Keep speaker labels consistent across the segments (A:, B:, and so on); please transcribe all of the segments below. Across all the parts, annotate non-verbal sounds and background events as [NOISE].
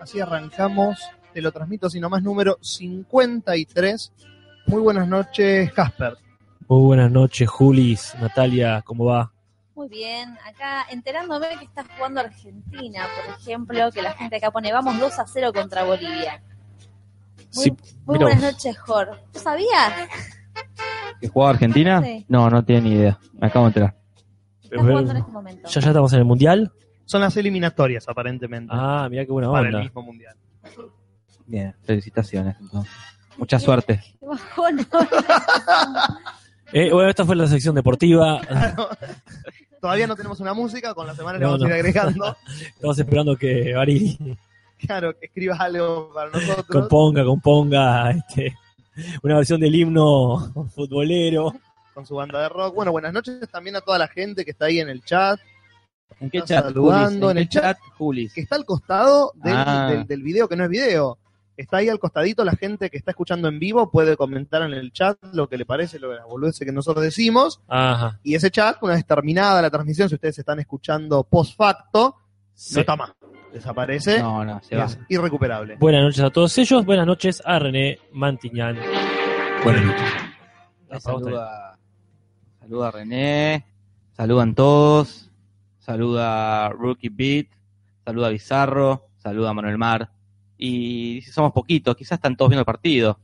A: así arrancamos. Te lo transmito, sino más número 53. Muy buenas noches, Casper.
B: Muy buenas noches, Julis, Natalia, ¿cómo va?
C: Muy bien, acá enterándome que está jugando Argentina, por ejemplo, que la gente acá pone vamos 2 a 0 contra Bolivia. Muy,
B: Sí,
C: muy
B: mira
C: buenas
B: vos.
C: noches, Jor. ¿Tú sabías?
D: ¿Que jugaba
A: Ah,
D: Argentina?
C: Sí.
D: No, no tiene ni idea. Me acabo de enterar.
C: Está
A: Eh,
B: Pero-
C: jugando en este momento. [LAUGHS]
B: ¿Ya, ya estamos en el mundial?
A: Son las eliminatorias, aparentemente,
B: Ah, mira qué buena
A: para el
B: onda.
A: mismo mundial.
D: Bien, felicitaciones. entonces. Mucha suerte.
C: Qué bajón, ¿no?
B: Eh, bueno, esta fue la sección deportiva.
A: Todavía no tenemos una música, con la semana le
B: No,
A: vamos a ir
B: no.
A: agregando. [LAUGHS]
B: Estamos esperando que Ari
A: Claro, que escribas algo para nosotros.
B: componga, componga este, una versión del himno futbolero.
A: con su banda de rock. Bueno, buenas noches también a toda la gente que está ahí en el chat,
D: ¿En qué
A: Está
D: chat?
A: saludando
D: Julis?
A: en el
D: qué
A: chat?
D: Julis?
A: que está al costado del,
D: Ah.
A: del- del video, que no es video. Está ahí al costadito la gente que está escuchando en vivo, puede comentar en el chat lo que le parece, lo de las boludeces que nosotros decimos.
B: Ajá.
A: Y ese chat, una vez terminada la transmisión, si ustedes están escuchando post facto,
B: Sí.
A: no está más. Desaparece
D: No, no, se
A: y
D: va.
A: es irrecuperable.
B: Buenas noches a todos ellos. Buenas noches a René Mantiñán.
D: Buenas noches.
B: Ahí
D: Saluda, saluda a René. Saludan todos. Saluda a Rookie Beat. Saluda a Bizarro. Saluda a Manuel Mar. Y dice, somos poquitos. Quizás están todos viendo el partido.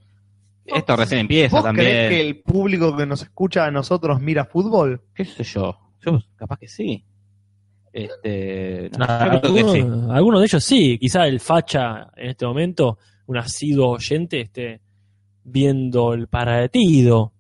D: Esto recién empieza
A: ¿Vos crees
D: también.
A: que el público que nos escucha a nosotros mira fútbol?
D: ¿Qué sé yo? Yo capaz que sí. Este, no, yo creo que
B: Algunos
D: sí.
B: algunos Ah, de ellos sí, quizá el facha en este momento, un asiduo oyente, esté viendo el partido.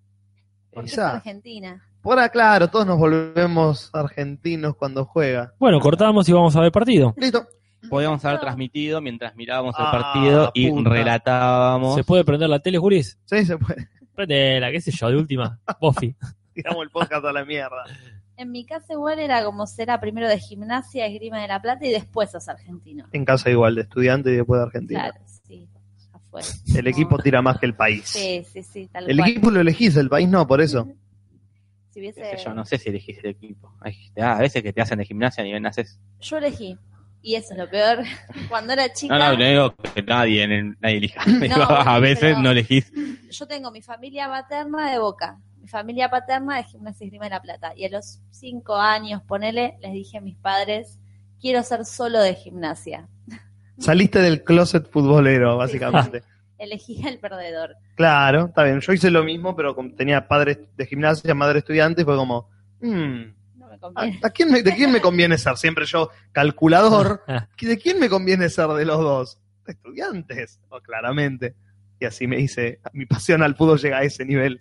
A: Quizá.
C: Argentina.
A: Por ahora, claro, todos nos volvemos argentinos cuando juega.
B: Bueno, cortamos y vamos a ver el partido.
A: Listo.
D: Podíamos haber
C: No.
D: transmitido mientras mirábamos
A: Ah,
D: el partido y
A: puta.
D: relatábamos.
B: ¿Se puede prender la tele, Juris?
A: Sí, se puede.
B: Prendela, qué sé yo, de última.
A: [LAUGHS]
B: Buffy.
A: Tiramos el podcast a la mierda.
C: En mi casa igual era como será primero de gimnasia, esgrima de la plata y después sos argentino.
A: En casa igual, de estudiante y después de Argentina.
C: Claro, sí. Ya fue.
A: El equipo tira más que el país.
C: Sí, sí, sí, tal
A: El
C: cual.
A: equipo lo elegís, el país no, por eso.
C: Si hubiese-
D: Qué sé Este, yo, no sé si elegís el equipo. Hay gente- ah, a veces que te hacen de gimnasia a nivel naces.
C: Yo elegí. Y eso es lo peor. [LAUGHS] Cuando era chica,
D: No, no, no digo que nadie, en el- nadie elija.
C: [LAUGHS]
D: Digo, a
C: bueno,
D: veces
C: pero-
D: no elegís.
C: yo tengo mi familia materna de Boca, mi familia paterna de Gimnasia y Esgrima de La Plata. Y a los cinco años, ponele, les dije a mis padres, quiero ser solo de gimnasia.
A: Saliste del closet futbolero, básicamente.
C: Elegí [LAUGHS] al perdedor.
A: Claro, está bien. Yo hice lo mismo, pero como tenía padres de gimnasia, madre estudiante, y fue como, hmm,
C: No me
A: ¿a,
C: conviene.
A: a quién me- ¿de quién me conviene ser? Siempre yo,
B: [LAUGHS]
A: calculador, ¿de quién me conviene ser de los dos? De estudiantes, o claramente. Y así me hice, mi pasión al fútbol llega a ese nivel,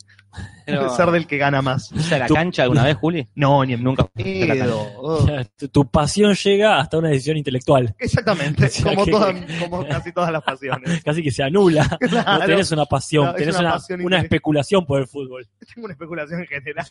D: Pero,
A: ser del que gana más.
D: ¿Fuiste a la
B: Tú-
D: cancha alguna vez, Juli?
A: No, ni en
D: Nunca fuiste a la cancha.
A: pedo. Oh.
B: Tu, tu pasión llega hasta una decisión intelectual.
A: Exactamente,
B: [LAUGHS] O sea
A: como,
B: que-
A: toda- como casi todas las
B: [LAUGHS]
A: pasiones.
B: Casi que
A: [LAUGHS]
B: se anula.
A: Claro.
B: No tenés una pasión,
A: No, es
B: tenés
A: una
B: una,
A: pasión
B: una
A: intelectual.
B: especulación por el fútbol.
A: Tengo una especulación en general.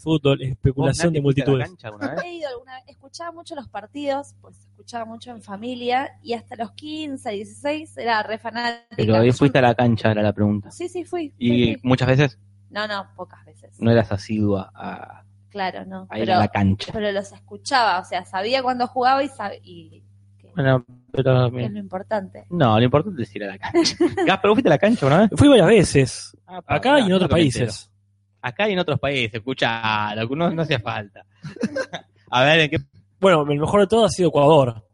B: Fútbol,
D: ¿Vos,
B: especulación
D: Nati,
B: de
D: fuiste a la
B: multitudes.
D: cancha
C: [LAUGHS]
D: alguna vez?
C: He ido alguna vez- escuchaba mucho los partidos, pues escuchaba mucho en familia, y hasta los 15, 16 era re fanática.
D: Pero ahí
C: Yo-
D: fuiste a la cancha, era la pregunta.
C: Sí, sí, fui. fui,
D: Y
C: fui.
D: muchas veces
C: No, no, pocas veces.
D: no eras asidua a,
C: Claro, no.
D: a ir
C: Pero,
D: a la cancha.
C: pero los escuchaba, o sea, sabía cuándo jugaba y, sab- y que-
D: Bueno, pero...
C: que es lo importante. [LAUGHS]
D: No, lo importante es ir a la cancha. Gasper, ¿vos fuiste a la cancha una vez?
B: Fui varias veces,
D: Apa,
B: acá y en
D: mirá,
B: otros
D: creo que me
B: países.
D: entero. Acá y en otros países, escuchalo, que no, no hacía falta. [LAUGHS] a ver, ¿en qué,
B: Bueno, el mejor de todo ha sido Ecuador.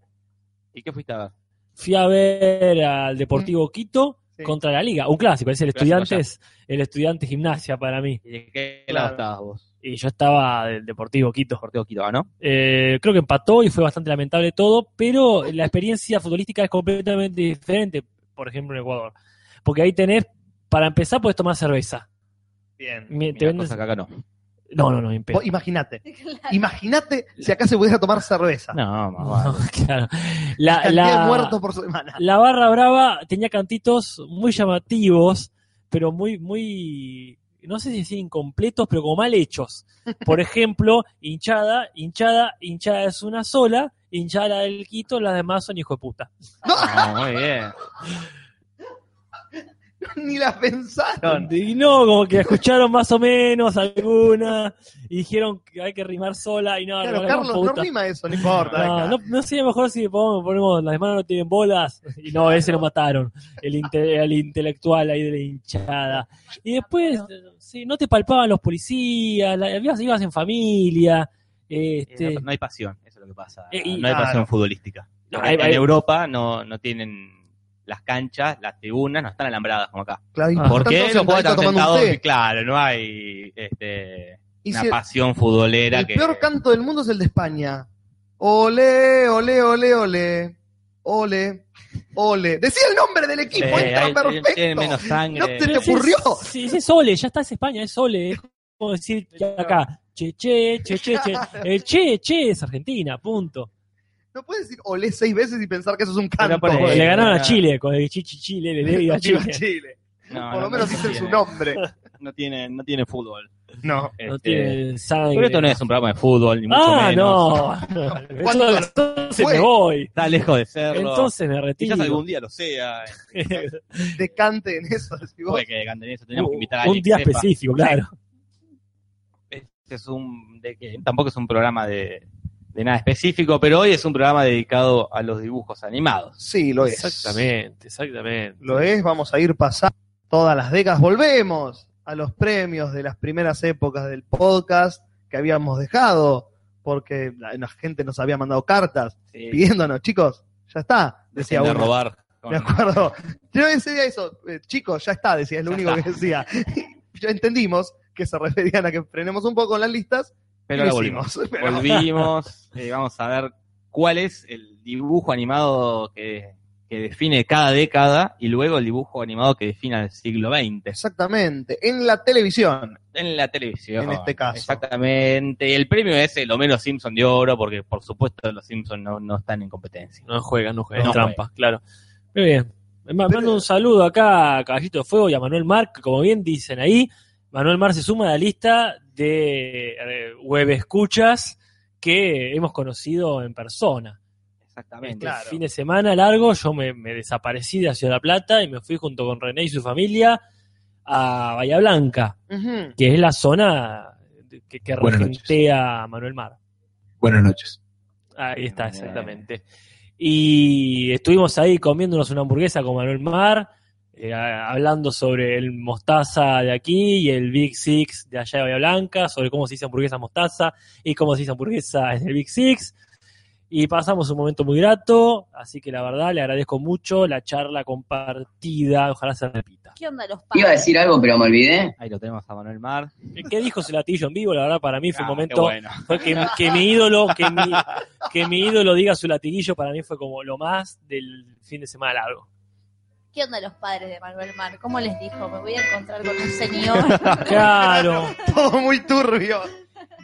D: ¿y qué fuiste a ver?
B: Fui a ver al Deportivo Quito
A: Mm. Sí.
B: contra la Liga, un clásico, es el
D: Clásico
B: estudiantes, el estudiante gimnasia para mí.
D: ¿Y de qué
A: Claro.
D: lado estabas vos?
B: Y yo estaba del Deportivo Quito.
D: Deportivo Quito, ¿ah, ¿no?
B: Eh, creo que empató y fue bastante lamentable todo, pero la experiencia futbolística es completamente diferente, por ejemplo, en Ecuador. Porque ahí tenés, para empezar, podés tomar cerveza.
A: Bien.
B: Me- te
D: Mirá,
B: venden-
D: cosa que acá no.
B: No, no, no, ni en pedo.
A: Vos Imagínate. Imagínate si acá se pudiera tomar cerveza.
D: No,
B: [LAUGHS] No,
D: mamá. [LAUGHS]
B: claro. La,
A: Cantidad
B: la-
A: de muertos por semana. [LAUGHS]
B: la barra brava tenía cantitos muy llamativos, pero muy, muy, no sé si decir incompletos, pero como mal hechos.
D: [LAUGHS]
B: Por ejemplo, hinchada, hinchada, hinchada es una sola, hinchada la del [LAUGHS] Quito, las demás son hijo de puta.
D: muy bien.
A: Ni la pensaron.
B: Y no, como que escucharon más o menos alguna y dijeron que hay que rimar sola y no,
A: Claro,
B: no,
A: Carlos, no
B: puta.
A: rima eso, no importa.
B: No, no, no sería mejor si ponemos, ponemos las manos no tienen bolas y no, ese lo mataron, el, inte- el intelectual ahí de la hinchada. Y después, sí, no te palpaban los policías, la- ibas, ibas en familia. Este,
D: Eh, no, no hay pasión, eso es lo que pasa.
B: Eh, y-
D: no hay
A: Claro.
D: pasión futbolística.
B: No,
D: en,
B: hay-
D: en
B: hay-
D: Europa no, no tienen las canchas, las tribunas, no están alambradas como acá.
A: Claro, y
B: Ah.
A: están
D: ¿Por qué
A: todos
D: los jugadores
A: sentaditos
D: están
A: tomando
D: sentados?
A: un té.
D: Claro, no hay este,
A: Y
D: una
A: si-
D: pasión futbolera
A: el
D: que...
A: peor canto del mundo es el de España. Ole, ole, ole, ole. Ole, ole. Decía el nombre del
D: Sí,
A: equipo, entra
D: Eh, hay- tienen
A: perfecto.
D: menos sangre.
A: No te-
B: pero si es-
A: ocurrió?
B: Si, si es Sole, ya está, es España, es Sole. Es como decir que acá, che, che, che, che, che. El che, che es Argentina, punto.
A: No puedes decir ole seis veces y pensar que eso es un canto.
D: Pero por
B: Bueno,
D: Eh,
B: le ganaron a
D: eh,
B: Chile, con el chichi Chile, le debí
D: [LAUGHS]
B: a
A: Viva
B: Chile.
A: Chile.
D: No,
A: Por
D: no,
A: lo menos
D: no
A: dicen su
D: tiene-
A: nombre.
D: No tiene, no tiene fútbol.
A: No.
B: No
D: Este,
B: tiene sangre.
D: Pero esto no es un programa de fútbol, ni mucho
B: Ah,
D: menos.
B: no. [LAUGHS]
A: ¿Cuándo
B: Entonces
A: fue?
B: me voy.
D: Está lejos de serlo.
B: Entonces me retiro.
D: Quizás algún día
B: [LAUGHS]
D: lo sea.
A: Decante en eso. decís vos.
D: Puede que canten eso, tenemos que invitar a
B: un
D: alguien que
B: día
D: sepa.
B: específico, claro.
D: Este es un, de que tampoco es un programa de, de nada específico, pero hoy es un programa dedicado a los dibujos animados.
A: Sí, lo es.
B: Exactamente, exactamente.
A: Lo es, vamos a ir pasando todas las décadas. Volvemos a los premios de las primeras épocas del podcast que habíamos dejado, porque la, la gente nos había mandado cartas pidiéndonos, chicos, ya está, decía
D: Dejen de
A: uno.
D: robar.
A: [LAUGHS]
D: con-
A: Me acuerdo. Yo decía eso, eh, chicos, ya está, decía, es lo
D: Ya
A: único
D: está.
A: que decía. [LAUGHS] ya entendimos que se referían a que frenemos un poco en las listas,
D: pero
A: y
D: ahora
A: lo
D: volvimos.
A: hicimos. [LAUGHS] Pero
D: Volvimos, [LAUGHS] eh, vamos a ver cuál es el dibujo animado que, que define cada década y luego el dibujo animado que define el siglo XX.
A: Exactamente, en la televisión.
D: En la televisión.
A: En este caso.
D: Exactamente. El premio es el Homero Simpson de oro, porque por supuesto los Simpsons no, no están en competencia.
B: No juegan, no juegan.
D: No
B: es trampa, claro. Muy bien. Ma- Mando un saludo acá a Caballito de Fuego y a Manuel Mar, que como bien dicen ahí, Manuel Mar se suma a la lista de eh, web escuchas que hemos conocido en persona. Este
D: Exactamente.
B: fin de semana largo yo me, me desaparecí de la Ciudad de la Plata y me fui junto con René y su familia a Bahía Blanca,
A: Ujú. [LAUGHS]
B: que es la zona de- que, que
E: Buenas noches.
B: regentea a Manuel Mar.
E: Buenas noches.
B: Ahí está,
D: Bien.
B: exactamente. Y estuvimos ahí comiéndonos una hamburguesa con Manuel Mar, eh, a- hablando sobre el mostaza de aquí y el Big Six de allá de Bahía Blanca, sobre cómo se dice hamburguesa mostaza y cómo se dice hamburguesa en el Big Six. Y pasamos un momento muy grato, así que la verdad le agradezco mucho la charla compartida, ojalá se repita.
C: ¿Qué onda los padres?
F: Iba a decir algo, pero me olvidé.
D: Ahí lo tenemos a Manuel Mar.
B: ¿Qué dijo Sulatillo en vivo? La verdad para mí fue un
D: Ah, qué
B: momento
D: bueno.
B: Fue que, que mi ídolo, que mi, que mi ídolo diga su latiguillo para mí fue como lo más del fin de semana largo.
C: ¿Qué onda los padres de Manuel Mar? ¿Cómo les dijo? Me voy a encontrar con un
F: [LAUGHS]
C: señor.
B: Claro.
A: Todo muy turbio.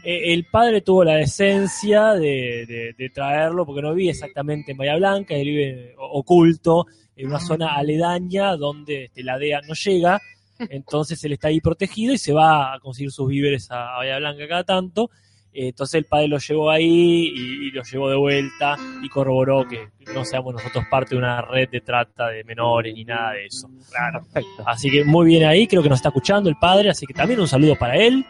B: Eh, El padre tuvo la decencia de, de- de traerlo, porque no vive exactamente en Bahía Blanca, él vive o- oculto, en una zona aledaña donde este, la DEA no llega, entonces él está ahí protegido y se va a conseguir sus víveres a, a Bahía Blanca cada tanto. Eh, Entonces el padre lo llevó ahí y, y lo llevó de vuelta y corroboró que no seamos nosotros parte de una red de trata de menores ni nada de eso.
D: Perfecto.
B: Así que muy bien ahí, creo que nos está escuchando el padre, así que también un saludo para él,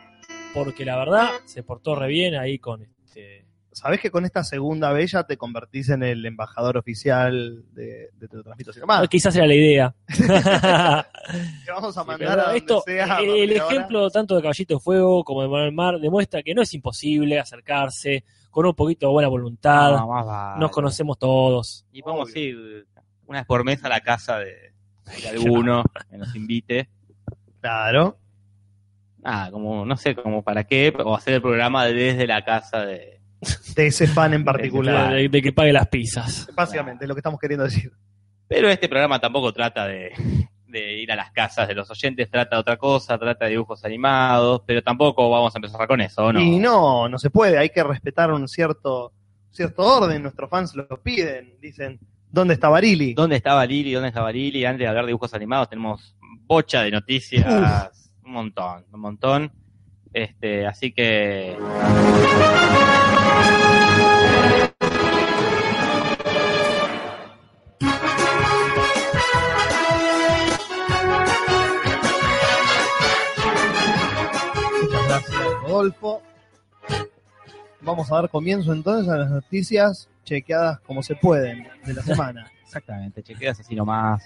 B: porque la verdad se portó re bien ahí con este.
A: Eh, ¿Sabés que con esta segunda vez ya te convertís en el embajador oficial de, de Te lo transmito sin más?
B: Ah, Quizás era la [LAUGHS] idea.
A: Te vamos [LAUGHS] a
B: Sí,
A: mandar
B: pero
A: a donde
B: esto,
A: sea.
B: el, el
A: donde ahora-
B: ejemplo tanto de Caballito de Fuego como de Manuel Mar demuestra que no es imposible acercarse con un poquito de buena voluntad.
A: Ah,
D: No, más vale.
B: Ah, Nos conocemos todos.
D: Y vamos a ir una vez por mes a la casa de, de
B: [LAUGHS]
D: alguno que nos invite.
A: Claro.
D: Ah, como, no sé, como para qué, o hacer el programa desde la casa de...
A: De ese fan en
B: De,
A: particular.
B: de- de que pague las pizzas.
A: Básicamente, es lo que estamos queriendo decir.
D: Pero este programa tampoco trata de, de ir a las casas de los oyentes, trata de otra cosa, trata de dibujos animados, pero tampoco vamos a empezar con eso, ¿o ¿no?
A: Y no, no se puede. Hay que respetar un cierto, cierto orden. Nuestros fans lo piden. Dicen, ¿dónde está Barili?
D: ¿Dónde estaba Lili? ¿Dónde estaba Lili? Antes de hablar de dibujos animados tenemos bocha de noticias, un montón, un montón. Este, así que
A: Rodolfo. Vamos a dar comienzo entonces a las noticias chequeadas como se pueden de la semana.
G: Exactamente, chequeas así nomás.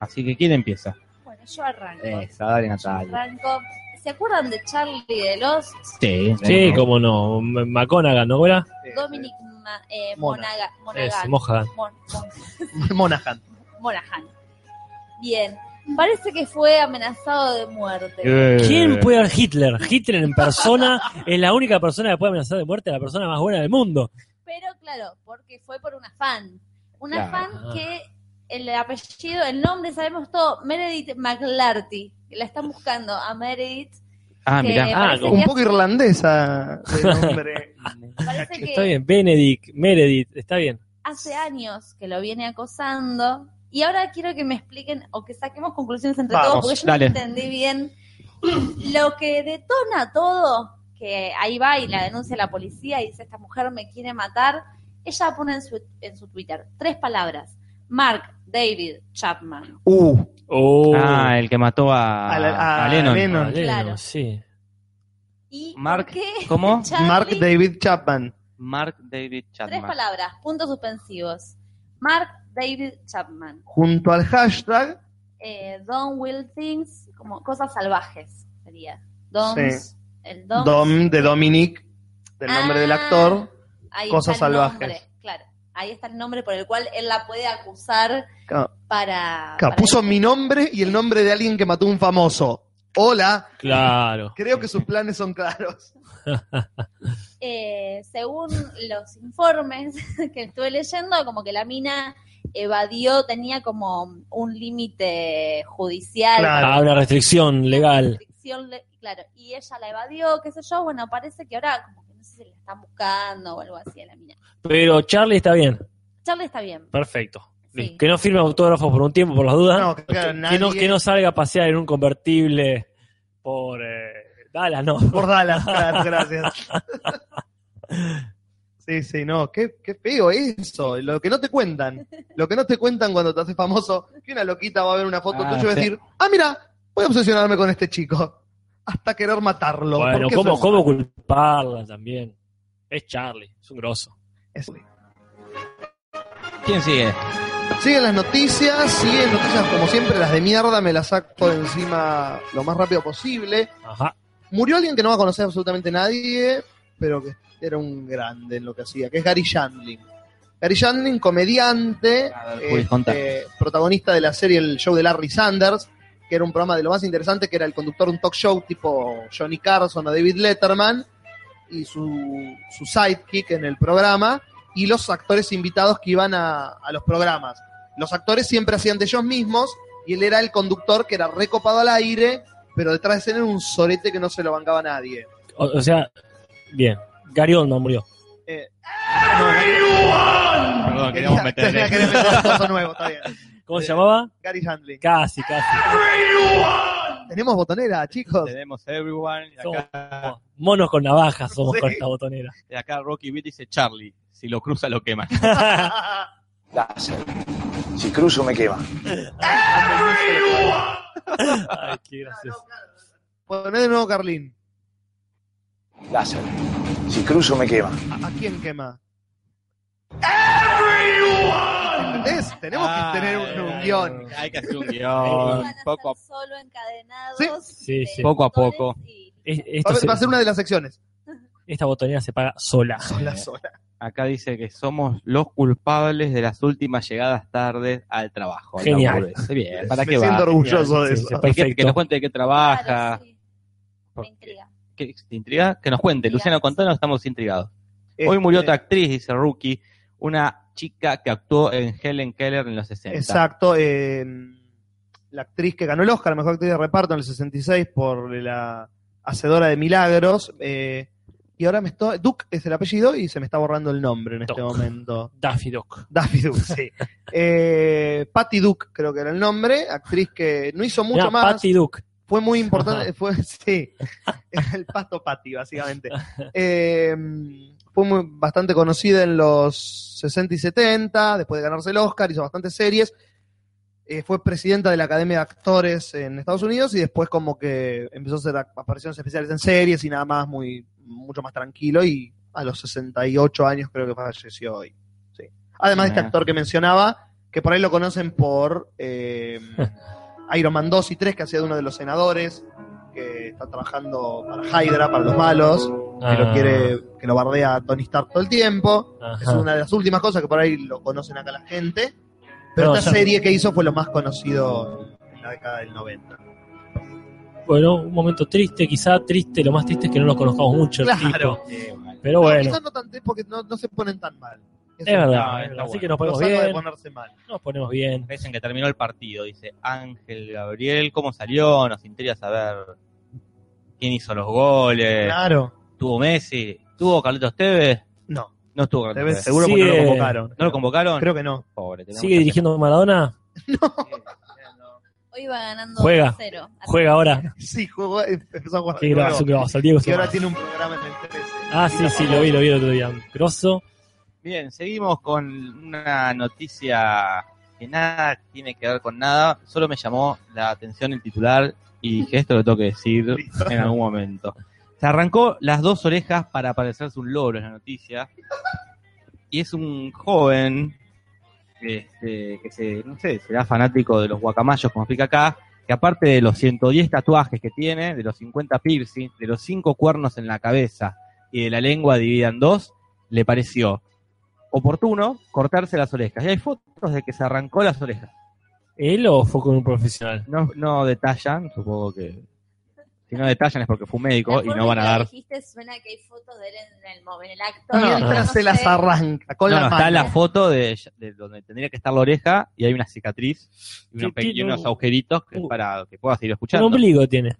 G: Así que, ¿quién empieza?
C: Bueno, yo arranco.
F: Eh,
G: Esa, dale
C: Yo
G: Natalia.
C: arranco. ¿Se acuerdan de Charlie de los
G: Sí,
B: Sí, cómo no. M- McConaughey, ¿no era?
C: Dominic Ma- eh,
A: Mona.
C: Monaga-
B: Es,
C: Monaghan?
B: Moja.
C: Mon- Mon-
A: Eh, Monaghan.
C: Monaghan. Bien. Parece que fue amenazado de
D: Eh.
C: muerte.
G: Eh.
B: ¿Quién puede haber Hitler? Hitler en persona es la única persona que puede amenazar de muerte a la persona más buena del mundo.
C: Pero claro, porque fue por una fan. Una
G: Claro.
C: fan que el apellido, el nombre sabemos todo, Meredith McLarty. La están buscando a Meredith.
G: Ah,
C: que
G: mirá.
B: Ah,
C: parece
B: como-
A: Un
C: que-
A: poco irlandesa de
C: [LAUGHS]
A: nombre.
C: parece que
B: Está bien, Benedict, Meredith, está bien.
C: hace años que lo viene acosando. Y ahora quiero que me expliquen o que saquemos conclusiones entre
A: Vamos,
C: todos, porque yo
G: dale.
C: no entendí bien lo que detona todo, que ahí va y la denuncia la policía y dice, esta mujer me quiere matar. Ella pone en su, en su Twitter tres palabras. Mark David Chapman.
A: Uh,
B: Oh,
D: eh,
G: Ah, el que mató a,
A: A la- a
G: a Lennon.
A: Lennon.
B: Valero,
C: claro.
B: sí.
C: ¿Y
G: Mark,
C: por qué [LAUGHS]
G: ¿cómo?
C: Charlie?
A: Mark David Chapman.
G: Mark David
C: Tres
G: Chapman.
C: palabras, puntos suspensivos. Mark David Chapman.
A: Junto al hashtag
C: eh, Don't Will Things, como cosas salvajes sería. Don'ts, el don't,
A: Dom de Dominic, del nombre
C: Ah.
A: del actor.
C: ahí
A: cosas
C: está el
A: salvajes.
C: nombre, claro, ahí está el nombre por el cual él la puede acusar
A: Claro,
C: para.
A: claro,
C: para-
A: puso mi nombre y el nombre de alguien que mató a un famoso. Hola,
B: Claro.
A: creo que sus planes son claros.
C: Eh, según los informes [LAUGHS] que estuve leyendo, como que la mina evadió, tenía como un límite judicial.
A: Claro.
B: Ah, una restricción legal.
C: restricción le- claro, y ella la evadió, qué sé yo, bueno, parece que ahora como que no sé si la están buscando o algo así a la mina.
B: Pero Charlie está bien.
C: Charlie está bien.
B: Perfecto.
C: Sí.
B: Que no firme autógrafos por un tiempo, por las dudas.
A: No, que- claro,
B: que,
A: nadie-
B: no, que no salga a pasear en un convertible por eh, Dallas, no.
A: Por
B: [LAUGHS]
A: Dallas, claro, gracias. [LAUGHS] Sí, sí, no, qué, qué feo eso, lo que no te cuentan, lo que no te cuentan cuando te haces famoso, que una loquita va a ver una foto
G: Ah,
A: tuya y va a
G: sí.
A: decir, ah, mira, voy a obsesionarme con este chico, hasta querer matarlo.
B: bueno,
A: ¿Por qué
B: ¿cómo,
A: eso
B: ¿cómo culparla también? Es Charlie, es un grosso.
A: es-
G: ¿Quién sigue?
A: Siguen las noticias, siguen noticias como siempre, las de mierda, me las saco de encima lo más rápido posible.
B: Ajá.
A: Murió alguien que no va a conocer absolutamente nadie, pero que era un grande en lo que hacía, que es Gary Shandling. Gary Shandling, comediante,
G: A ver,
A: este,
G: Ah, Juli, contá.
A: protagonista de la serie El Show de Larry Sanders, que era un programa de lo más interesante, que era el conductor de un talk show tipo Johnny Carson o David Letterman, y su, su sidekick en el programa, y los actores invitados que iban a, a los programas. Los actores siempre hacían de ellos mismos, y él era el conductor que era recopado al aire, pero detrás de escena era un sorete que no se lo bancaba a nadie.
B: O, o sea, bien. Gary Oldman murió.
D: Perdón, queríamos meter.
A: [LAUGHS] Quería- quería meter un coso nuevo, está bien.
B: ¿Cómo
A: Eh.
B: se llamaba?
A: Gary Shandling.
B: Casi, casi.
A: Tenemos botonera, chicos.
D: Tenemos everyone. Y
B: Somos
D: acá,
B: monos con navajas somos
A: Ah. Sí.
B: con esta botonera.
D: y acá Rocky Beat dice Charlie. Si lo cruza, lo quema.
H: láser. Si cruzo me quema.
B: Ay, qué gracioso.
A: Poné de nuevo, Carlín.
H: Láser. Si cruzo me quema.
A: ¿A, a quién quema? ¿Entendés? Tenemos
D: Ah,
A: que tener un,
D: eh,
A: un
D: hay-
A: guión.
D: Hay que hacer un
C: Van
D: guión.
C: a estar
D: Poco a
C: solo encadenados.
B: Sí,
C: de
B: sí.
G: Poco a
C: botones
G: poco.
C: y-
B: Es- esto
A: Va,
B: se-
A: va a ser una de las secciones.
B: Esta botonera se paga sola.
A: Sola, sola.
G: Acá dice que somos los culpables de las últimas llegadas tardes al trabajo. al
B: Genial.
G: laburo. Bien, ¿para
A: Me
G: qué
A: siento
G: va?
A: orgulloso de eso.
B: Sí, sí,
G: Que- Que,
B: Perfecto.
G: nos cuente de qué trabaja.
B: Ah,
C: Claro, sí, Me
G: porque-
C: intriga.
G: ¿Qué te intriga? Que nos cuente.
C: Intriga.
G: Luciano, contanos, estamos intrigados. Hoy murió
D: Este,
G: otra
A: Este,
G: actriz, dice Rookie, una chica que actuó en Helen Keller en los 60.
A: Exacto. eh, la actriz que ganó el Oscar, mejor actriz de reparto en el 66 por la Hacedora de Milagros. eh, y ahora me estoy. Duke es el apellido y se me está borrando el nombre en este
B: Duke.
A: momento.
B: Daffy Duck.
A: Daffy Duke, sí. Eh, Patty Duke, creo que era el nombre. Actriz que no hizo mucho
B: Mirá,
A: más.
B: Patty Duck.
A: Fue muy importante. Fue, sí. [LAUGHS] El pasto Patty, básicamente. Eh, fue muy, bastante conocida en los 60 y 70. Después de ganarse el Oscar, hizo bastantes series. Eh, eh, fue presidenta de la Academia de Actores en Estados Unidos y después como que empezó a hacer ac- apariciones especiales en series y nada más, muy mucho más tranquilo y a los 68 años creo que falleció hoy. Sí. Además de este
G: Ah.
A: actor que mencionaba, que por ahí lo conocen por eh, Iron Man 2 y 3, que hacía de uno de los senadores, que está trabajando para Hydra, para los malos, que
B: Ah.
A: lo quiere, que lo bardea a Tony Stark todo el tiempo. Es una de las últimas cosas que por ahí lo conocen acá la gente. Pero
B: No,
A: esta
B: ya-
A: serie que hizo fue lo más conocido en la década del 90.
B: Bueno, un momento triste, quizá triste, lo más triste es que no nos conozcamos mucho. el
A: Claro.
B: tipo. Pero bueno,
A: Quizás no tan porque no, no se ponen tan mal. Eso
B: es verdad.
D: No,
B: es
D: está
B: verdad. Así
D: bueno.
B: que nos
A: Lo
B: ponemos
A: salva de
B: bien.
A: ponerse mal.
B: Nos ponemos bien.
D: Dicen que terminó el partido, dice Ángel Gabriel, ¿cómo salió? Nos interesa saber quién hizo los goles,
A: Claro.
D: tuvo Messi, tuvo Carlitos Tevez,
A: No,
D: no estuvo Carlitos
A: te ves
D: Tevez.
A: seguro porque no lo
B: Sigue-
A: convocaron.
D: ¿No lo convocaron?
A: Creo que no. [LAUGHS]
D: Pobre, tenemos
B: ¿Sigue
D: que-
B: dirigiendo Maradona?
C: Hoy va ganando
B: Juega.
C: 0. Así
B: Juega ahora.
A: Sí, jugó, eh, empezó a jugar.
B: Qué
A: de nuevo.
B: grosso que vas, el Diego
A: Y ahora
B: Sumar.
A: tiene un programa en el 13.
B: Ah, sí, sí, lo vi, lo vi el otro día. Grosso.
D: Bien, seguimos con una noticia que nada tiene que ver con nada, solo me llamó la atención el titular y dije, esto lo tengo que decir en algún momento. Se arrancó las dos orejas para parecerse un loro en la noticia. Y es un joven este, que se, no sé, será fanático de los guacamayos, como explica acá, que aparte de los 110 tatuajes que tiene, de los 50 piercing, de los 5 cuernos en la cabeza y de la lengua dividida en dos, le pareció oportuno cortarse las orejas. Y hay fotos de que se arrancó las orejas.
B: ¿Él o fue con un profesional?
D: No, no detallan, supongo que. Si no detallan es porque fue un
C: La
D: médico y
C: forma
D: no van a
C: en que lo
D: dar.
C: dijiste suena que hay fotos de él en el, mo- en el acto.
A: Mientras se las
C: arranca
A: arranca con
D: No,
A: la
D: no,
A: mano.
D: está la foto de, de donde tendría que estar la oreja y hay una cicatriz y, unos
B: Que tiene
D: pe- y unos
B: un-
D: agujeritos que es
B: un-
D: para que puedas seguir
B: Un
D: escuchando.
B: ombligo tiene.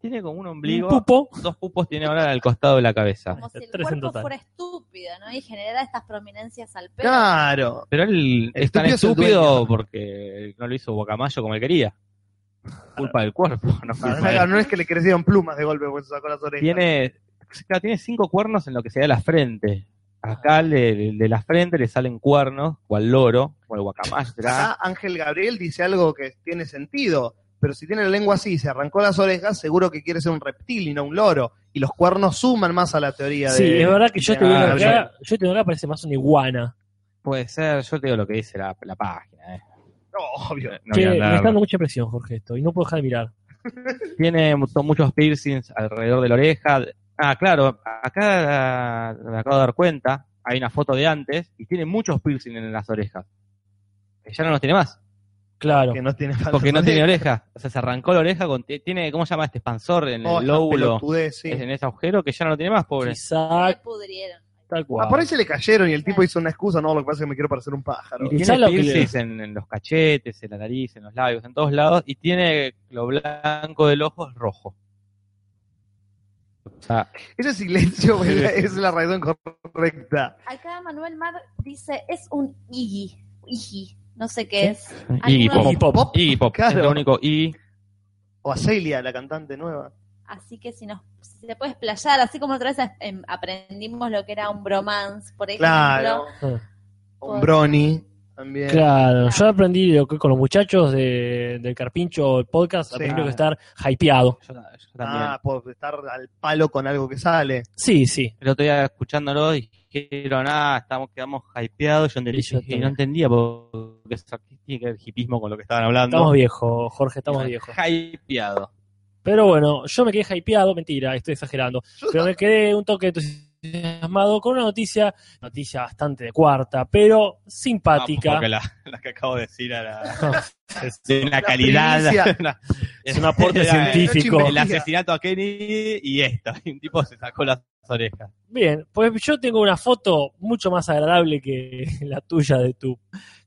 D: Tiene como un ombligo,
B: Un pupo.
D: dos pupos tiene ahora al costado de la cabeza.
C: Como si el
B: Tres en
C: cuerpo
B: total.
C: fuera estúpido, ¿no? Y generara estas prominencias al pelo.
A: Claro.
D: Pero él es
A: Estúpido
D: tan
A: es el
D: estúpido
A: dueño.
D: porque no lo hizo guacamayo como él quería. Culpa del cuerpo, [LAUGHS] no culpa de él.
A: Claro, No es que le crecieron plumas de golpe pues, porque se sacó las orejas.
D: tiene, claro, tiene cinco cuernos en lo que se da la frente.
B: Ah.
D: Acá le- de, la frente le salen cuernos, o al loro, o al guacamayo.
B: Ah.
D: será.
A: Acá Ángel Gabriel dice algo que tiene sentido, pero si tiene la lengua así y se arrancó las orejas, seguro que quiere ser un reptil y no un loro. Y los cuernos suman más a la teoría
B: Sí,
A: de.
B: es verdad que yo te
A: de
B: veo
A: Gabriel.
B: acá, yo te veo acá, parece más una iguana.
D: Puede ser, yo te digo lo que dice la, la página. eh.
A: No, obvio.
D: No voy
B: Que
D: a
B: me
D: andar.
B: está dando mucha presión, Jorge, esto, y no puedo dejar de mirar.
D: Tiene mu- son muchos piercings alrededor de la oreja. Ah, claro, acá ah, me acabo de dar cuenta, hay una foto de antes y tiene muchos piercings en las orejas. Que ya no los tiene más,
B: Claro.
A: Que no tiene falta
D: porque no
A: de-
D: tiene oreja. O sea, se arrancó la oreja con tiene ¿cómo se llama este expansor en el
A: Oh, esa
D: lóbulo?
A: pelotudez, sí.
D: Es en ese agujero que ya no lo tiene más, pobre.
C: Le
B: Quizá
C: pudrieron.
B: tal cual.
A: Ah, por ahí se le cayeron y el tipo hizo una excusa. No, lo que pasa es que me quiero parecer un pájaro.
B: Y
D: Tiene
B: quizá lo que-
D: piercings en, en los cachetes, en la nariz, en los labios, en todos lados, y tiene lo blanco del ojo es rojo. O sea,
A: Ese silencio es la, [LAUGHS] es la razón correcta.
C: Acá Manuel Mar dice, es un Iggy. Iggy. No sé qué,
B: ¿Qué?
C: es.
D: Iggy
C: Algunos-
B: Iggy Pop.
D: Iggy Pop
A: Claro.
D: es lo único y
A: O a Celia, la cantante nueva.
C: Así que si nos si se puede explayar, así como otra vez em, aprendimos lo que era un bromance, por ejemplo.
A: Claro.
B: Ah.
A: Un Brony también.
B: Claro, yo aprendí lo que con los muchachos de, del Carpincho el podcast,
A: Sí.
B: aprendí lo que estar hypeado.
D: yo, ta- yo también.
A: Ah, por estar al palo con algo que sale.
B: Sí, sí.
D: El otro día escuchándolo dijeron, ah, estamos, quedamos hypeados, yo entendí,
B: Y yo
D: dije,
B: también.
D: no entendía porque eso aquí tiene que ver hipismo con lo que estaban hablando.
B: Estamos viejos, Jorge, estamos viejos.
D: Hypeado.
B: Pero bueno, yo me quedé hypeado, mentira, estoy exagerando.
A: Yo
B: Pero me quedé un toque entusiasmado con una noticia, noticia bastante de cuarta, pero
D: Ah,
B: simpática.
D: porque la, la que acabo de decir era
B: [LAUGHS] Es-
D: [LAUGHS] de una
A: La
D: calidad.
A: primicia.
D: [LAUGHS] es un aporte
B: científico.
D: El asesinato a Kenny y esto. [LAUGHS] Y un tipo se sacó las orejas.
B: Bien, pues yo tengo una foto mucho más agradable que [LAUGHS] la tuya de tu,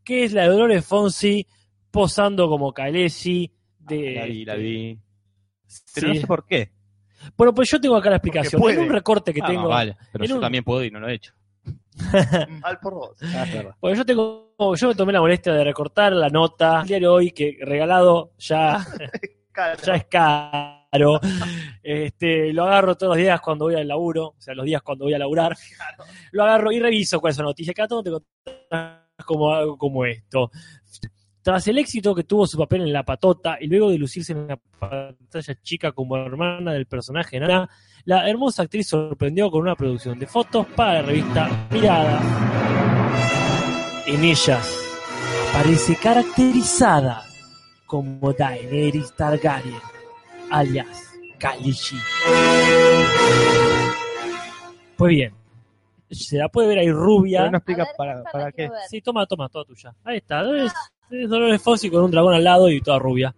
B: que es la de Dolores Fonsi posando como Calesi de
D: Ah, La vi, la vi.
B: Sí.
D: Pero no sé por qué.
B: Bueno, pues yo tengo acá la explicación.
A: puede.
B: En un recorte que
D: Ah,
B: tengo.
D: vale. Pero
B: en
D: yo
B: un-
D: también puedo y no lo he hecho.
A: [LAUGHS] Mal por vos.
B: Bueno, yo tengo, yo me tomé la molestia de recortar la nota del diario hoy que regalado
D: [LAUGHS]
B: ya,
A: Claro.
B: [LAUGHS] ya es caro. Este, lo agarro todos los días cuando voy al laburo, o sea, los días cuando voy a laburar. Lo agarro y reviso cuáles son las noticias. Cada tanto te encontrás como algo como esto. Tras el éxito que tuvo su papel en La Patota y luego de lucirse en la pantalla chica como hermana del personaje Nana, la hermosa actriz sorprendió con una producción de fotos para la revista Mirada. En ellas aparece caracterizada como Daenerys Targaryen, alias Khaleesi. Pues bien, se la puede ver ahí rubia.
I: Pero no explica
C: A ver,
I: para,
C: esta la
I: para qué.
C: quiero ver.
B: Sí, toma, toma, toda tuya. Ahí está, es, es Dolores Fossi con un dragón al lado y toda rubia.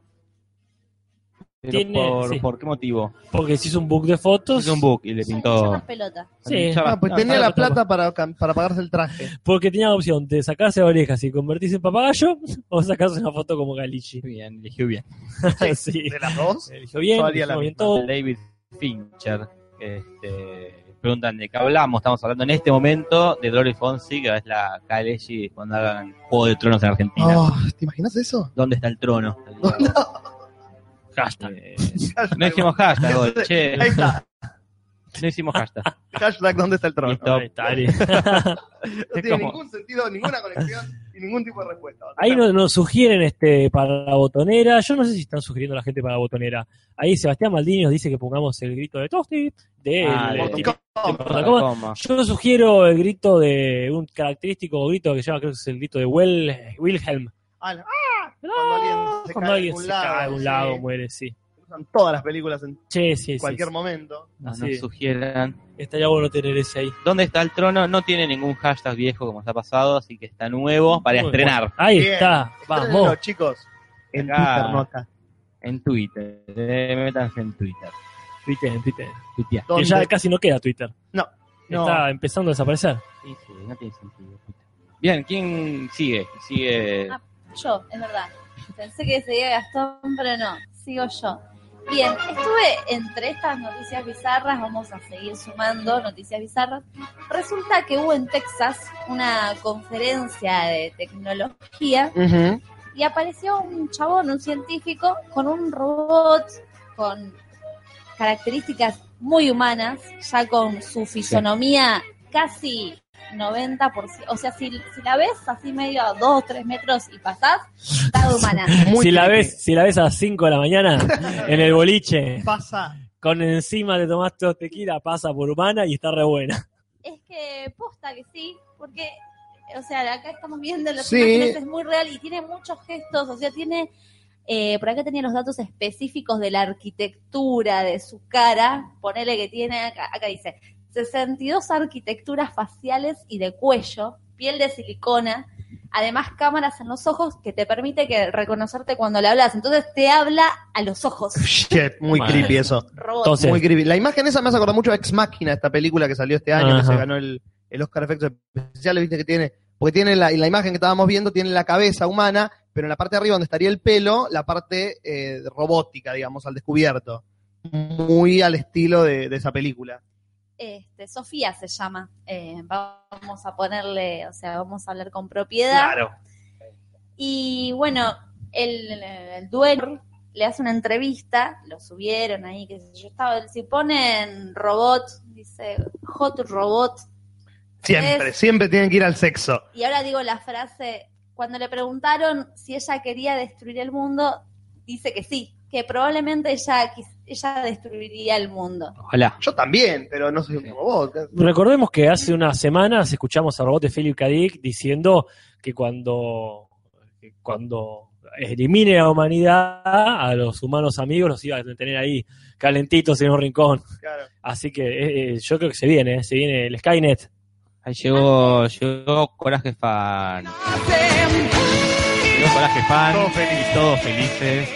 D: Pero
B: Tiene-
D: por,
B: sí.
D: ¿Por qué motivo?
B: Porque se hizo un book de fotos.
D: Hizo un book y le
C: Son
D: pintó.
C: unas pelotas.
B: Sí,
D: Ya va.
A: Ah, pues
D: No,
A: tenía
B: está
A: la
B: bien, está
A: plata para, cam- para pagarse el traje.
B: porque tenía la opción de sacarse la oreja y convertirse en papagayo [LAUGHS] o sacarse una foto como
D: [LAUGHS]
B: Galichi.
D: Bien, eligió bien.
B: [LAUGHS] [LAUGHS] sí.
A: ¿De las dos?
B: Eligió bien,
A: Yo haría la
B: elegimos bien
A: misma.
B: todo.
D: David Fincher. Este, preguntan de qué hablamos. Estamos hablando en este momento de Dolores Fonsi, que es la Khaleesi cuando hagan Juego de Tronos en Argentina.
A: Oh, ¿Te imaginas [LAUGHS] eso?
D: ¿Dónde está el trono?
B: Hashtag.
D: Eh, no hicimos hashtag, hoy, che.
A: [LAUGHS] Ahí está.
D: No hicimos
A: [LAUGHS]
D: hashtag.
A: Hashtag ¿dónde está el trono?
D: Listo.
B: Ahí está, ahí.
A: No tiene ningún sentido, ninguna conexión y ningún tipo de respuesta.
B: Ahí nos, nos sugieren este para la botonera. Yo no sé si están sugiriendo a la gente para la botonera. Ahí Sebastián Maldini nos dice que pongamos el grito de Tosti. De
D: Ah,
B: el-
D: de-
B: el-
D: Mortal
B: Mortal Kombat.
D: Coma.
B: Yo sugiero el grito de un característico grito que se llama, creo que es el grito de Wel- Wilhelm. Ah,
A: Ah, no. Cuando alguien se cae
B: Cuando
A: de
B: alguien
A: algún
B: se
A: lado,
B: cae a algún
A: sí.
B: lado, muere, sí.
A: Usan todas las películas en
B: Che, sí, sí,
A: cualquier
B: sí.
A: momento.
D: No,
B: Sí.
D: nos sugieran.
B: Estaría bueno tener ese ahí.
D: ¿Dónde está el trono? No tiene ningún hashtag viejo como está pasado, así que está nuevo para
B: Muy
D: estrenar
B: Ahí
A: Bien.
B: está, vamos.
A: Los chicos. En
D: Acá.
A: Twitter, no acá.
D: en Twitter. Eh, métanse en Twitter.
B: Twitter, Twitter.
D: Tuiteá.
B: Que
A: ¿Dónde?
B: ya casi no queda Twitter.
A: No,
D: no.
B: Está empezando a desaparecer.
D: Sí, sí, no tiene sentido. Bien, ¿quién sigue? Sigue.
C: Ah. Yo, es verdad. Pensé que seguía Gastón, pero no, sigo yo. Bien, estuve entre estas noticias bizarras, vamos a seguir sumando noticias bizarras. Resulta que hubo en Texas una conferencia de tecnología y apareció un chabón, un científico, con un robot con características muy humanas, ya con su fisonomía casi 90%, o sea, si, si la ves así medio a 2 3 metros y pasás, está de humana.
A: Muy
B: si la
A: creepy.
B: ves, si la ves a las 5 de la mañana en el boliche,
A: Pasa.
B: con encima te tomaste dos tequila, pasa por humana y está re buena.
C: Es que posta que sí, porque, o sea, acá estamos viendo las
A: Sí.
C: imágenes, es muy real y tiene muchos gestos, o sea, tiene, eh, por acá tenía los datos específicos de la arquitectura de su cara, ponele que tiene, acá, acá dice, 62 arquitecturas faciales y de cuello, piel de silicona, además cámaras en los ojos que te permite que reconocerte cuando le hablas, entonces te habla a los ojos,
A: Shit, muy
B: Madre.
A: creepy eso.
C: robot.
B: Entonces,
A: Muy creepy. La imagen esa me hace acordar mucho a Ex Máquina, esta película que salió este año, que
B: Ajá.
A: se ganó el, el Oscar de Efectos Especiales, viste que tiene. Porque tiene la, y la imagen que estábamos viendo, tiene la cabeza humana, pero en la parte de arriba donde estaría el pelo, la parte eh, robótica, digamos, al descubierto. Muy al estilo de, de esa película.
C: este, Sofía se llama. Eh, vamos a ponerle, o sea, vamos a hablar con propiedad. Y bueno, el, el dueño le hace una entrevista, lo subieron ahí, que yo estaba, si ponen robot, dice hot robot,
A: Siempre,
C: Es-
A: siempre tienen que ir al sexo.
C: y ahora digo la frase, cuando le preguntaron si ella quería destruir el mundo, dice que sí, que probablemente ella, quis- ella destruiría el mundo.
D: Ojalá.
A: Yo también, pero no soy un robot.
B: Recordemos que hace unas semanas escuchamos a robot de Philip K. Dick diciendo que cuando, que cuando elimine a la humanidad, a los humanos amigos los iba a tener ahí calentitos en un rincón.
A: Claro.
B: Así que eh, eh, yo creo que se viene, eh, se viene el Skynet.
D: Ahí llegó, llegó Coraje Fan. Llegó Coraje Fan.
A: Todos felices.
D: Todos felices.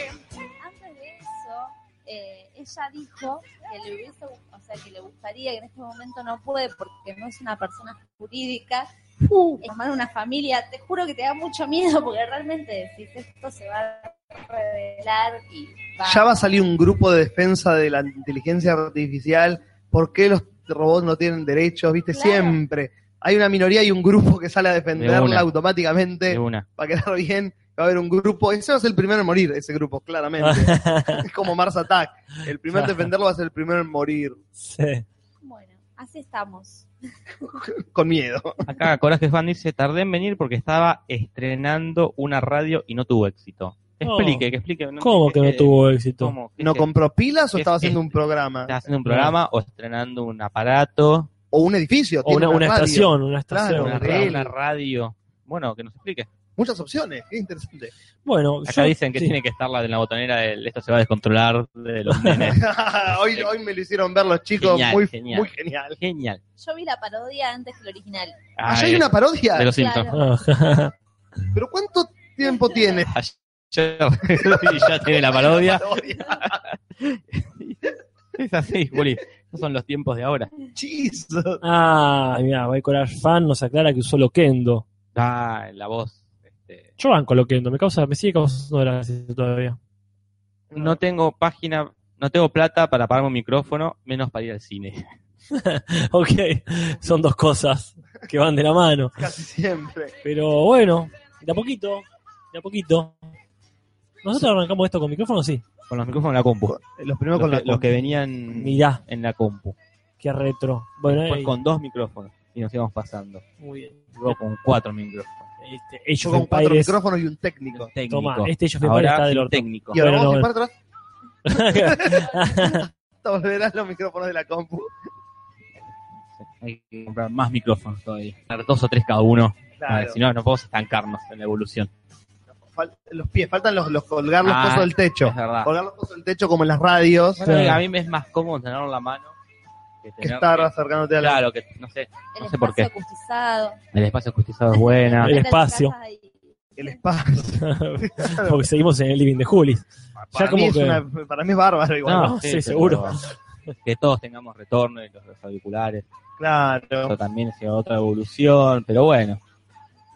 C: antes de eso, eh, ella dijo que le hubiese, o sea, que le gustaría, que en este momento no puede porque no es una persona jurídica,
A: Uh.
C: es formar una familia. Te juro que te da mucho miedo porque realmente decís esto se va a revelar y va.
A: Ya va a salir un grupo de defensa de la inteligencia artificial. ¿Por qué los robots no tienen derechos? ¿Viste?
C: Claro.
A: Siempre. Hay una minoría y un grupo que sale a
D: De
A: defenderla
D: una.
A: automáticamente.
D: De una.
A: Va a quedar bien. Va a haber un grupo. Ese va a ser el primero en morir, ese grupo, claramente.
D: [LAUGHS]
A: es como Mars Attack. El primero en defenderlo va a ser el primero en morir.
B: Sí.
C: Bueno, así estamos.
A: con miedo.
D: Acá Coraje Fan dice, tardé en venir porque estaba estrenando una radio y no tuvo éxito. Que
B: No.
D: Explique, que explique.
B: ¿Cómo que no tuvo éxito?
D: Eh, ¿Cómo? ¿Qué
A: ¿No
D: es-
A: compró pilas o
D: es-
A: estaba haciendo
D: es-
A: un programa?
D: ¿Estás haciendo un programa o estrenando un aparato?
A: O un edificio.
B: O
A: tiene
B: una, una
A: radio.
B: estación, una estación.
A: Claro,
D: Una,
A: re-
D: una radio. Bueno, que nos explique.
A: Muchas opciones, qué interesante.
B: Bueno,
D: Acá
A: Pues
B: yo-
D: dicen que
B: sí.
D: tiene que estar la de la botonera del esto se va a descontrolar
A: [LAUGHS]
D: de los nenes.
A: hoy, hoy me lo hicieron ver los chicos,
D: Eh. Genial,
A: muy,
D: genial.
A: muy genial.
D: Genial.
C: Yo vi la parodia antes que el original.
D: Ah,
A: Allá hay
D: es
A: una parodia,
D: de los
C: Claro.
D: Simpsons.
B: Ah, [LAUGHS]
A: pero ¿cuánto tiempo
D: [LAUGHS]
A: tiene?
D: y ya tiene la
A: [LAUGHS]
D: parodia.
A: Parodia.
D: Es así, Juli. Esos son los tiempos de ahora.
A: Jesus.
B: ah, mira, By Coraje Fan nos aclara que usó Loquendo.
D: Ah, la voz. este,
B: Yo banco Loquendo, me causa, me sigue causando gracia todavía. [LAUGHS]
D: no tengo página, no tengo plata para pagarme un micrófono, menos para ir al cine. [LAUGHS]
B: Ok, son dos cosas que van de la mano.
A: Casi siempre.
B: Pero bueno, de a poquito, de a poquito. ¿Nosotros arrancamos esto con micrófono? Sí.
D: Con los micrófonos de la compu.
A: Los primeros
D: Los
A: con
D: que,
A: la
D: los que venían
B: Mirá,
D: en la compu.
B: qué retro. Bueno,
D: Después
B: eh,
D: con dos micrófonos y nos íbamos pasando.
B: muy bien.
D: Luego con cuatro micrófonos.
B: Este, Age
A: Yo
B: of
A: con cuatro
B: Empires-
A: micrófonos y un técnico.
D: Técnico.
B: Toma, este Age of Empires
D: Ahora
B: está del
D: sin
B: orto.
D: técnico.
A: Y ahora
B: Bueno,
A: vamos a
B: no,
A: ir para atrás.
D: [LAUGHS]
A: Volverán los micrófonos de la compu.
D: Hay que comprar más micrófonos todavía. Dar Dos o tres cada uno. A ver,
A: Claro.
D: Ah, Si no, no podemos estancarnos en la evolución.
A: Fal- los pies, faltan los, los colgar los
D: Ah,
A: cosos del techo.
D: Es verdad.
A: Colgar los cosos del techo como en las radios.
D: Bueno,
B: Claro.
D: A mí me es más cómodo tenerlo en la mano que
A: Que
D: tener-
A: estar acercándote a la.
D: Claro, que no sé.
C: El
D: No sé por qué.
C: espacio acustizado.
D: El espacio acustizado
C: [LAUGHS]
D: es buena.
B: El espacio.
A: El espacio.
B: [LAUGHS] Porque seguimos en el living de Julis.
A: Para,
B: como
A: mí es
B: que-
A: una- para mí es bárbaro igual.
B: No. sí, seguro.
D: pero Que todos tengamos retorno y los, los auriculares. Eso
A: Claro.
D: también es otra evolución, pero bueno.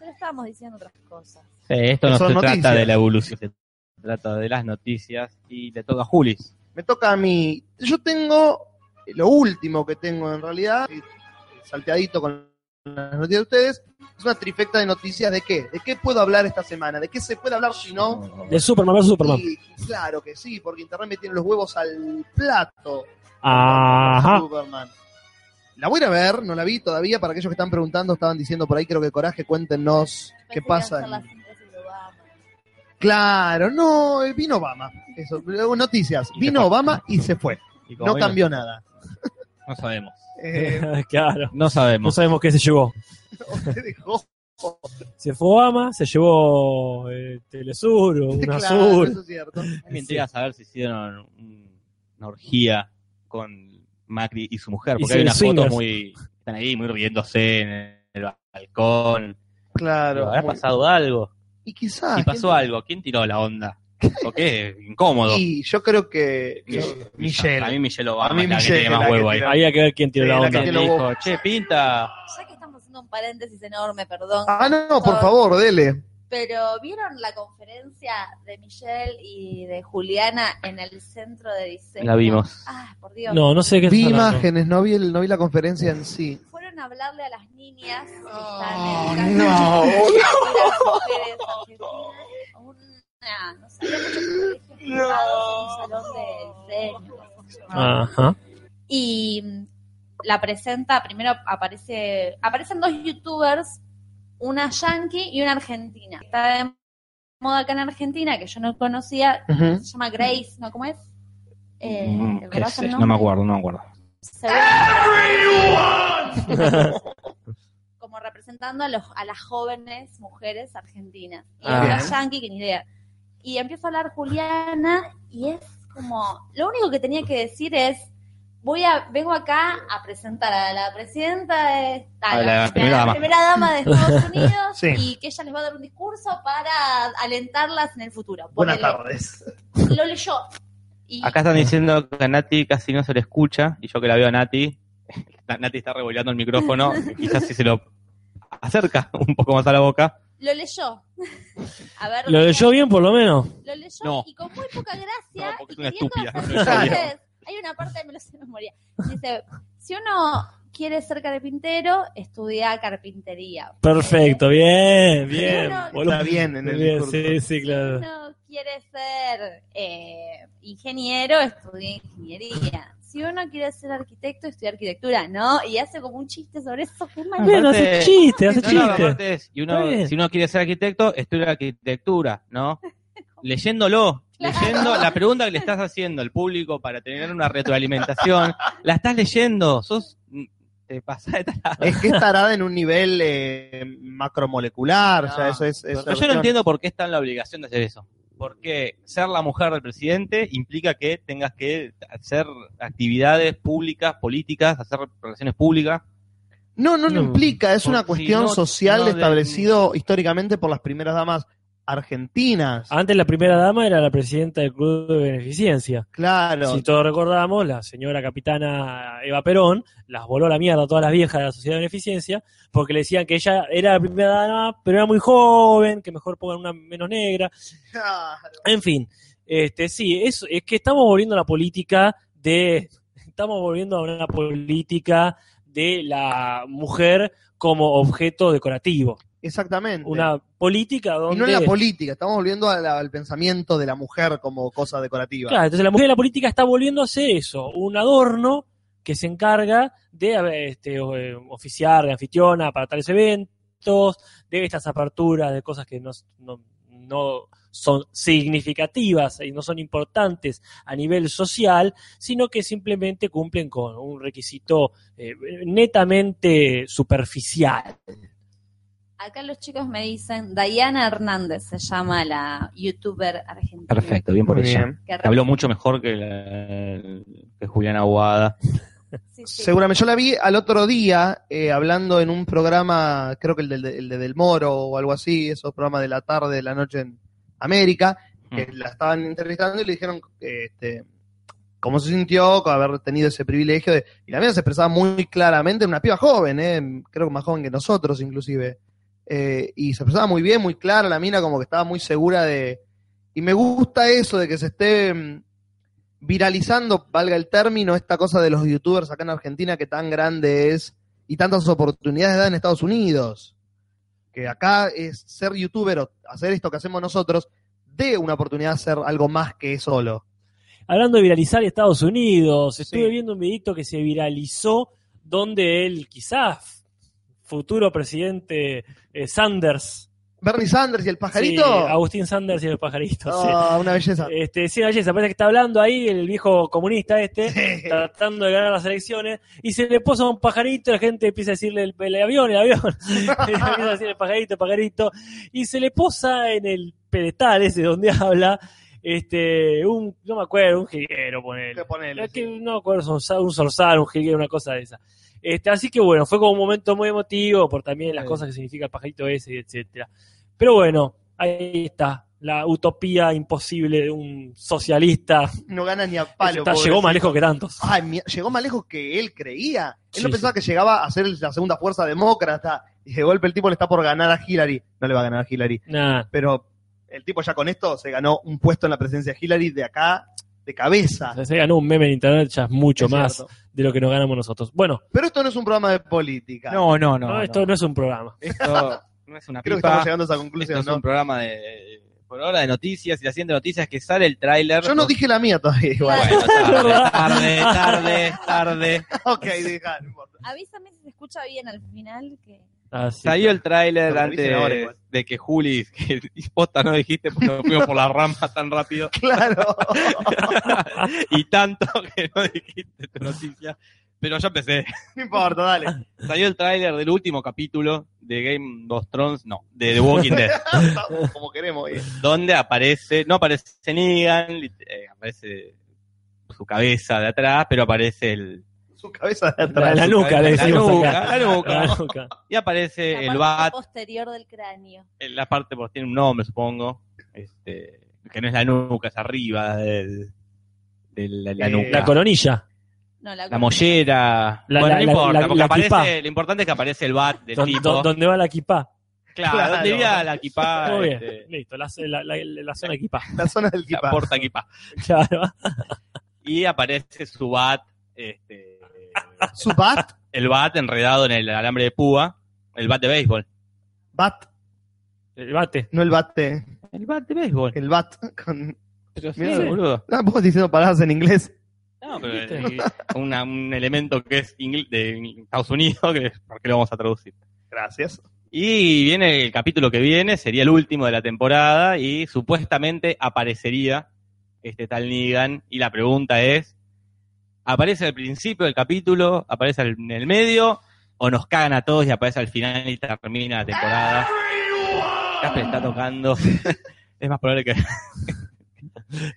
C: Pero estábamos diciendo otras cosas.
D: Sí, esto no
A: Son
D: se
A: noticias.
D: trata de la evolución, se trata de las noticias y le toca a Julis.
A: Me toca a mí. Yo tengo eh, lo último que tengo en realidad, eh, salteadito con las noticias de ustedes, es una trifecta de noticias de qué. ¿De qué puedo hablar esta semana? ¿De qué se puede hablar si no?
B: De Superman vs Superman.
A: Sí, claro que sí, porque Internet me tiene los huevos al plato.
B: Ajá. [LAUGHS]
A: Superman. La voy a ir a ver, no la vi todavía. Para aquellos que están preguntando, estaban diciendo por ahí, creo que coraje, cuéntenos qué
C: Pensé que
A: pasa.
C: iban a ser las síntesis de Obama.
A: Claro, no, eh, vino Obama. Eso, luego noticias.
D: Y se
A: Vino
D: fue.
A: Obama y se fue.
D: Y como
A: No
D: hoy
A: cambió nada.
D: No sabemos.
A: Eh,
B: claro.
D: No
B: No
D: sabemos.
B: sabemos qué se llevó.
A: [LAUGHS] se dejó.
B: Se fue Obama, se llevó eh, Telesur, o
A: Claro,
B: Unasur.
A: eso es cierto.
D: Me intriga saber si hicieron un- una orgía con Macri y su mujer, porque hay
B: Hicieron
D: unas
B: swingers.
D: fotos muy. Están ahí muy riéndose en el balcón.
A: Claro.
D: ¿Habrá
A: muy-
D: pasado algo?
A: Y quizás.
D: si pasó algo, ¿quién tiró la onda? Porque es incómodo.
A: Y yo creo que.
D: Yo-
A: que Michelle.
D: A mí Michelle
A: A
D: Obama
A: mí
D: es la que
A: Michelle
D: tiene
A: es la
D: más
A: que
D: huevo ahí.
A: tira.
B: Había que ver quién tiró
A: Sí,
B: la
A: la
B: onda.
A: que
D: Alguien
A: tiene
D: dijo, che, pinta.
C: Ya que estamos haciendo un paréntesis enorme, perdón.
A: Ah, no, por favor, dele.
C: Pero ¿vieron la conferencia de Michelle y de Juliana en el centro de diseño?
D: La vimos.
C: Ah, por Dios.
B: No, no sé de qué
A: Vi
B: está hablando.
A: imágenes, no vi, el- no vi la conferencia en sí.
C: Fueron a hablarle a las niñas que
A: Oh,
C: están en
A: no.
C: Una, no sé, había muchos colegios privados, un salón de diseño. qué sé yo.
B: Ajá.
C: y mm, la presenta, primero aparece, aparecen dos youtubers, una yankee y una argentina. Está de moda acá en Argentina, que yo no conocía,
A: Ujú.
C: se llama Grace, ¿no? ¿Cómo es? Eh,
D: Mm,
C: ¿verdad
D: qué
C: el
D: sé, No
C: nombre?
D: me acuerdo, no me acuerdo.
C: Se ve- [LAUGHS] Como representando a, los, a las jóvenes mujeres argentinas. Y
B: Ah.
C: una
A: Bien.
C: yankee, que ni idea. Y empieza a hablar Juliana y es como, lo único que tenía que decir es, voy a, vengo acá a presentar a la presidenta de a
D: A la primera dama.
C: dama de
D: [LAUGHS]
C: Estados Unidos
A: Sí.
C: y que ella les va a dar un discurso para alentarlas en el futuro.
A: Buenas
C: Ponele.
A: tardes.
B: [LAUGHS]
C: [LAUGHS] Lo leyó. Y
D: Acá están diciendo que a Nati casi no se le escucha, y yo que la veo a Nati, [LAUGHS] la- Nati está revolviendo el micrófono, quizás si se lo acerca [LAUGHS] un poco más a la boca.
C: lo leyó. [LAUGHS] A ver,
B: Lo leyó bien, por lo menos.
C: Lo leyó
D: No.
C: y con muy poca
D: No,
C: gracia y
D: porque es una
C: queriendo
D: estúpida.
C: hacer
D: No sabía.
C: chistes. Hay una parte de me lo sé de memoria. Dice, si uno quiere ser carpintero, estudia carpintería.
B: Perfecto, bien, bien.
C: Bueno,
B: boludo.
A: Está bien en el
B: Bien,
A: discurso.
B: sí, sí,
C: Si
B: claro.
C: uno quiere ser eh, ingeniero, estudia ingeniería. si uno quiere ser arquitecto, estudia arquitectura, ¿no? Y hace como un chiste sobre eso, qué mal.
B: Bueno, hace chiste, hace
D: No, no,
B: chiste.
D: aparte es, y uno-
B: Está bien.
D: si uno quiere ser arquitecto, estudia arquitectura, ¿no? Leyéndolo, leyendo la pregunta que le estás haciendo al público para tener una retroalimentación, la estás leyendo, sos te pasás de tal-
A: Es que es tarada en un nivel eh, macromolecular, o sea,
D: No,
A: eso es... es
D: Ah, Pero yo no entiendo por qué está en la obligación de hacer eso. Porque ser la mujer del presidente implica que tengas que hacer actividades públicas, políticas, hacer relaciones públicas.
A: No, no lo
B: No,
A: implica, es
D: por
A: una
D: si
A: cuestión
D: no-
A: social
D: no de-
A: establecido históricamente por las primeras damas argentinas.
B: Antes la primera dama era la presidenta del Club de Beneficencia.
A: claro.
B: Si todos recordamos, la señora capitana Eva Perón las voló a la mierda a todas las viejas de la sociedad de beneficencia porque le decían que ella era la primera dama, pero era muy joven, que mejor pongan una menos negra. En fin, este sí, es, es que estamos volviendo a la política de. Estamos volviendo a una política de la mujer como objeto decorativo.
A: Exactamente.
B: Una política donde.
A: y no en la política, estamos volviendo a la- al pensamiento de la mujer como cosa decorativa.
B: Claro, entonces la mujer de la política está volviendo a ser eso, un adorno que se encarga de a ver, este, o- eh, oficiar de anfitriona para tales eventos, de estas aperturas de cosas que no, s- no- no son significativas y no son importantes a nivel social, sino que simplemente cumplen con un requisito eh, netamente superficial.
C: Acá los chicos me dicen, Dayana Hernández se llama la youtuber argentina.
D: Perfecto, bien por
A: Muy
D: ella.
A: bien.
C: Que re-
D: Habló mucho mejor que, la- que Julián Aguada.
C: sí, sí.
A: Seguramente, yo la vi al otro día eh, hablando en un programa, creo que el, del, el de Del Moro o algo así, esos programas de la tarde, de la noche en América, que
D: Mm.
A: la estaban entrevistando y le dijeron eh, este, cómo se sintió con haber tenido ese privilegio. de- y la mía se expresaba muy claramente, una piba joven, eh, creo que más joven que nosotros inclusive. Eh, y se expresaba muy bien, muy clara la mina, como que estaba muy segura de... Y me gusta eso de que se esté mm, viralizando, valga el término, esta cosa de los youtubers acá en Argentina que tan grande es y tantas oportunidades da en Estados Unidos. Que acá es ser youtuber o hacer esto que hacemos nosotros dé una oportunidad a hacer algo más que solo.
B: Hablando de viralizar Estados Unidos, estuve
A: Sí.
B: viendo un videito que se viralizó donde él quizás futuro presidente eh, Sanders,
A: Bernie Sanders y el pajarito.
B: Sí, Agustín Sanders y los pajaritos. sí.
A: Ah, una belleza.
B: Este, sí, oye, se parece que está hablando ahí el viejo comunista este,
A: [LAUGHS] Sí.
B: tratando de ganar las elecciones, y se le posa un pajarito, la gente empieza a decirle el, el avión,
A: [LAUGHS]
B: el avión, [LAUGHS] empieza a decir el pajarito, pajarito, y se le posa en el pedestal ese donde [LAUGHS] habla, este, un, no me acuerdo, un jiguero, ponele.
A: Que ponele,
B: Es
A: sí.
B: que no me acuerdo, zorzal, un zorzal, un jilguero, una cosa de esa. Este, así que bueno, fue como un momento muy emotivo por también las
D: Sí.
B: cosas que significa el pajarito ese, etcétera. Pero bueno, ahí está la utopía imposible de un socialista.
A: No gana ni a
B: Ese
A: palo.
B: está-
A: pobre.
B: llegó más lejos que tantos.
A: Ay, mi- llegó más lejos que él creía. Él
B: Sí,
A: no pensaba que llegaba a ser la segunda fuerza demócrata. Y de golpe el tipo le está por ganar a Hillary. No le va a ganar a Hillary.
B: Nah,
A: Pero el tipo ya con esto se ganó un puesto en la presencia de Hillary de acá, de cabeza.
B: se ganó un meme en internet ya es mucho
A: Es
B: más
A: cierto.
B: de lo que nos ganamos nosotros. Bueno,
A: Pero esto no es un programa de política.
D: No, no, no.
B: no,
D: no.
B: esto no es un programa.
D: Esto no es una
A: Creo que
D: pipa.
A: estamos llegando a esa
D: Esto
A: conclusión,
D: es
A: ¿no?
D: un programa de por ahora de noticias y la siguiente noticia es que sale el tráiler.
A: Yo no dije la mía todavía.
D: [LAUGHS]
A: Igual.
D: Bueno, tarde, tarde, tarde, tarde.
A: ok, deja, no importa.
C: Avísame si se escucha bien al final. Que...
B: Así [LAUGHS]
D: Salió el tráiler
A: Lo
D: antes
A: dicen ahora
D: de,
A: igual.
D: de que Juli, [LAUGHS] que posta no dijiste porque nos fuimos por la rama tan [LAUGHS] rápido
A: Claro. [LAUGHS]
D: y tanto que no dijiste tu noticia. Pero yo empecé.
A: No importa, dale.
D: Salió el tráiler del último capítulo de Game of Thrones, no, de The Walking Dead. [LAUGHS]
A: Estamos Como queremos. eh.
D: donde aparece, no aparece Negan, lit- eh, aparece su cabeza de atrás, pero aparece el,
A: Su cabeza de
B: La,
A: atrás.
B: la
D: su
B: nuca,
D: cabeza-
B: le
D: la
B: decimos
D: nuca,
B: acá.
D: la nuca.
B: [LAUGHS] La nuca.
D: y aparece Eh,
C: la
D: el
C: parte
D: bat,
C: posterior del cráneo.
D: en la parte, pues tiene un nombre supongo, este, que no es la nuca, es arriba del, del- de la
A: Eh,
D: nuca.
B: La coronilla.
C: No, la,
D: La mollera,
B: La-
D: bueno,
B: la- la-
D: no importa,
B: la-
D: porque
B: la
D: aparece,
B: quipá.
D: lo importante es que aparece el bat del
B: Don-
D: tipo.
B: don- donde va la equipa.
D: claro,
A: claro.
D: ¿dónde iría la equipa?
B: [LAUGHS] Muy bien,
D: este,
B: listo, la, la- la- la zona equipa. [LAUGHS]
A: La zona del
D: la
A: equipaje.
D: porta equipa.
B: Claro.
D: Y aparece su bat, este,
A: Su bat.
D: el bat enredado en el alambre de púa, el bat de béisbol.
A: Bat.
B: El bate.
A: No el bate.
D: El bat de béisbol.
A: El bat. Con...
D: Pero
A: Mirá,
D: boludo.
A: No, vos diciendo palabras en inglés.
D: No, pero eh, una- un elemento que es ingl- de Estados Unidos, [LAUGHS] que, ¿por qué lo vamos a traducir?
A: Gracias.
D: Y viene el capítulo que viene, sería el último de la temporada y supuestamente aparecería este tal Negan. Y la pregunta es, ¿aparece al principio del capítulo? ¿Aparece al- en el medio? ¿O nos cagan a todos y aparece al final y termina la temporada? Casper está
B: [LAUGHS]
D: tocando. es más probable que
C: [LAUGHS]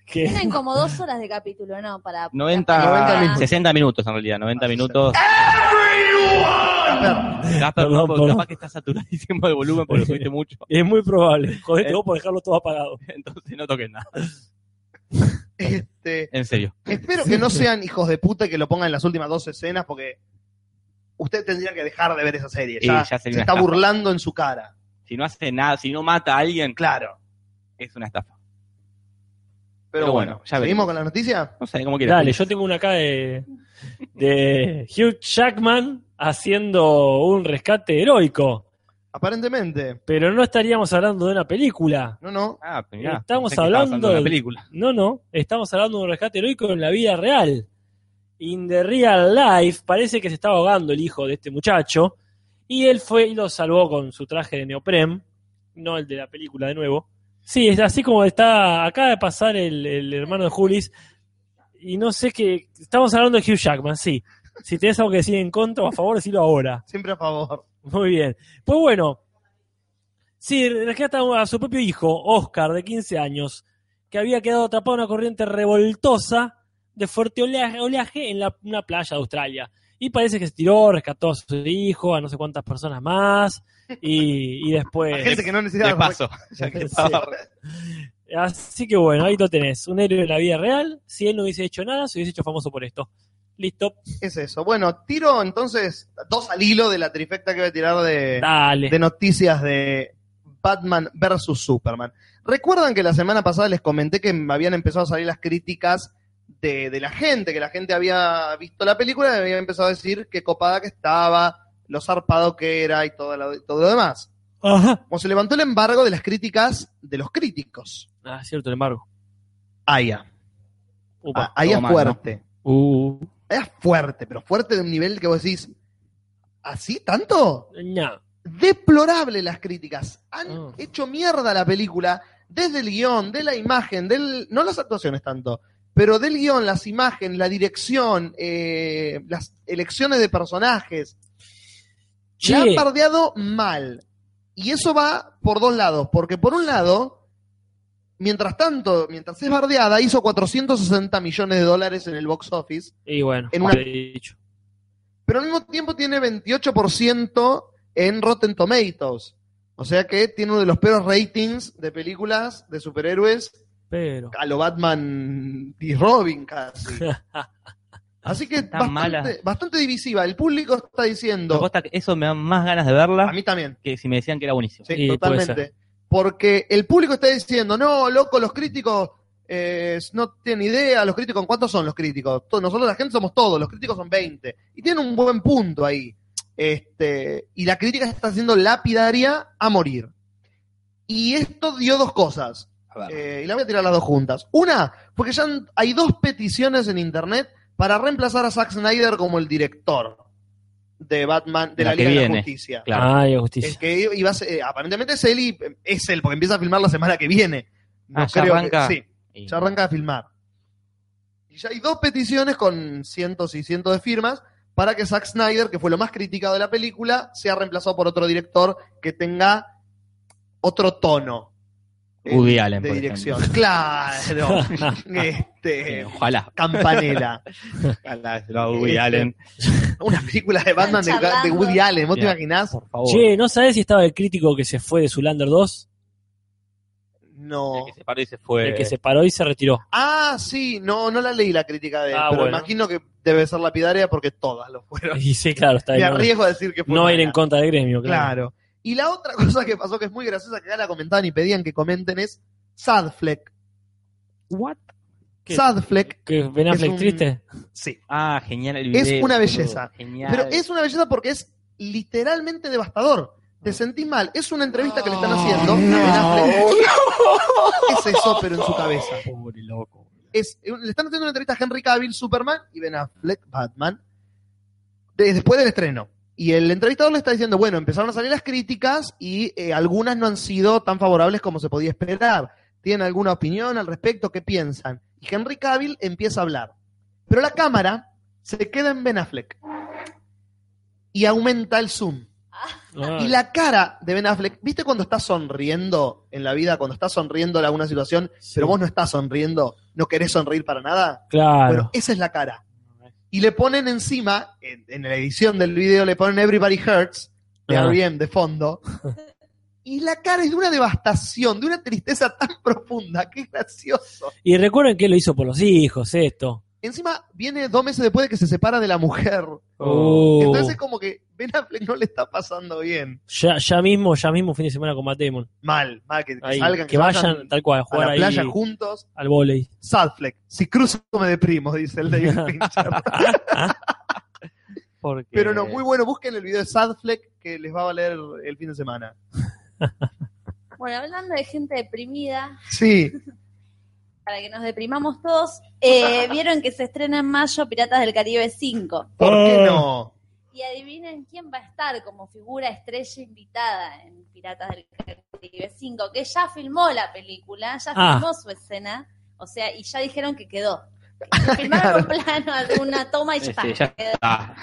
B: Que-
C: Tienen como dos horas de capítulo, ¿no? Para
D: 90,
C: para-
A: minutos.
D: 60 minutos en realidad, 90
A: Ah,
D: minutos.
A: Casper,
D: Gasper,
B: Perdón,
D: capaz
B: perdón.
D: que está saturadísimo de volumen
B: [LAUGHS]
D: porque lo subiste mucho,
B: Es muy probable. Jodete vos por dejarlo todo apagado.
D: entonces no toques nada.
A: este,
D: En serio.
A: espero que no sean hijos de puta y que lo pongan en las últimas dos escenas porque usted tendría que dejar de ver esa serie.
D: Y
A: Ya,
D: ya sería
A: se
D: una
A: está
D: estafa.
A: burlando en su cara.
D: Si no hace nada, si no mata a alguien,
A: Claro.
D: es una estafa.
A: Pero,
D: Pero
A: bueno,
D: bueno, ya
A: ¿seguimos
D: veremos.
A: con la noticia?
D: No sé, como quieras.
B: Dale, yo tengo una acá de, de Hugh Jackman haciendo un rescate heroico.
A: Aparentemente.
B: Pero no estaríamos hablando de una película.
A: No, no.
D: Ah, pero mirá,
B: Estamos
D: pensé que estabas
B: hablando
D: de
B: de-
A: [LAUGHS]
D: la película.
B: No, no, estamos hablando de un rescate heroico en la vida real. In the real life, parece que se estaba ahogando el hijo de este muchacho. Y él fue y lo salvó con su traje de neopren, no el de la película de nuevo. Sí, es así como está, acaba de pasar el, el hermano de Julis. Y no sé qué, estamos hablando de Hugh Jackman, sí. Si tenés algo que decir en contra o a favor, decilo ahora.
A: Siempre a favor.
B: Muy bien. Pues bueno, sí, rescata a su propio hijo, Oscar, de 15 años, que había quedado atrapado en una corriente revoltosa de fuerte oleaje, oleaje en la- una playa de Australia. Y parece que se tiró, rescató a su hijo, a no sé cuántas personas más, y,
A: [LAUGHS]
B: y
A: La
B: después...
A: gente que no necesita.
D: De paso, Eh,
A: [LAUGHS]
D: ya que estaba-
B: Así que bueno, ahí lo tenés. Un héroe de la vida real. Si él no hubiese hecho nada, se hubiese hecho famoso por esto. Listo.
A: Es eso. Bueno, tiro entonces dos al hilo de la trifecta que voy a tirar de,
B: Dale.
A: de noticias de Batman versus Superman. ¿Recuerdan que la semana pasada les comenté que me habían empezado a salir las críticas de, de la gente? Que la gente había visto la película y me había empezado a decir qué copada que estaba, lo zarpado que era y todo lo, todo lo demás.
B: Ajá.
A: Como se levantó el embargo de las críticas de los críticos.
B: Ah, cierto, el embargo.
A: Aya.
B: Upa.
A: Ah, Aya
D: ah, todo mal,
A: fuerte.
B: Uh.
A: Aya fuerte, pero fuerte de un nivel que vos decís, ¿así tanto?
B: Ña.
A: deplorable las críticas. Han
B: Oh.
A: hecho mierda la película desde el guión, de la imagen, del, no las actuaciones tanto, pero del guión, las imágenes, la dirección, eh, las elecciones de personajes.
B: Che.
A: La han bardeado mal. Y eso va por dos lados, porque por un lado, mientras tanto, mientras es bardeada, hizo 460 millones de dólares en el box office
B: Y bueno,
A: En una-
B: te he dicho.
A: pero al mismo tiempo tiene 28% en Rotten Tomatoes. O sea que tiene uno de los peores ratings de películas de superhéroes
B: Pero.
A: a lo Batman y Robin casi.
D: [LAUGHS]
B: [LAUGHS]
A: Así que
D: Tan mala.
A: bastante, bastante divisiva. El público está
D: Me
A: diciendo,
D: aposta que Eso me da más ganas de
A: a
D: verla
A: mí también,
D: que si me decían que era buenísimo.
A: sí,
B: Sí, puede
A: totalmente. Porque el público está diciendo, no, loco, los críticos eh, no tienen idea, los críticos, ¿cuántos son los críticos? To- Nosotros la gente somos todos, los críticos son 20. Y tienen un buen punto ahí. Este, y la crítica está siendo lapidaria a morir. Y esto dio dos cosas.
D: A ver.
A: Eh, y la voy a tirar las dos juntas. Una, porque ya han- hay dos peticiones en internet para reemplazar a Zack Snyder como el director de Batman, de la,
D: La que
A: Liga de la
D: viene.
A: Justicia.
D: Claro.
B: Ay,
A: El
B: justicia.
A: que iba a ser- eh, aparentemente es él y eh, es él, porque empieza a filmar la semana que viene.
D: Ah, ya
A: que-
D: arranca.
A: sí, ya arranca a filmar. Y ya hay dos peticiones con cientos y cientos de firmas para que Zack Snyder, que fue lo más criticado de la película, sea reemplazado por otro director que tenga otro tono eh,
D: Woody Allen,
A: de
D: por
A: dirección.
D: [LAUGHS]
A: Claro. este, [LAUGHS]
D: Ojalá.
A: campanela.
D: Ojalá se lo haga Woody Allen.
A: Una película de Batman de,
C: charlando.
A: de Woody Allen, ¿vos te
D: Bien.
A: imaginás?
D: Por favor.
B: Che, ¿no sabés si estaba el crítico que se fue de Zulander 2?
A: No.
D: El que se paró y se fue.
B: El que se paró y se retiró.
A: Ah, sí, no, no la leí la crítica de él,
B: Ah,
A: pero
B: bueno.
A: imagino que debe ser lapidaria porque todas lo fueron.
B: [LAUGHS] Y sí, claro, está
A: Me
B: bien. No,
A: arriesgo a decir que fue
B: no ir
A: mala.
B: en contra del gremio, claro.
A: Claro. Y la otra [LAUGHS] cosa que pasó que es muy graciosa, que acá la comentaban y pedían que comenten, es Sadfleck.
D: What?
B: ¿Qué?
A: Sadfleck,
B: ¿Que Ben
A: Es
B: Affleck
A: un-
B: triste?
A: sí.
D: Ah, genial el video.
A: Es una belleza.
D: boludo. Genial.
A: Pero es una belleza porque es literalmente devastador. Te sentís mal. Es una entrevista que le están haciendo. a Ben Affleck. Es eso, pero en su cabeza.
B: Pobre loco.
A: es, eh, le están haciendo una entrevista a Henry Cavill, Superman, y Ben Affleck, Batman, de- después del estreno. Y el entrevistador le está diciendo, bueno, empezaron a salir las críticas y eh, algunas no han sido tan favorables como se podía esperar. ¿Tienen alguna opinión al respecto? ¿Qué piensan? Y Henry Cavill empieza a hablar. Pero la cámara se queda en Ben Affleck y aumenta el zoom. Y la cara de Ben Affleck, ¿viste cuando estás sonriendo en la vida, cuando estás sonriendo en alguna situación, pero vos no estás sonriendo, no querés sonreír para nada? Bueno,
B: Claro.
A: esa es la cara. Y le ponen encima, en, en la edición del video, le ponen Everybody Hurts de
B: Ah.
A: R.E.M. de fondo. Y la cara es de una devastación, de una tristeza tan profunda, que es gracioso.
B: Y recuerden que lo hizo por los hijos, esto.
A: Encima viene dos meses después de que se separa de la mujer.
B: Uh,
A: Entonces como que Ben Affleck no le está pasando bien.
B: ya, ya mismo, ya mismo fin de semana con Matt Damon.
A: Mal, mal, que, que
B: Ahí,
A: salgan,
B: que vayan, tal cual, a
A: a
B: jugar
A: la
B: ahí
A: playa juntos.
B: al volei.
A: Sadfleck, si cruzo me deprimo, dice el
B: [LAUGHS]
A: David Fincher.
G: Porque-
A: Pero no, muy bueno, busquen el video de Sadfleck que les va a valer el fin de semana.
C: Bueno, hablando de gente deprimida,
A: Sí,
C: para que nos deprimamos todos, eh, vieron que se estrena en mayo Piratas del Caribe 5.
A: ¿por
B: Oh.
A: qué no?
C: Y adivinen quién va a estar como figura estrella invitada en Piratas del Caribe 5, que ya filmó la película, ya
B: Ah.
C: filmó su escena, o sea, y ya dijeron que
G: [LAUGHS]
C: quedó. Filmaron un plano, alguna toma y ya
G: Sí,
C: está.
G: sí, ya
C: quedó.
G: Ah.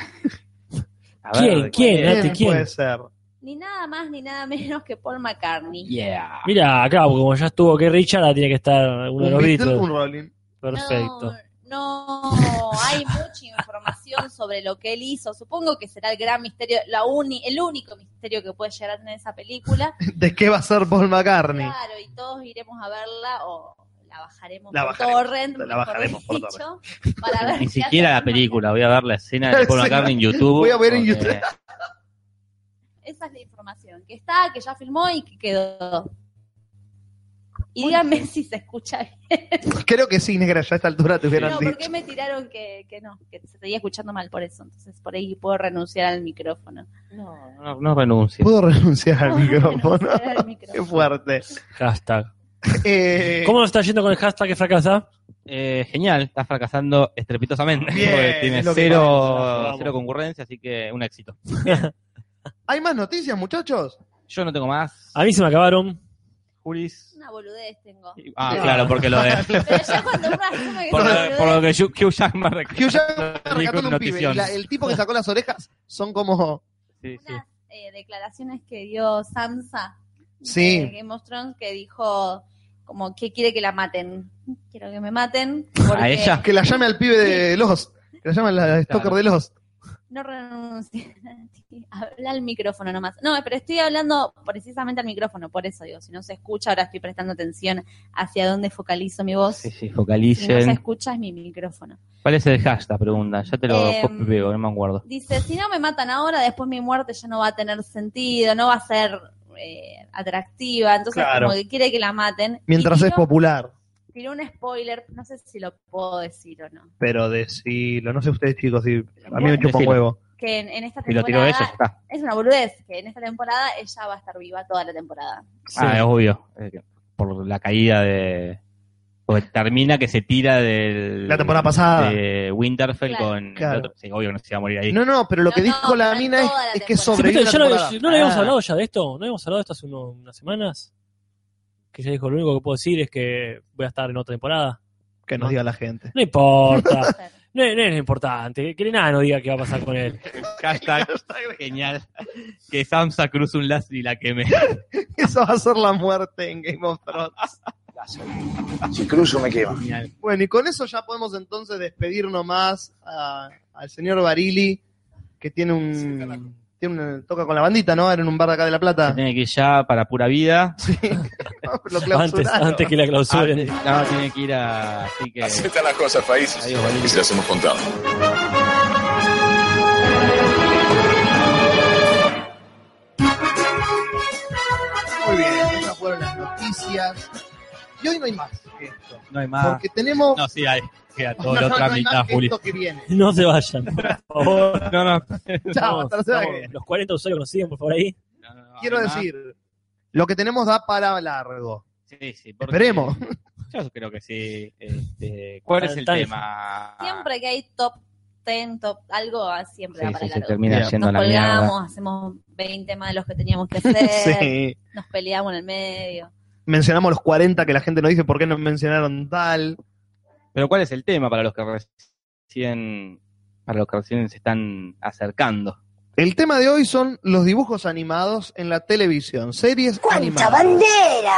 G: A
B: ¿Quién?
G: ver,
B: ¿Quién?
G: ¿cuál es?
B: Eh, Nati, ¿quién?
A: puede ser?
C: Ni nada más ni nada menos que Paul McCartney.
G: Yeah.
B: Mira, claro, porque como ya estuvo que Richard, ahora tiene que estar uno de
A: Un
B: los
A: Beatle,
B: Beatles.
A: un Rolling.
B: Perfecto.
C: No, no hay mucha información sobre lo que él hizo. Supongo que será el gran misterio, la uni, el único misterio que puede llegar a tener esa película.
A: ¿De qué va a ser Paul McCartney?
C: Claro, y todos iremos a verla o la bajaremos
A: La
C: por
A: bajaremos,
C: torrent,
A: la
C: mejor
A: bajaremos por
C: dicho, [LAUGHS] para ver
G: Ni
C: qué
G: siquiera
C: hace.
G: la película, voy a ver la escena
A: [LAUGHS]
G: de Paul McCartney en YouTube.
A: Voy a ver en
G: porque-
A: YouTube.
C: Esa es la información, que está, que ya filmó y que quedó. Y díganme si se escucha bien.
A: Creo que sí, negra, ya a esta altura te hubieran
C: No,
A: dicho.
C: porque me tiraron que, que no, que se seguía escuchando mal por eso. Entonces por ahí puedo renunciar al micrófono.
G: No, no, no renuncie.
A: Puedo renunciar al micrófono.
C: Renunciar al
A: Qué [LAUGHS]
C: micrófono.
A: fuerte.
B: Hashtag.
A: Eh,
B: ¿Cómo nos está yendo con el hashtag que fracasa?
G: Eh, genial, está fracasando estrepitosamente. [LAUGHS]
A: Bien,
G: porque tiene
A: es lo que
G: cero,
B: pasa.
G: cero concurrencia, así que un éxito.
A: ¿Hay más noticias, muchachos?
G: Yo no tengo más.
B: A mí se me acabaron.
G: Julis.
C: Una boludez tengo.
G: Ah, claro, porque
A: [LAUGHS]
G: lo de.
C: Pero ya cuando uno asume que
G: Por
C: es una
G: lo,
C: boludez,
G: por lo que Hugh Hugh Jackman rec-
A: Hugh Jackman
G: Dijo
A: rescató un pibe.
G: notición.
A: Y la- el tipo que sacó las orejas son como.
G: Sí, sí.
C: unas eh, declaraciones que dio Sansa
A: Sí.
C: de Game of Thrones que dijo como que quiere que la maten. Quiero que me maten porque
G: ¿A ella?
A: Que la llame al pibe de los. Que la llame a la stalker
G: Claro.
A: de los.
C: no renuncie. [LAUGHS] Habla al micrófono nomás. No, pero estoy hablando precisamente al micrófono, por eso digo, si no se escucha, ahora estoy prestando atención hacia dónde focalizo mi voz.
G: Sí, sí,
C: Si no se
G: focalicen.
C: escucha es mi micrófono.
G: ¿Cuál es el hashtag? Pregunta. Ya te lo
C: Em,
G: copio y pego, no me acuerdo.
C: Dice, si no me matan ahora, después mi muerte ya no va a tener sentido, no va a ser eh, atractiva, entonces
A: Claro.
C: como que quiere que la maten.
A: Mientras
C: Y
A: es
C: tiró-
A: popular.
C: tiró un spoiler, no sé si lo puedo decir o no.
A: Pero decilo. No sé ustedes, chicos. si- a mí me
C: Bueno,
A: chupa un
G: decilo.
A: huevo.
C: Que en, en esta
G: Si lo tiró
C: temporada
G: ella, ya está.
C: es una boludez, que en esta temporada ella va a estar viva toda la
D: [LAUGHS]
C: temporada.
G: Ah, es obvio. Eh, Por la caída de. Porque termina que se tira del.
A: La temporada pasada.
G: De Winterfell
C: Claro.
G: con. el
A: Claro.
G: otro. Sí, obvio que no se iba a morir ahí.
A: No, no, pero lo que
C: No, no,
A: dijo la
C: pero
A: mina es,
C: toda la
A: es que
C: temporada.
B: Sí,
A: sobrevive.
B: pero
A: la
B: ya lo-
A: temporada.
B: ¿No le habíamos
A: Ah,
B: hablado ya de esto? ¿No habíamos hablado de esto hace uno- unas semanas? Que ya dijo, lo único que puedo decir es que voy a estar en otra temporada.
A: Que
B: Ah.
A: nos diga la gente. [LAUGHS]
B: No importa. No, es- no es importante. Que el enano diga qué va a pasar con él.
G: Hashtag genial. Que Samsa cruce un lazo y la
D: [LAUGHS]
G: queme.
A: Eso va a ser la muerte en Game of Thrones.
H: Si cruzo me quema.
A: Bueno, y con eso ya podemos entonces despedirnos más a- al señor Barili, que tiene un. Tiene una- toca con la bandita, ¿no? Era en un bar de acá de La Plata.
G: Tiene que ir ya para pura vida.
A: [LAUGHS] Lo
B: Antes,
A: clausuraron.
B: antes que la clausuren.
G: Antes- no, tiene que ir a. Así que.
I: Así están las cosas, países.
G: Adiós, Valeria.
I: Y se las hemos contado.
A: Muy bien, esas fueron las noticias. Y hoy no hay más que esto.
G: No hay más.
A: Porque tenemos.
G: Ah, No, sí, hay. Queda
A: No,
G: todo
A: [LAUGHS] no,
G: la otra
A: no hay más
G: mitad,
A: que
G: Juli.
A: esto que viene.
B: No se vayan, por favor.
G: No, [LAUGHS] no.
A: Chao,
B: Vamos,
A: hasta la semana que
B: vamos,
A: viene. [LAUGHS]
B: los 40 usuarios que nos siguen, por favor, ahí.
A: Quiero decir, lo que tenemos da para largo.
D: Sí, sí. porque-
A: Esperemos.
D: Yo creo que sí. Este, ¿Cuál es el
B: Tal-
D: tema?
C: Siempre que hay top 10, top algo, ah, siempre
D: Sí,
C: va para
D: sí,
C: el
D: se
C: largo.
D: termina
A: Bien.
D: yendo
C: Nos
D: a la mierda.
C: colgamos, hacemos 20 más de los que teníamos que
D: [LAUGHS]
C: hacer,
A: Sí.
C: nos peleamos en el medio.
A: Eh. Mencionamos los 40 que la gente nos dice por qué no mencionaron tal.
D: Pero ¿cuál es el tema para los que recién para los que recién se están acercando?
A: El tema de hoy son los dibujos animados en la televisión, series
I: ¡Cuánta
A: animadas.
I: bandera!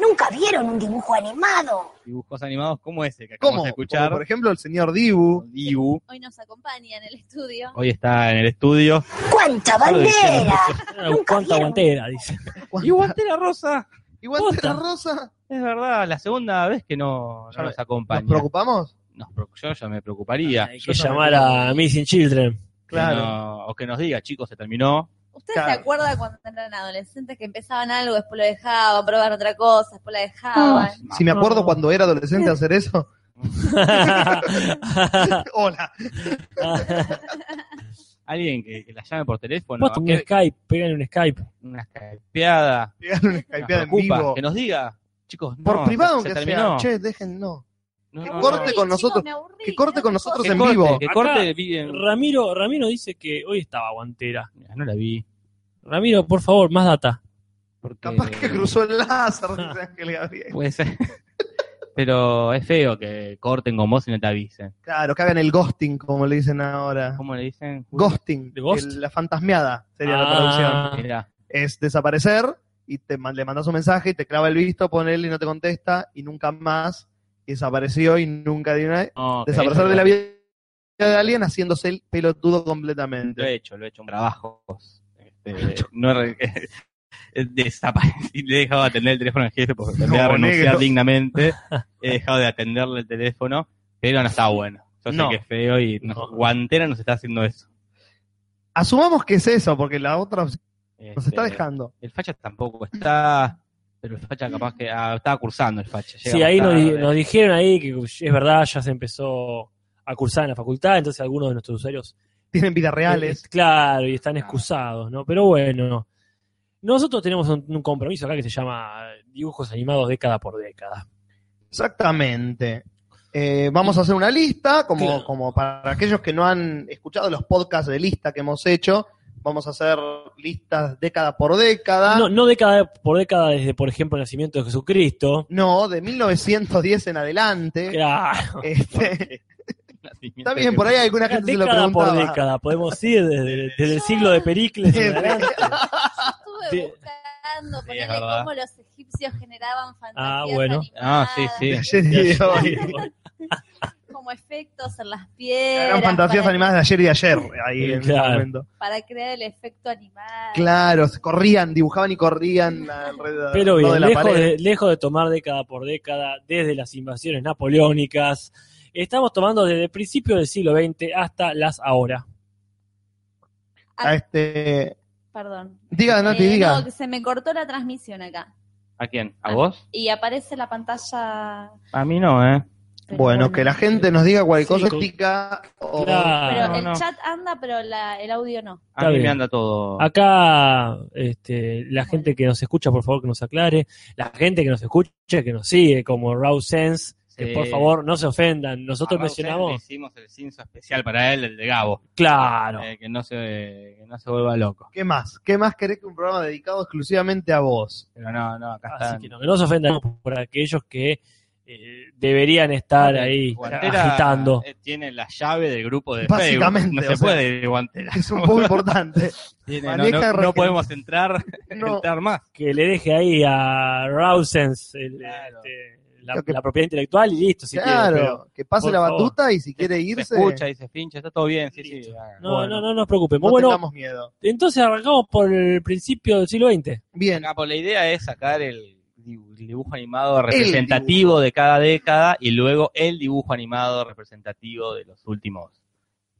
I: Nunca vieron un dibujo animado.
D: Dibujos animados como ese que acabamos
A: ¿Cómo?
D: de
A: Como, por
D: escuchar.
A: ejemplo, el señor Dibu.
D: Dibu,
C: Hoy nos acompaña en el estudio.
D: hoy está en
A: [LAUGHS]
D: el estudio.
I: ¡Cuánta
D: Claro,
I: bandera!
B: ¿Cuánta
I: vieron.
B: guantera? Dice.
D: Y Guantera Rosa.
A: Igual
B: Posta.
A: Rosa.
D: Es verdad, la segunda vez que no, no
A: Ya
D: nos
A: ¿Nos
D: acompaña.
A: preocupamos?
D: Nos preocu- yo ya me preocuparía.
B: Hay
A: yo
B: que
A: también.
B: llamar a Missing Children.
A: [LAUGHS]
B: [LAUGHS]
D: Que no- o que nos diga, chicos, se terminó.
C: ¿Ustedes
A: Claro.
C: se acuerdan cuando eran adolescentes que empezaban algo, después lo dejaban, probaban otra cosa, después la
D: Ah.
C: dejaban?
A: Si me acuerdo cuando era adolescente hacer eso. [LAUGHS] Hola.
D: Alguien que, que la llame por teléfono.
B: Posta, un
D: que-
B: Skype, pegan un Skype.
D: una skypeada.
A: Pegar una
D: Nos
A: Skypeada en
D: preocupa,
A: vivo.
D: Que nos diga, chicos, no,
A: Por privado,
D: se,
A: aunque
D: se
A: sea.
D: terminó.
A: Che, dejen, no.
D: No,
C: Me
D: no,
A: Que
D: no.
A: corte
C: aburrí,
A: con
C: chicos,
A: nosotros.
C: me aburrí,
A: que corte
C: ¿no?
A: con nosotros
D: Que
A: en
D: corte,
A: vivo.
D: Que
B: Acá-
D: corte, vi en-
B: Ramiro, Ramiro dice que hoy estaba guantera.
D: Mira, No la vi.
B: Ramiro, por favor, más data.
D: Porque...
A: Capaz que cruzó el láser,
D: [LAUGHS]
A: dice Ángel Gabriel.
D: Puede ser. [LAUGHS] Pero es feo que corten con vos y no te avisen.
A: Claro, que hagan el ghosting, como le dicen ahora.
D: ¿Cómo le dicen?
A: Ghosting.
B: ¿De ghost?
A: el- la fantasmeada sería la
B: Ah.
A: traducción.
D: Mirá,
A: Es desaparecer y te, man- le mandas un mensaje y te clava el visto, ponele y no te contesta y nunca más. Y desapareció y nunca dio una.
D: no, que
A: Desaparecer
D: eso
A: de la
D: lo-
A: vida de alguien haciéndose el pelotudo completamente.
D: Lo he hecho, lo he hecho en trabajos. Este, no re- [LAUGHS] desaparecí, le he dejado de atender el teléfono al jefe
A: [LAUGHS]
D: porque tenía que
A: No,
D: renunciar
A: negro.
D: dignamente. He dejado de atenderle el teléfono, pero no está bueno. Yo
A: No.
D: sé que es feo y no- Guantera nos está haciendo eso.
A: Asumamos que es eso, porque la otra opción nos
D: Este,
A: está dejando.
D: El facha tampoco está, pero el facha capaz que ah, estaba cursando el facha. llega
B: Sí,
D: más
B: ahí nos, di-
D: tarde.
B: nos dijeron ahí que pues, es verdad, ya se empezó a cursar en la facultad, entonces algunos de nuestros usuarios
A: Tienen vidas
B: Eh,
A: reales. Ah.
B: Claro, y están excusados, ¿no? Pero bueno, nosotros tenemos un, un compromiso acá que se llama eh, dibujos animados década por década.
A: Exactamente. Eh, vamos a hacer una lista, como,
B: Claro.
A: como para aquellos que no han escuchado los podcasts de lista que hemos hecho, vamos a hacer listas década por década.
B: No, no década por década desde, por ejemplo, el nacimiento de Jesucristo.
A: No, de 1910 en adelante.
B: Claro.
A: Este,
B: [LAUGHS]
A: [LAUGHS] está bien, por ahí alguna gente se lo
B: Década por
A: preguntaba.
B: década, podemos ir desde, desde el siglo de Pericles. en adelante.
C: Estuve
B: Sí.
C: buscando
D: es
C: ponerle
D: verdad.
C: cómo los egipcios generaban fantasías
B: Ah, bueno.
D: Ah, sí,
C: animadas,
D: sí.
A: [LAUGHS] De ayer y de hoy.
C: como efectos en las piedras
A: Eran fantasías
C: para,
A: animadas de ayer y de ayer. Ahí en ese
B: Claro.
A: momento.
C: para crear el efecto animal.
A: Claro, se corrían, dibujaban y corrían alrededor
B: Pero
A: de
B: bien,
A: la
B: lejos
A: pared.
B: de, lejos de tomar década por década, desde las invasiones napoleónicas, estamos tomando desde el principio del siglo XX hasta las ahora.
A: A este,
C: Perdón.
A: diga, Nati,
C: Eh,
A: diga.
C: no, que se me cortó la transmisión acá.
D: ¿A quién? ¿A vos?
C: Y aparece la pantalla.
D: A mí no, ¿eh?
C: pero
A: Bueno, que la gente nos diga cualquier
B: Sí,
A: cosa
B: con-
A: ética o
B: Claro.
C: Pero
D: No,
C: el
D: no.
C: chat anda, pero la- el audio no.
D: A
B: Está
D: mí me
B: bien.
D: anda todo.
B: Acá, este, la gente que nos escucha, por favor, que nos aclare. La gente que nos escucha, que nos sigue, como Raw Sense, que
D: Sí.
B: por favor no se ofendan. Nosotros
D: A Eh, Raúl Sáenz le
B: mencionamos.
D: Hicimos el cinzo especial para él, el de Gabo.
B: Claro.
D: Eh, que, no se, que no se vuelva loco.
A: ¿Qué más? ¿Qué más querés que un programa dedicado exclusivamente a vos?
B: [LAUGHS]
D: Pero no, no, acá está.
B: Así Ah, que no, que no se ofendan por aquellos que eh, deberían estar ahí agitando.
D: eh, tiene la llave del grupo de
A: Básicamente,
D: Facebook. No
A: o
D: se
A: sea,
D: puede ir Guantera.
A: Es un poco
B: [LAUGHS]
A: importante.
D: Tiene- no,
A: maneja
D: no- no
A: Argentina.
D: podemos entrar,
A: No.
D: entrar más.
B: Que le deje ahí a Raw Sense el,
D: Claro.
B: este, la,
A: Lo que-
B: la propiedad intelectual y listo. Si quiere,
A: claro,
B: pero-
A: que pase
B: por
A: la
B: favor.
A: batuta y si quiere
D: Se
A: irse,
D: escucha, dice Fincha, está todo bien. Sí, sí.
B: Listo.
D: haga.
B: no,
A: Bueno.
B: no, no nos preocupemos.
A: no
B: bueno,
A: tengamos miedo.
B: entonces arrancamos por el principio del siglo XX.
A: Bien,
D: Acá, pues, la idea es sacar el dibu- el dibujo animado representativo de cada década y luego el dibujo animado representativo de los últimos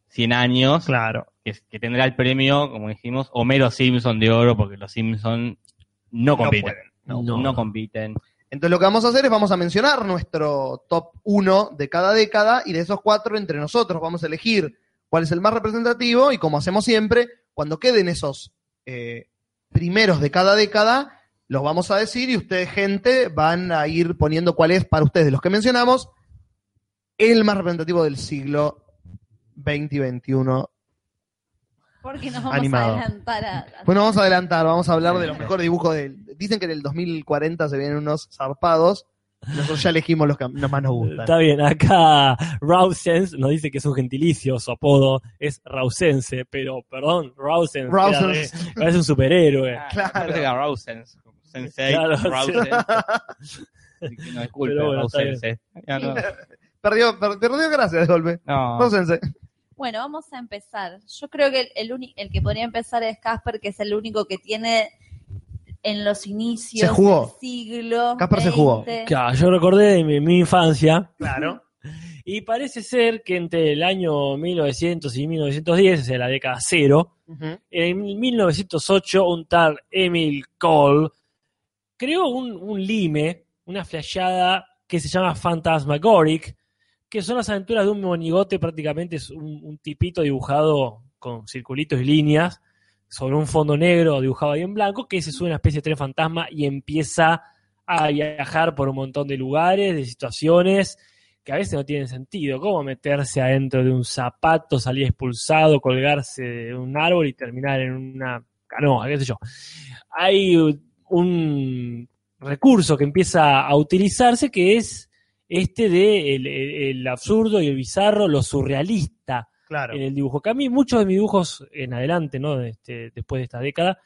D: 100 años,
A: claro.
D: que, es- que tendrá el premio, como dijimos, Homero Simpson de oro, porque los Simpson no compiten.
A: pueden,
D: No,
B: no.
D: no compiten.
A: Entonces lo que vamos a hacer es vamos a mencionar nuestro top 1 de cada década y de esos cuatro entre nosotros vamos a elegir cuál es el más representativo y como hacemos siempre, cuando queden esos eh, primeros de cada década, los vamos a decir y ustedes, gente, van a ir poniendo cuál es para ustedes de los que mencionamos el más representativo del siglo 20 y 21.
C: Porque nos vamos
A: Animado.
C: a adelantar a. a-
A: Bueno, vamos a adelantar, vamos a hablar de los mejores dibujos del. Dicen que en el 2040 se vienen unos zarpados. Nosotros ya elegimos los que nos más nos gustan.
B: Está bien, acá Rausens nos dice que es un gentilicio, su apodo es Rausense, pero perdón, Rausens. queda
A: Rousers.
B: re- Parece un superhéroe.
A: [LAUGHS] Claro.
D: Parece que Rausens, Sensei,
B: Claro, sí.
D: Rausens. Así que no disculpe,
B: Pero bueno, está
D: Rausense. ¿eh? Ya no.
A: Perdió, per- perdió gracias de golpe.
B: Ah.
D: No.
A: Rócense.
C: Bueno, vamos a empezar. Yo creo que el, el, uni- el que podría empezar es Casper, que es el único que tiene en los inicios
A: Se jugó.
C: del siglo.
A: Casper se jugó.
C: 20.
B: Claro, yo recordé de mi, mi infancia
A: Claro.
B: [LAUGHS] y parece ser que entre el año 1900 y 1910, o sea, la década cero, en 1908 un tal Emil Cole creó un, un lime, una flasheada que se llama Phantasmagoric, que son las aventuras de un monigote, prácticamente es un, un tipito dibujado con circulitos y líneas sobre un fondo negro dibujado ahí en blanco, que se sube a una especie de tren fantasma y empieza a viajar por un montón de lugares, de situaciones que a veces no tienen sentido. ¿Cómo meterse adentro de un zapato, salir expulsado, colgarse de un árbol y terminar en una canoa, qué sé yo? Hay un recurso que empieza a utilizarse que es este de el, el- el absurdo y el bizarro, lo surrealista
A: Claro.
B: en el dibujo. Que a mí muchos de mis dibujos en adelante, ¿no? Este, después de esta década,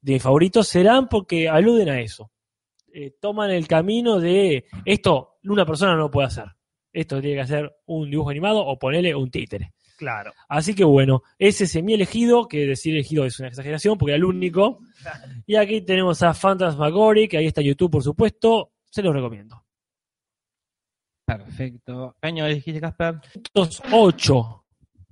B: de mis favoritos serán porque aluden a eso. Eh, toman el camino de esto una persona no lo puede hacer. Esto tiene que hacer un dibujo animado o ponerle un títere.
A: Claro.
B: Así que bueno, ese es mi elegido, que decir elegido es una exageración porque era el único. Y aquí tenemos a Phantasmagoric, ahí está en YouTube por supuesto, se los recomiendo.
D: Perfecto. ¿Qué año dijiste, Casper?
B: 8,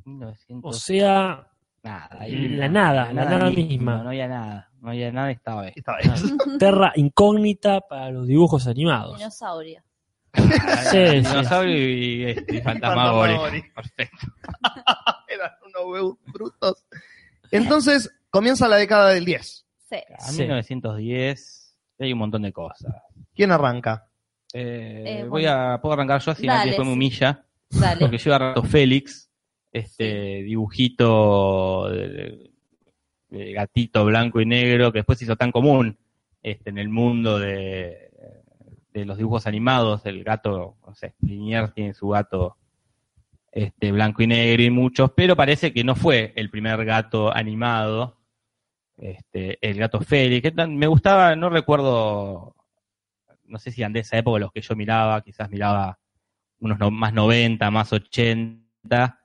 D: 1900.
B: o sea,
D: nada.
B: la nada, la nada misma.
D: No, no había nada. No había nada, estaba bien.
A: Está
B: Ah,
A: bien.
B: terra incógnita para los dibujos animados.
C: Dinosaurio.
B: [LAUGHS] Sí, sí.
D: Dinosaurio y, este, y
A: Fantasmagórico.
D: Fantasmagórico. Perfecto.
A: Eran unos brutos. Entonces, comienza la década del 10.
C: Sí.
D: A
B: Sí.
D: 1910 y hay un montón de cosas.
A: ¿Quién arranca?
D: Eh,
C: Eh,
D: voy a, puedo arrancar yo así
C: Dale,
D: después me
C: sí.
D: humilla.
C: Dale.
D: Porque yo arranco Félix, este dibujito de, de gatito blanco y negro que después se hizo tan común este, en el mundo de, de los dibujos animados. El gato, no sé, Liniers tiene su gato este blanco y negro y muchos, pero parece que no fue el primer gato animado. Este, el gato Félix, que tan- me gustaba, no recuerdo, no sé si eran de esa época los que yo miraba, quizás miraba unos no- más 90, más 80.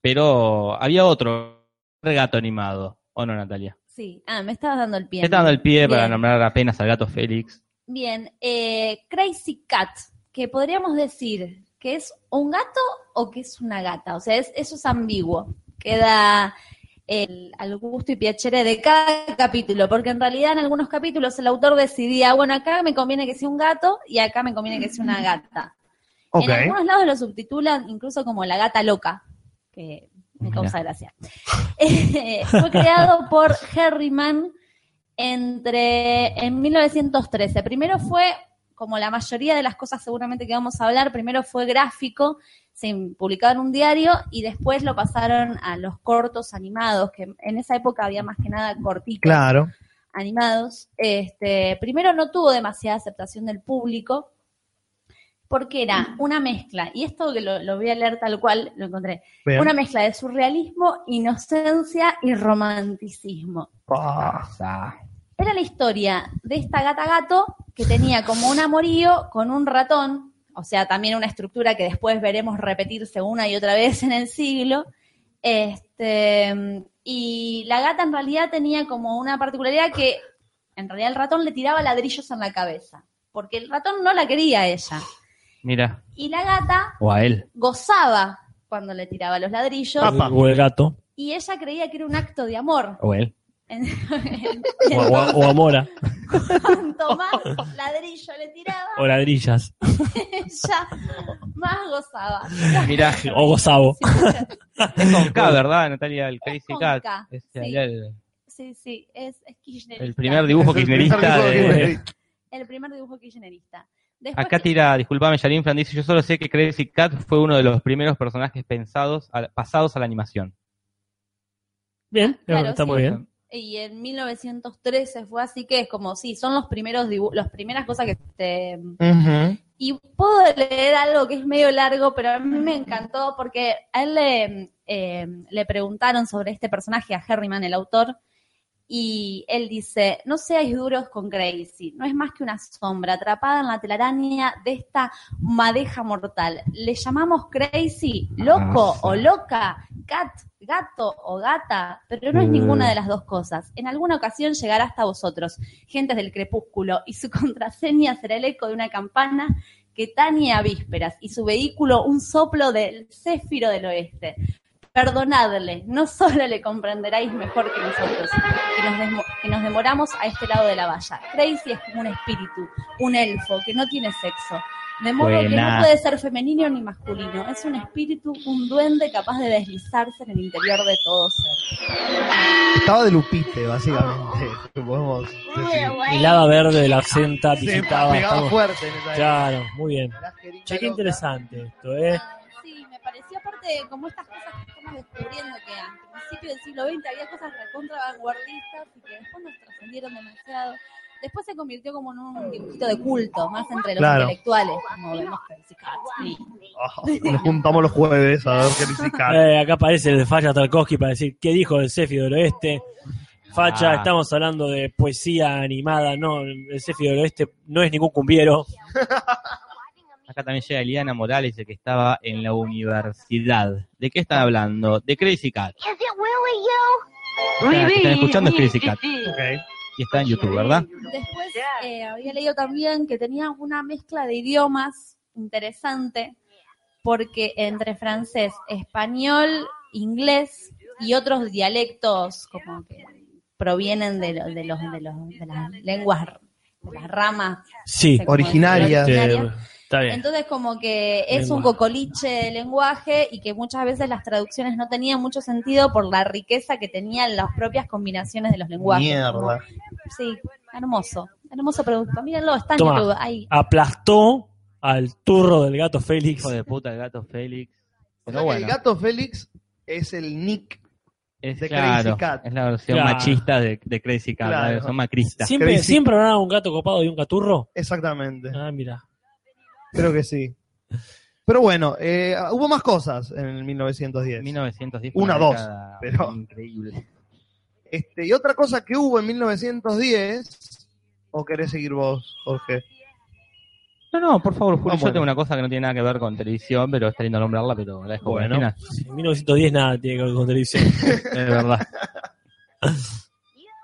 D: Pero había otro gato animado, ¿o no, Natalia?
C: Sí. Ah, me estabas dando el pie.
D: Te está dando el pie para
C: Bien.
D: nombrar apenas al gato Félix.
C: Bien, eh, Crazy Cat, que podríamos decir que es un gato o que es una gata, o sea, es- eso es ambiguo, queda el- al gusto y piacere de cada capítulo, porque en realidad en algunos capítulos el autor decidía, bueno, acá me conviene que sea un gato y acá me conviene que sea una gata.
A: Ok.
C: En algunos lados lo subtitulan incluso como la gata loca, que me causa gracia. [LAUGHS] Eh, Fue creado por Herriman entre en 1913. Primero fue, como la mayoría de las cosas seguramente que vamos a hablar, primero fue gráfico, se publicaba en un diario y después lo pasaron a los cortos animados, que en esa época había más que nada cortitos
A: Claro.
C: animados. Este, primero no tuvo demasiada aceptación del público porque era una mezcla, y esto que lo, lo voy a leer tal cual, lo encontré,
A: Bien.
C: una mezcla de surrealismo, inocencia y romanticismo.
A: Ah,
C: Era la historia de esta gata gato que tenía como un amorío con un ratón, o sea, también una estructura que después veremos repetirse una y otra vez en el siglo. Este, y la gata en realidad tenía como una particularidad que en realidad el ratón le tiraba ladrillos en la cabeza, porque el ratón no la quería a ella.
D: Mira,
C: Y la gata
D: o a él.
C: gozaba cuando le tiraba los ladrillos
A: Apa.
B: O el gato,
C: y ella creía que era un acto de amor.
D: O él.
C: [LAUGHS]
B: o, o- o a Mora,
C: Cuanto más ladrillo le tiraba, [LAUGHS]
B: o ladrillas.
C: ella más gozaba.
D: [LAUGHS] Mira,
B: O gozabo.
D: es con K, ¿verdad, Natalia? El
C: Es
D: Crazy
C: con
D: Cat.
C: K,
D: Es
C: sí.
D: el- el-
C: sí, sí, es, es kirchnerista.
D: El primer dibujo
A: Es el primer
D: kirchnerista
A: dibujo
D: de...
A: kirchnerista.
C: El primer dibujo kirchnerista. Después
D: Acá tira, disculpame, Yarin Fran dice, yo solo sé que Crazy Cat fue uno de los primeros personajes pensados, a la- pasados a la animación.
B: Bien,
C: Claro,
B: está
C: sí.
B: muy bien.
C: Y en 1913 fue así que es como, sí, son los primeros dibu- las primeras cosas que te, Y puedo leer algo que es medio largo, pero a mí me encantó porque a él le, eh, le preguntaron sobre este personaje, a Herriman, el autor, y él dice, no seáis duros con Crazy, no es más que una sombra atrapada en la telaraña de esta madeja mortal. Le llamamos Crazy, loco
D: Ah, sí.
C: o loca, cat, gato o gata, pero no es
D: Mm.
C: ninguna de las dos cosas. En alguna ocasión llegará hasta vosotros, gentes del crepúsculo, y su [LAUGHS] contraseña será el eco de una campana que tañe a vísperas y su vehículo un soplo del céfiro del oeste. Perdonadle, no solo le comprenderáis mejor que nosotros, que nos, desmo- que nos demoramos a este lado de la valla. Crazy es como un espíritu, un elfo, que no tiene sexo. De modo que
D: Buena.
C: no puede ser femenino ni masculino. Es un espíritu, un duende capaz de deslizarse en el interior de todo ser.
A: Estaba de Lupite, básicamente. Podemos decir.
B: El hada verde de la absenta
A: Se
B: visitaba.
A: pegaba
B: estamos-
A: fuerte en esa
B: Claro, muy bien.
A: época. La jeringa
B: Che, qué
A: loca.
B: interesante esto, ¿eh?
C: Sí, me pareció aparte como estas cosas que estamos descubriendo que a principios del siglo XX había cosas recontra vanguardistas y que después nos trascendieron demasiado. Después se convirtió como en un dibujito de culto, más entre los
A: Claro.
C: intelectuales, como vemos Crazy Cats. Sí.
A: Ah, nos juntamos los jueves a ver qué necesitan.
B: Eh, acá aparece el de Falla Tarkovsky para decir qué dijo el Cefi del Oeste. Facha,
D: Ah.
B: estamos hablando de poesía animada, no, el Cefi del Oeste no es ningún cumbiero.
D: Acá también llega Eliana Morales, el que estaba en la universidad. ¿De qué están hablando? De Crazy Cat.
I: Is it really you?
D: Están, están escuchando es Crazy Cat.
A: Ok.
D: Y está en YouTube, ¿verdad?
C: Después eh, había leído también que tenía una mezcla de idiomas interesante, porque entre francés, español, inglés y otros dialectos como que provienen de, lo- de los, de, los, de las lenguas, de las ramas.
B: Sí,
A: Originarias.
B: este, está bien.
C: Entonces como que es un
B: Lenguaje.
C: cocoliche de lenguaje y que muchas veces las traducciones no tenían mucho sentido por la riqueza que tenían las propias combinaciones de los lenguajes. Como-
A: Mierda.
C: Sí, hermoso. Hermoso producto. Mírenlo, está en
B: Tomá.
C: YouTube. Ahí.
B: Aplastó al turro del gato Félix.
D: Hijo de puta, el gato Félix.
A: O
D: Pero
A: sea que
D: bueno,
A: El gato Félix es el Nick.
D: es,
A: de
D: claro,
A: Crazy Cat.
D: es la versión
B: Claro.
D: machista de, de Crazy Cat,
A: Claro.
D: la versión macrista.
A: Que
B: ¿Siempre,
A: dice-
B: ¿Siempre habrá un gato copado y un gaturro?
A: Exactamente.
B: Ah, mira.
A: Creo que sí. Pero bueno, eh, hubo más cosas en el 1910.
D: 1910.
A: Una,
D: fue
A: dos,
D: década
A: pero-
D: Increíble.
A: Este, y otra cosa que hubo en 1910, o querés seguir vos, Jorge.
D: No, no, por favor, Julio,
A: Ah,
D: yo
A: bueno.
D: tengo una cosa que no tiene nada que ver con televisión, pero está lindo nombrarla, pero la dejo
A: Bueno.
D: buena.
B: En 1910 nada tiene que ver con televisión.
D: Es verdad.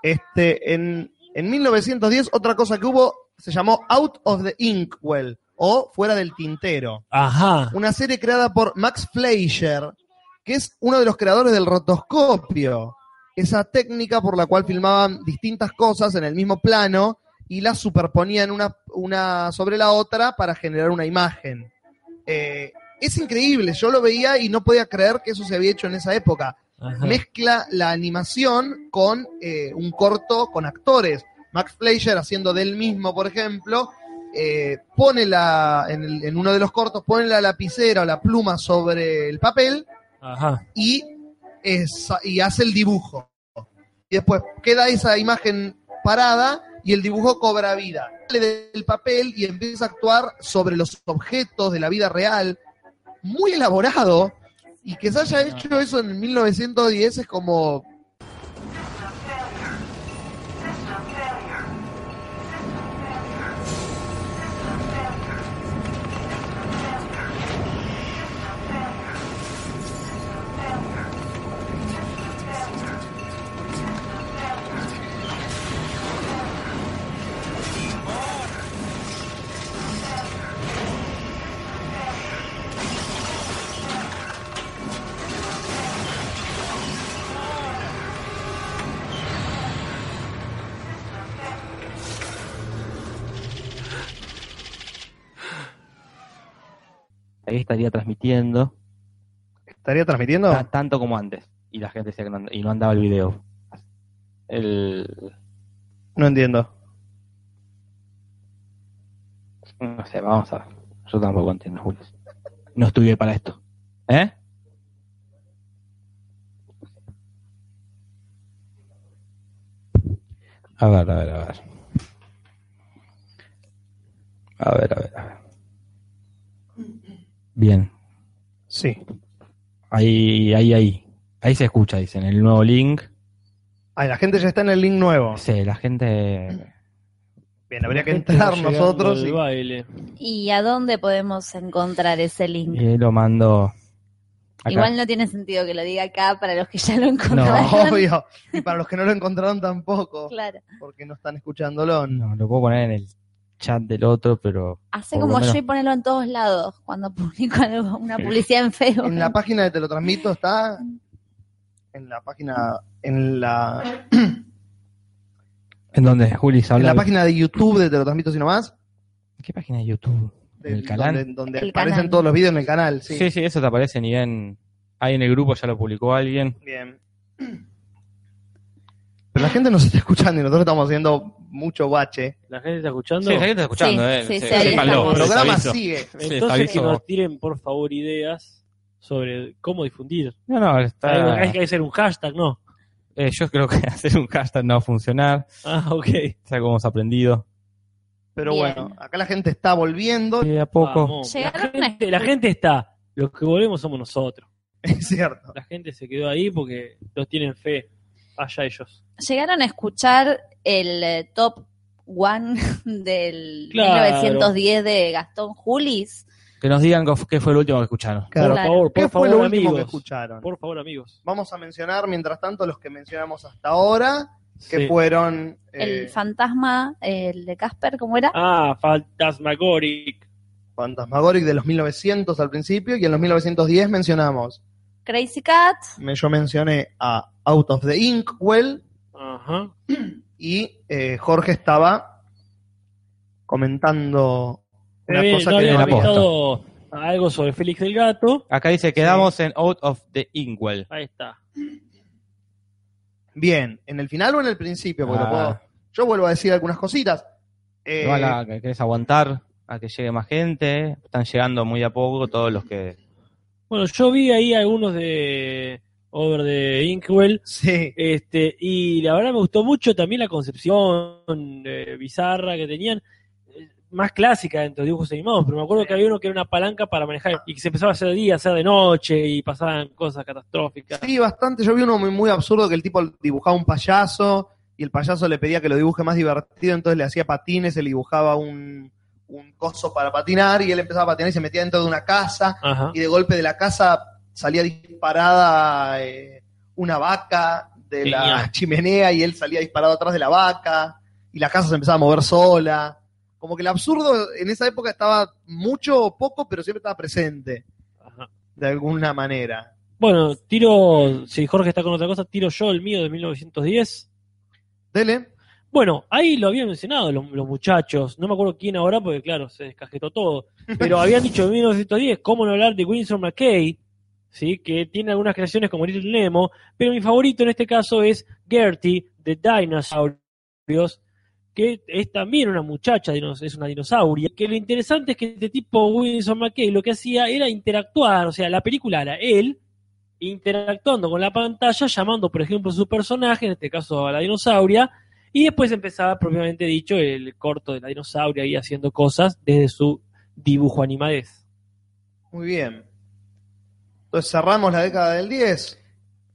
A: Este, en, en 1910, otra cosa que hubo se llamó Out of the Inkwell, o Fuera del Tintero.
B: Ajá.
A: Una serie creada por Max Fleischer, que es uno de los creadores del rotoscopio. Esa técnica por la cual filmaban distintas cosas en el mismo plano y las superponían una, una sobre la otra para generar una imagen. Eh, es increíble, yo lo veía y no podía creer que eso se había hecho en esa época
B: ajá.
A: mezcla la animación con eh, un corto con actores. Max Fleischer haciendo del mismo, por ejemplo, eh, pone la, en, el- en uno de los cortos, pone la lapicera o la pluma sobre el papel
B: Ajá.
A: y, es- y hace el dibujo. Y después queda esa imagen parada y el dibujo cobra vida. Sale del papel y empieza a actuar sobre los objetos de la vida real. Muy elaborado. Y que se haya hecho eso en 1910 es como...
D: Ahí estaría transmitiendo.
A: ¿Estaría transmitiendo?
D: Ta- tanto como antes. Y la gente decía que no, and- y no andaba el video. el
A: No entiendo.
D: no sé, vamos a ver. Yo tampoco entiendo, Julio. No estudié para esto. ¿Eh? A ver, a ver, a ver. A ver, a ver, a ver. Bien.
A: Sí.
D: Ahí, ahí, ahí. Ahí se escucha, dicen. El nuevo link.
A: Ah, la gente ya está en el link nuevo.
D: Sí, la gente.
A: Bien, habría que
B: La gente
A: entrar
B: va llegando
A: nosotros.
B: al
A: y- [LAUGHS]
B: baile.
C: ¿Y a dónde podemos encontrar ese link?
B: Eh,
D: Y lo mando. acá.
C: Igual no tiene sentido que lo diga acá para los que ya
A: [LAUGHS]
C: lo encontraron.
A: Obvio. Y para los que no lo encontraron tampoco,
C: [LAUGHS] Claro.
A: porque no están escuchándolo.
D: No, lo puedo poner en el chat del otro, pero.
C: Hace
D: Por lo
C: como yo
D: menos.
C: y ponelo en todos lados cuando publico algo, una publicidad en Facebook.
A: En la página de Te lo transmito está. En la página. En la,
D: ¿En dónde? Juli, se
A: en
D: habla
A: la
D: de-
A: página de YouTube de Te lo transmito, sino más.
D: ¿Qué página de YouTube?
A: del-
D: ¿El canal?
A: Donde, donde
C: El
A: aparecen
C: canal.
A: todos los videos en el canal. Sí.
D: Sí, sí, eso te aparece ni bien. Ahí en el grupo ya lo publicó alguien.
A: Bien. Pero la gente nos está escuchando y nosotros estamos haciendo mucho bache.
B: La gente está escuchando.
D: Sí, la gente está escuchando,
C: Sí,
D: eh.
C: sí, sí, ahí
D: sépanlo,
C: estamos.
A: El
D: les
A: programa
D: aviso.
A: sigue.
D: les
B: Entonces que
D: aviso.
B: nos tiren por favor ideas sobre cómo difundir.
D: No, no,
A: Ah.
D: está-
B: Hay, hay que hacer un hashtag, ¿no?
D: eh, yo creo que [LAUGHS] hacer un hashtag no va a funcionar.
B: Ah, ok.
D: Es algo que hemos aprendido.
A: Pero
C: Bien.
A: bueno, acá la gente está volviendo. [LAUGHS]
D: Y de a poco.
B: Vamos. La,
C: Llegaron a-
B: gente, la gente está. Los que volvemos somos nosotros.
A: Es cierto.
B: La gente se quedó ahí porque los tienen fe. Allá ellos.
C: Llegaron a escuchar el eh, top one [LAUGHS] del
B: Claro.
C: 1910 de Gastón Julis.
D: Que nos digan co- qué fue el último que escucharon.
A: Claro.
B: Por
C: Claro.
B: favor,
A: ¿Qué
B: por
A: fue
B: favor,
A: lo último
B: amigos.
A: que escucharon?
B: Por favor, amigos.
A: Vamos a mencionar, mientras tanto, los que mencionamos hasta ahora, que
B: Sí.
A: fueron... eh,
C: El fantasma, el de Casper, ¿cómo era?
B: Ah, Fantasmagoric.
A: Fantasmagoric de los 1900 al principio y en los 1910 mencionamos,
C: Crazy Cat,
A: me- yo mencioné a Out of the Inkwell
B: Ajá.
A: y eh, Jorge estaba comentando una
B: Eh,
A: cosa
B: no
A: que
B: había
A: no
D: habían
A: había.
D: aposta.
B: comentado algo sobre Félix el Gato.
D: Acá dice, quedamos en Out of the Inkwell.
B: Ahí está.
A: Bien, ¿en el final o en el principio? Porque lo
D: Ah.
A: puedo- yo vuelvo a decir algunas cositas. Eh,
D: Igual a- que querés aguantar a que llegue más gente. Están llegando muy a poco todos los que...
B: Bueno, yo vi ahí algunos de Over de Inkwell.
A: Sí,
B: Este, y la verdad me gustó mucho también la concepción eh, bizarra que tenían, eh, más clásica dentro de dibujos animados, pero me acuerdo que había uno que era una palanca para manejar y que se empezaba a hacer de día, a hacer de noche y pasaban cosas catastróficas.
A: sí, bastante. Yo vi uno muy, muy absurdo que el tipo dibujaba un payaso y el payaso le pedía que lo dibuje más divertido, entonces le hacía patines, le dibujaba un, un coso para patinar y él empezaba a patinar y se metía dentro de una casa
B: Ajá.
A: y de golpe de la casa salía disparada eh, una vaca de la [LAUGHS]
B: Genial.
A: chimenea y él salía disparado atrás de la vaca y la casa se empezaba a mover sola. Como que el absurdo en esa época estaba mucho o poco, pero siempre estaba presente
B: Ajá.
A: de alguna manera.
B: Bueno, tiro, si Jorge está con otra cosa, tiro yo el mío de 1910.
A: Dele,
B: Bueno, ahí lo habían mencionado los, los muchachos, no me acuerdo quién ahora porque claro, se descajetó todo, pero habían dicho en 1910, ¿cómo no hablar de Winsor McKay? ¿Sí? Que tiene algunas creaciones como Little Nemo, pero mi favorito en este caso es Gertie de Dinosaurios, que es también una muchacha, dinos- es una dinosauria, que lo interesante es que este tipo Winsor McKay lo que hacía era interactuar, o sea, la película era él interactuando con la pantalla, llamando por ejemplo a su personaje, en este caso a la dinosauria, y después empezaba, propiamente dicho, el corto de la dinosauria ahí haciendo cosas desde su dibujo animadez.
A: muy bien. Entonces cerramos la década del 10.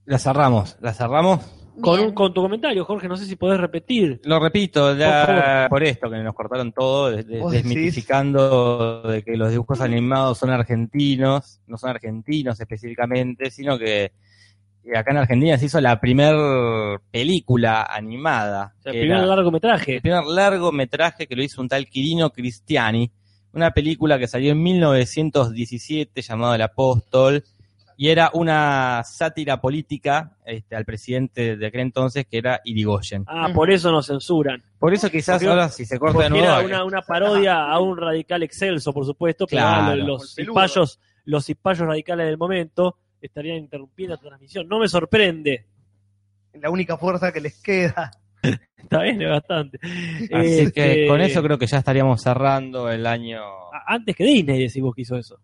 D: La cerramos, la cerramos.
B: Con,
C: bien.
B: un- con tu comentario, Jorge, no sé si podés repetir.
D: Lo repito,
B: Por
D: ya
B: favor.
D: por esto que nos cortaron todo, de- de-
A: ¿Vos decís?
D: desmitificando de que los dibujos animados son argentinos, no son argentinos específicamente, sino que que acá en Argentina se hizo la primer película animada.
B: O sea,
D: que
B: primer
D: era- el
B: largometraje.
D: primer largometraje que lo hizo un tal Quirino Cristiani, una película que salió en 1917 llamado El Apóstol, y era una sátira política este, al presidente de aquel entonces, que era Irigoyen.
B: Ah, por eso nos censuran.
D: Por eso quizás
B: Porque-
D: ahora si se corta
B: Porque
D: de nuevo...
B: era una, una parodia a un radical excelso, por supuesto, pero
D: Claro.
B: ahora los, los
A: Por peludo.
B: cipayos, los cipayos radicales del momento estarían interrumpiendo la transmisión. No me sorprende. [LAUGHS]
A: la única fuerza que les queda.
B: Está bien, es bastante.
D: Así que
B: Este, Ah.
D: con eso creo que ya estaríamos cerrando el año.
B: a- Antes que Disney decimos que hizo eso.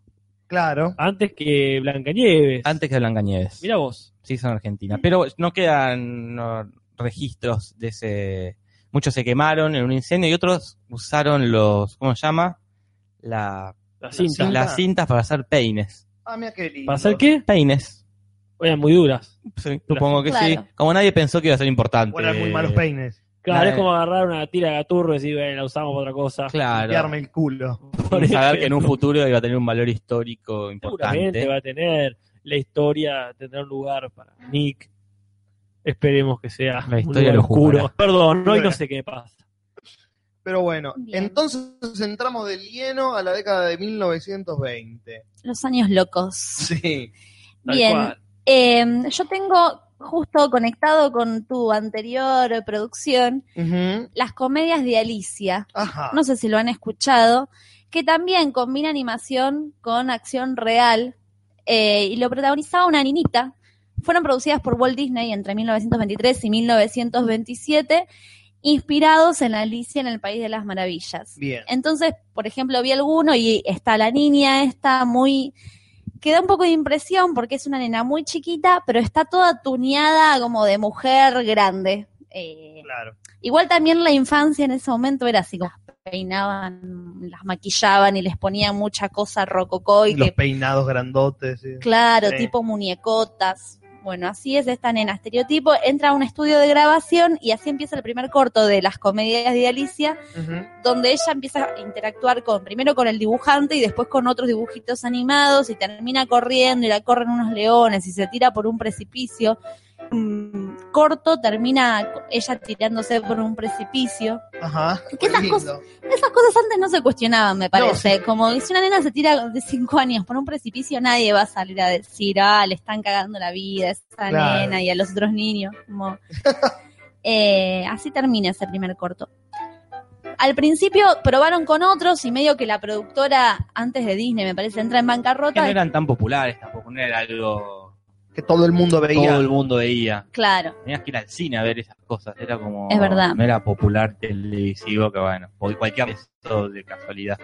A: Claro.
B: Antes que Blancanieves.
D: Antes que Blancanieves.
B: Mira vos.
D: Sí, son
B: Mm.
D: Argentina. Pero no quedan no, registros de ese. Muchos se quemaron en un incendio y otros usaron los. ¿Cómo se llama? La-
B: La cinta.
A: cinta.
D: Las cintas para hacer peines.
A: Ah, mira qué lindo.
B: ¿Para hacer qué?
D: Peines.
B: Eran muy duras.
D: Sí, supongo que
C: Claro.
D: sí. Como nadie pensó que iba a ser importante.
A: O eran muy malos peines.
B: Claro,
D: Claro.
B: es como agarrar una tira de gaturro y decir, "Bueno, la usamos para otra cosa.
D: Claro.
A: Limpiarme el culo.
B: [LAUGHS] Por
D: Saber que en un
B: ejemplo.
D: futuro iba a tener un valor histórico
B: Seguramente
D: importante.
B: va a tener. La historia tendrá un lugar para Nick. Esperemos que sea
D: La
B: un
D: historia
B: lugar
D: lo juzgará.
B: oscuro. Perdón, hoy no sé qué me pasa.
A: Pero bueno,
C: Bien.
A: entonces entramos del lleno a la década de 1920.
C: Los años locos.
A: Sí.
B: Tal
C: Bien.
B: cual. [LAUGHS]
C: Eh, yo tengo justo conectado con tu anterior producción,
A: Ujú.
C: las comedias de Alicia.
A: Ajá.
C: No sé si lo han escuchado, que también combina animación con acción real eh, y lo protagonizaba una ninita. Fueron producidas por Walt Disney entre 1923 y 1927, inspirados en Alicia en el País de las Maravillas.
A: Bien.
C: Entonces, por ejemplo, vi alguno y está la niña esta muy que da un poco de impresión porque es una nena muy chiquita, pero está toda tuneada como de mujer grande. Eh,
A: Claro.
C: igual también la infancia en ese momento era así, como las peinaban, las maquillaban y les ponían mucha cosa rococó y
A: Los
C: que,
A: peinados grandotes. sí.
C: claro,
A: Sí.
C: tipo muñecotas. Bueno, así es esta nena estereotipo, entra a un estudio de grabación y así empieza el primer corto de las comedias de Alicia,
A: Ujú.
C: donde ella empieza a interactuar con primero con el dibujante y después con otros dibujitos animados y termina corriendo y la corren unos leones y se tira por un precipicio. Mm, Corto termina ella tirándose por un precipicio.
A: Ajá.
C: ¿Qué esas
A: Lindo.
C: cosas- Esas cosas antes no se cuestionaban, me parece.
A: sí.
C: Como si una nena se tira de 5 años por un precipicio, nadie va a salir a decir, ah, le están cagando la vida a esa
A: Claro.
C: nena y a los otros niños. Como... Eh, así termina ese primer corto. Al principio probaron con otros y medio que la productora, antes de Disney, me parece, entra en
D: Que no
C: bancarrota.
D: eran tan populares tampoco. No era algo.
A: Que todo el mundo veía. [LAUGHS]
D: Todo el mundo veía.
C: Claro.
D: Tenías que ir al cine a ver esas cosas. Era como.
C: Es verdad.
D: No era popular televisivo, que bueno. O cualquier esto de casualidad.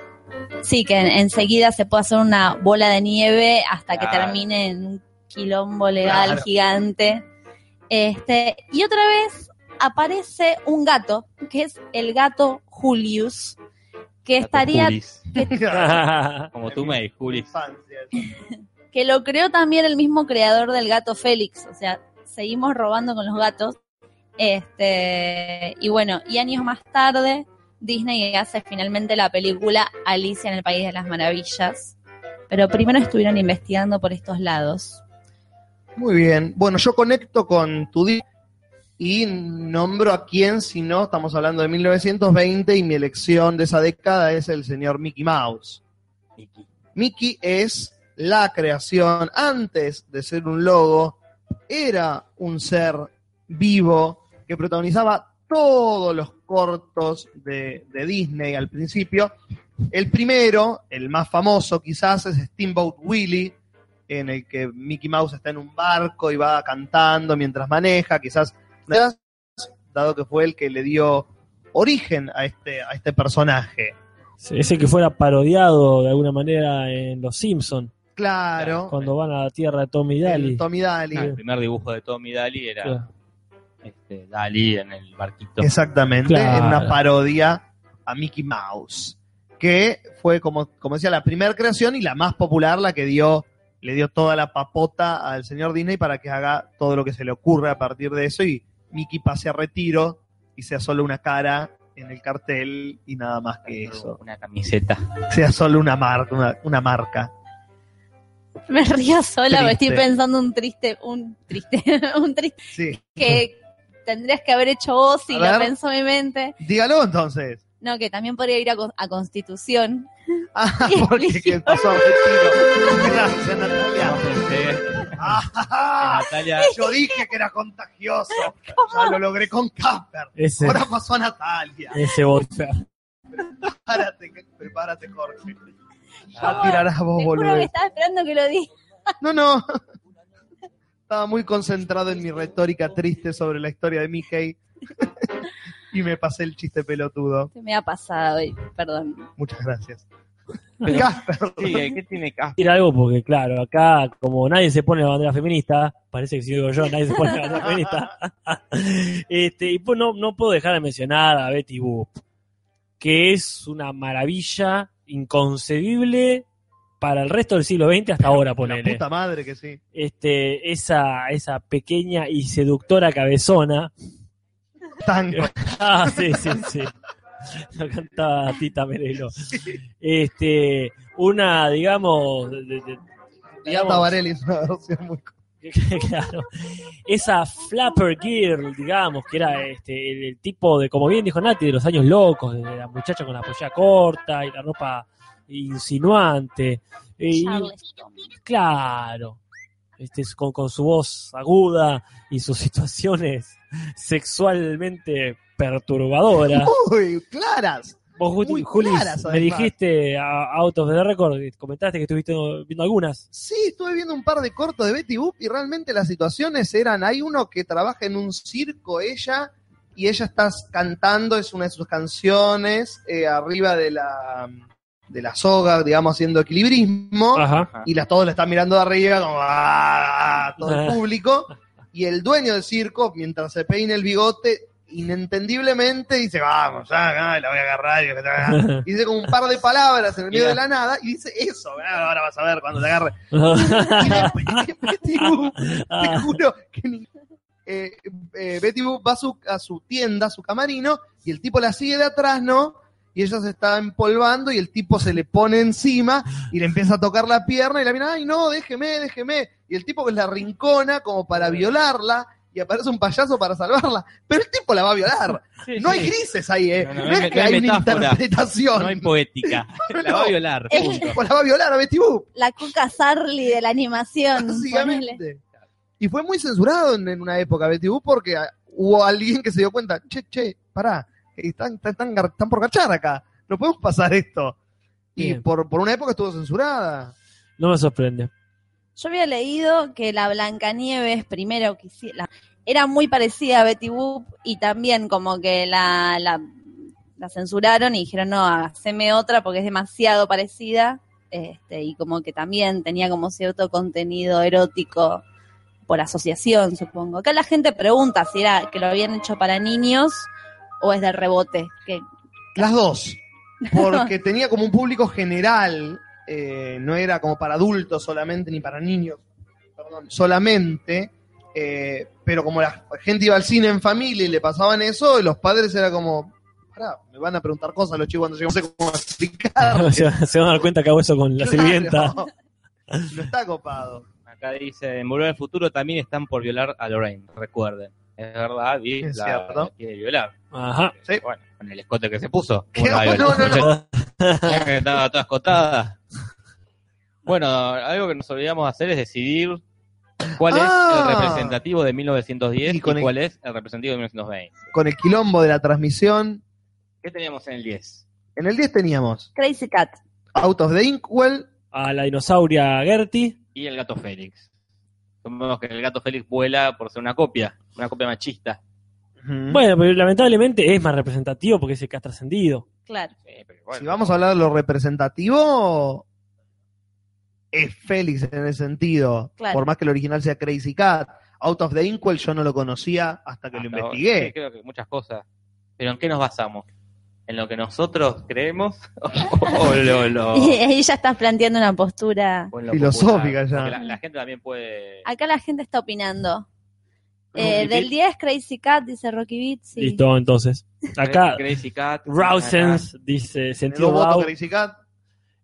C: Sí, que en- enseguida se puede hacer una bola de nieve hasta que
D: Claro.
C: termine en un quilombo legal
A: Claro.
C: gigante. Este, y otra vez aparece un gato, que es el gato Julius, que estaría,
D: Julis. Como tú, May, Julis.
A: Infancia.
C: que lo creó también el mismo creador del gato Félix, o sea, seguimos robando con los gatos. Este, y bueno, y años más tarde Disney hace finalmente la película Alicia en el País de las Maravillas. Pero primero estuvieron investigando por estos lados. [LAUGHS]
A: Muy bien. Bueno, yo conecto con tu di- y nombro a quién, si no, estamos hablando de 1920 y mi elección de esa década es el señor Mickey Mouse. Mickey es la creación, antes de ser un logo, era un ser vivo que protagonizaba todos los cortos de, de Disney al principio. El primero, el más famoso quizás, es Steamboat Willie, en el que Mickey Mouse está en un barco y va cantando mientras maneja, quizás, dado que fue el que le dio origen a este, a este personaje.
B: Ese que fuera parodiado de alguna manera en Los Simpsons,
A: Claro,
B: cuando van a la tierra de Tommy
A: el
B: Daly.
A: Tommy Daly.
D: Ah, el primer dibujo de Tommy Daly era
B: Claro.
D: este, Daly en el barquito.
A: Exactamente,
B: Claro.
A: en una parodia a Mickey Mouse, que fue, como, como decía, la primera creación y la más popular, la que dio le dio toda la papota al señor Disney para que haga todo lo que se le ocurra a partir de eso y Mickey pase a retiro y sea solo una cara en el cartel y nada más que eso.
D: Una camiseta.
A: Sea solo una marca, una, una marca.
C: Me río sola, porque estoy
A: Triste.
C: pensando un triste, un triste, [LAUGHS] un triste
A: Sí, [LAUGHS]
C: que tendrías que haber hecho vos y
A: A ver.
C: lo pensó mi mente.
A: dígalo entonces.
C: No, que también podría ir a, Con- a Constitución.
A: [LAUGHS] Ah,
C: Sí,
A: porque
C: eligió.
A: que pasó a [LAUGHS] retiro. Gracias, Natalia. Ah,
D: Natalia,
A: Yo dije que era contagioso. Ya lo logré con Casper.
B: Ese,
A: Ahora pasó a Natalia.
B: ese boxer.
A: Prepárate, prepárate, Jorge. Ya
C: ¿Cómo?
A: tirarás vos,
C: Te juro
A: boludo.
C: que estaba esperando que lo diga.
A: No, no. Estaba muy concentrado en mi retórica triste sobre la historia de Mickey. y me pasé el chiste pelotudo.
C: Se me ha pasado hoy, perdón.
A: Muchas gracias.
G: Pero-
A: Casper.
G: Sí,
D: [LAUGHS]
G: ¿qué tiene Casper?
B: decir algo porque, claro, acá, como nadie se pone la bandera feminista, parece que si digo yo, nadie se pone la bandera feminista. [LAUGHS] este, y pues no, no puedo dejar de mencionar a Betty Boop, que es una maravilla inconcebible para el resto del siglo XX hasta ahora,
A: La
B: ponele.
A: puta madre que sí.
B: Este, esa, esa pequeña y seductora cabezona. [LAUGHS]
A: Tango.
B: Ah, sí, sí, sí. Lo cantaba
A: [LAUGHS]
B: Tita Merelo. Este, una, digamos, de- de- de-
A: Tata
B: digamos,
A: Varela hizo una versión muy.
B: [LAUGHS] claro. Esa Flapper Girl, digamos, que era este, el, el tipo de, como bien dijo Nati, de los años locos, de la muchacha con la polla corta y la ropa insinuante. Y-
C: Charleston.
B: claro, este, es con, con su voz aguda y sus [LAUGHS] situaciones sexualmente perturbadoras.
A: Uy, claras.
B: Vos, Juli,
A: Muy
B: Juli,
A: claras,
B: me
A: además.
B: dijiste a Out of the Record, comentaste que estuviste viendo algunas.
A: Sí, estuve viendo un par de cortos de Betty Boop y realmente las situaciones eran, hay uno que trabaja en un circo ella y ella está cantando, es una de sus canciones, eh, arriba de la, de la soga, digamos, haciendo equilibrismo. [LAUGHS]
B: Ajá.
A: y las, todos la están mirando de arriba, como "Ah", todo el
B: Ah.
A: público. Y el dueño del circo, mientras se peina el bigote, inentendiblemente dice, vamos, ah, ah, la voy a agarrar. y que te haga". Y dice como un par de palabras en el medio de la nada y dice eso, "Ah, ahora vas a ver cuando te agarre.
B: [LAUGHS]
A: Y después
G: [LAUGHS]
A: Betty Boop, te juro que ni- eh, eh, Betty Boop va a su, a su tienda, a su camarino, y el tipo la sigue de atrás, ¿no? Y ella se está empolvando y el tipo se le pone encima y le empieza a tocar la pierna y la mira, ay no, déjeme, déjeme. Y el tipo que la rincona como para violarla y aparece un payaso para salvarla. Pero el tipo la va a violar. No hay grises ahí, ¿eh? No,
G: No, no, no
A: es
G: hay-
A: que
G: no hay
A: hay, una
G: metáfora.
A: interpretación.
G: No hay [LAUGHS] poética. La va a violar.
C: Es-
A: El tipo la va a violar a Betty Boop.
C: La Cuca Sarli de la
A: [LAUGHS]
C: animación. ponele.
A: Básicamente. Y fue muy censurado en, en una época Betty Boop porque ah, hubo alguien que se dio cuenta, che, che, pará, eh, están, están, están gar- están por cachar acá, no podemos pasar esto. Y
B: Bien.
A: por, por una época estuvo censurada.
B: No me sorprende.
C: Yo había leído que la Blancanieves primero que hici- la- era muy parecida a Betty Boop y también como que la, la, la censuraron y dijeron, no, haceme otra porque es demasiado parecida. Este, y como que también tenía como cierto contenido erótico por asociación, supongo. Acá la gente pregunta si era que lo habían hecho para niños o es de rebote. Que,
A: Las dos. Porque tenía como un público general, eh, no era como para adultos solamente ni para niños, perdón, solamente. eh, pero como la gente iba al cine en familia y le pasaban eso, y los padres era como, pará, me van a preguntar cosas los chicos cuando lleguen, no sé cómo explicar.
B: se, se van a dar cuenta que hago eso con [LAUGHS]
A: [LAUGHS]
B: la sirvienta.
A: No está copado.
G: Acá dice, en Volver al Futuro también están por violar a Lorraine, recuerden. Es verdad, y
A: Es
G: la,
A: cierto.
G: la quiere violar.
B: Ajá.
A: Sí.
G: Bueno, con el escote que se
A: [LAUGHS]
G: puso.
A: ¿Qué?
G: Bueno,
A: No,
G: viola.
A: no,
G: Estaba toda escotada. Bueno, algo que nos olvidamos de hacer es decidir cuál
A: Ah.
G: es el representativo de 1910
A: Y
G: y,
A: con el-
G: cuál es el representativo de 1920.
A: Con el quilombo de la transmisión.
G: ¿Qué teníamos en el 10?
A: En el 10 teníamos
C: Crazy Cat.
A: Out of the Inkwell,
B: [LAUGHS] A la dinosauria Gertie.
G: Y el gato Félix. Supongamos que el gato Félix vuela por ser una copia, una copia machista.
A: Mm.
B: Bueno, pero lamentablemente es más representativo porque es el que ha trascendido.
C: Claro.
G: Sí, pero bueno.
A: Si vamos a hablar de lo representativo, es Félix en ese sentido.
C: Claro.
A: Por más que el original sea Crazy Cat. Out of the Inkwell yo no lo conocía hasta que lo
G: Hasta ahora. Sí,
A: investigué.
G: creo que muchas cosas. Pero ¿en qué nos basamos? ¿En lo que nosotros creemos? ¿O lo,
C: [LAUGHS]
G: lo-
C: Y ahí ya estás planteando una postura.
G: o en lo
A: Filosófica
G: popular?
A: ya.
G: Porque La, la gente también puede.
C: Acá la gente está opinando.
G: Rocky
C: Eh,
G: Beat.
C: del 10, Crazy Cat, dice Rocky Beat. sí.
B: Listo, entonces. Acá,
G: Crazy Cat.
B: Rousens dice
A: Le doy
B: sentido
A: voto a
B: wow.
A: Crazy Cat.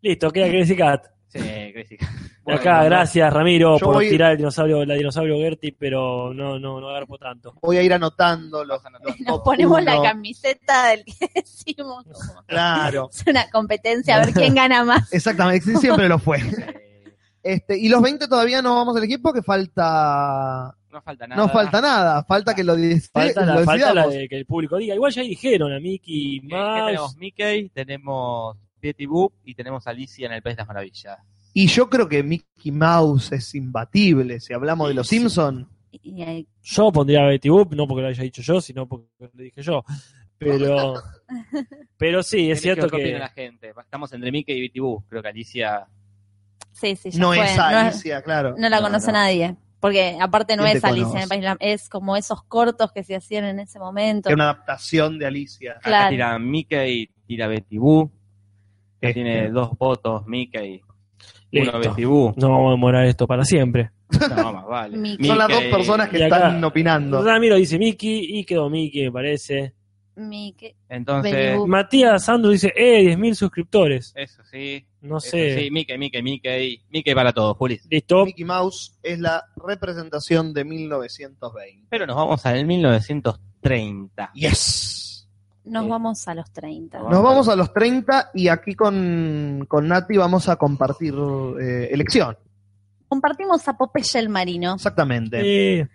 B: Listo, queda Crazy Cat.
G: Sí, Crazy
D: [LAUGHS]
G: Cat.
B: Acá, gracias Ramiro
A: Yo
B: por
A: voy-
B: tirar el dinosaurio, la dinosaurio Gertie, pero no, no, no agarpo tanto.
A: Voy a ir anotando los.
C: [LAUGHS] Nos
A: top
C: ponemos la
A: uno.
C: camiseta del [LAUGHS] que decimos. como,
A: Claro.
C: Es una competencia, a ver quién gana más.
A: Exactamente, sí, siempre lo
C: [LAUGHS]
A: fue.
G: Sí,
D: eh,
A: Este, y los 20 todavía no vamos al equipo que falta.
G: no falta nada.
A: No falta nada, falta que lo, dis-
B: Falta la,
A: lo
B: falta la
A: decidamos.
B: de que el público diga. Igual ya dijeron a Mickey,
G: Eh, ¿qué
B: Mouse.
G: tenemos Mickey, tenemos Betty Boop y tenemos Alicia en el País de las Maravillas.
A: Y yo creo que Mickey Mouse es imbatible. Si hablamos de los Simpsons,
C: Y ahí-
B: Yo pondría Betty Boop, no porque lo haya dicho yo, sino porque lo dije yo.
C: [LAUGHS]
B: Pero, pero sí, es cierto
D: ¿Qué opina
B: que.
D: la gente? Estamos entre Mickey y BTV. Creo que Alicia
C: sí, sí, ya
A: no
C: fue.
A: es
C: No,
A: Alicia, claro.
C: no la
D: No,
C: conoce
D: no.
C: nadie. Porque aparte no
A: ¿Quién
C: es
A: te
C: Alicia en
A: conoce?
C: el País de la- es como esos cortos que se hacían en ese momento.
A: Que es una adaptación de Alicia.
D: Acá
C: Claro.
D: tira Mickey, tira Betty Boo. Que
A: Este.
D: tiene dos votos, Mickey. Uno
B: Listo.
D: Betty Boo.
B: [LAUGHS] No vamos a demorar esto para siempre.
D: No, más vale.
C: Mickey.
A: Son las dos personas que
B: Y acá-
A: están opinando.
B: Ramiro dice Mickey y quedó Mickey, me parece.
C: Mi- que- Betty
D: Entonces,
C: Boo.
B: Matías Sandro dice, eh, 10.000 suscriptores.
D: eso sí.
B: No
D: eso
B: sé.
D: sí, Mickey, Mickey, Mickey. Mickey para todos, Juli.
B: Listo.
A: Mickey Mouse es la representación de 1920.
D: Pero nos vamos al 1930.
A: Yes.
C: Nos
D: Sí.
C: vamos a los 30.
D: No.
A: Nos vamos a los 30 y aquí con, con Nati vamos a compartir eh, elección.
C: Compartimos a Popeye el Marino.
A: Exactamente.
B: Eh,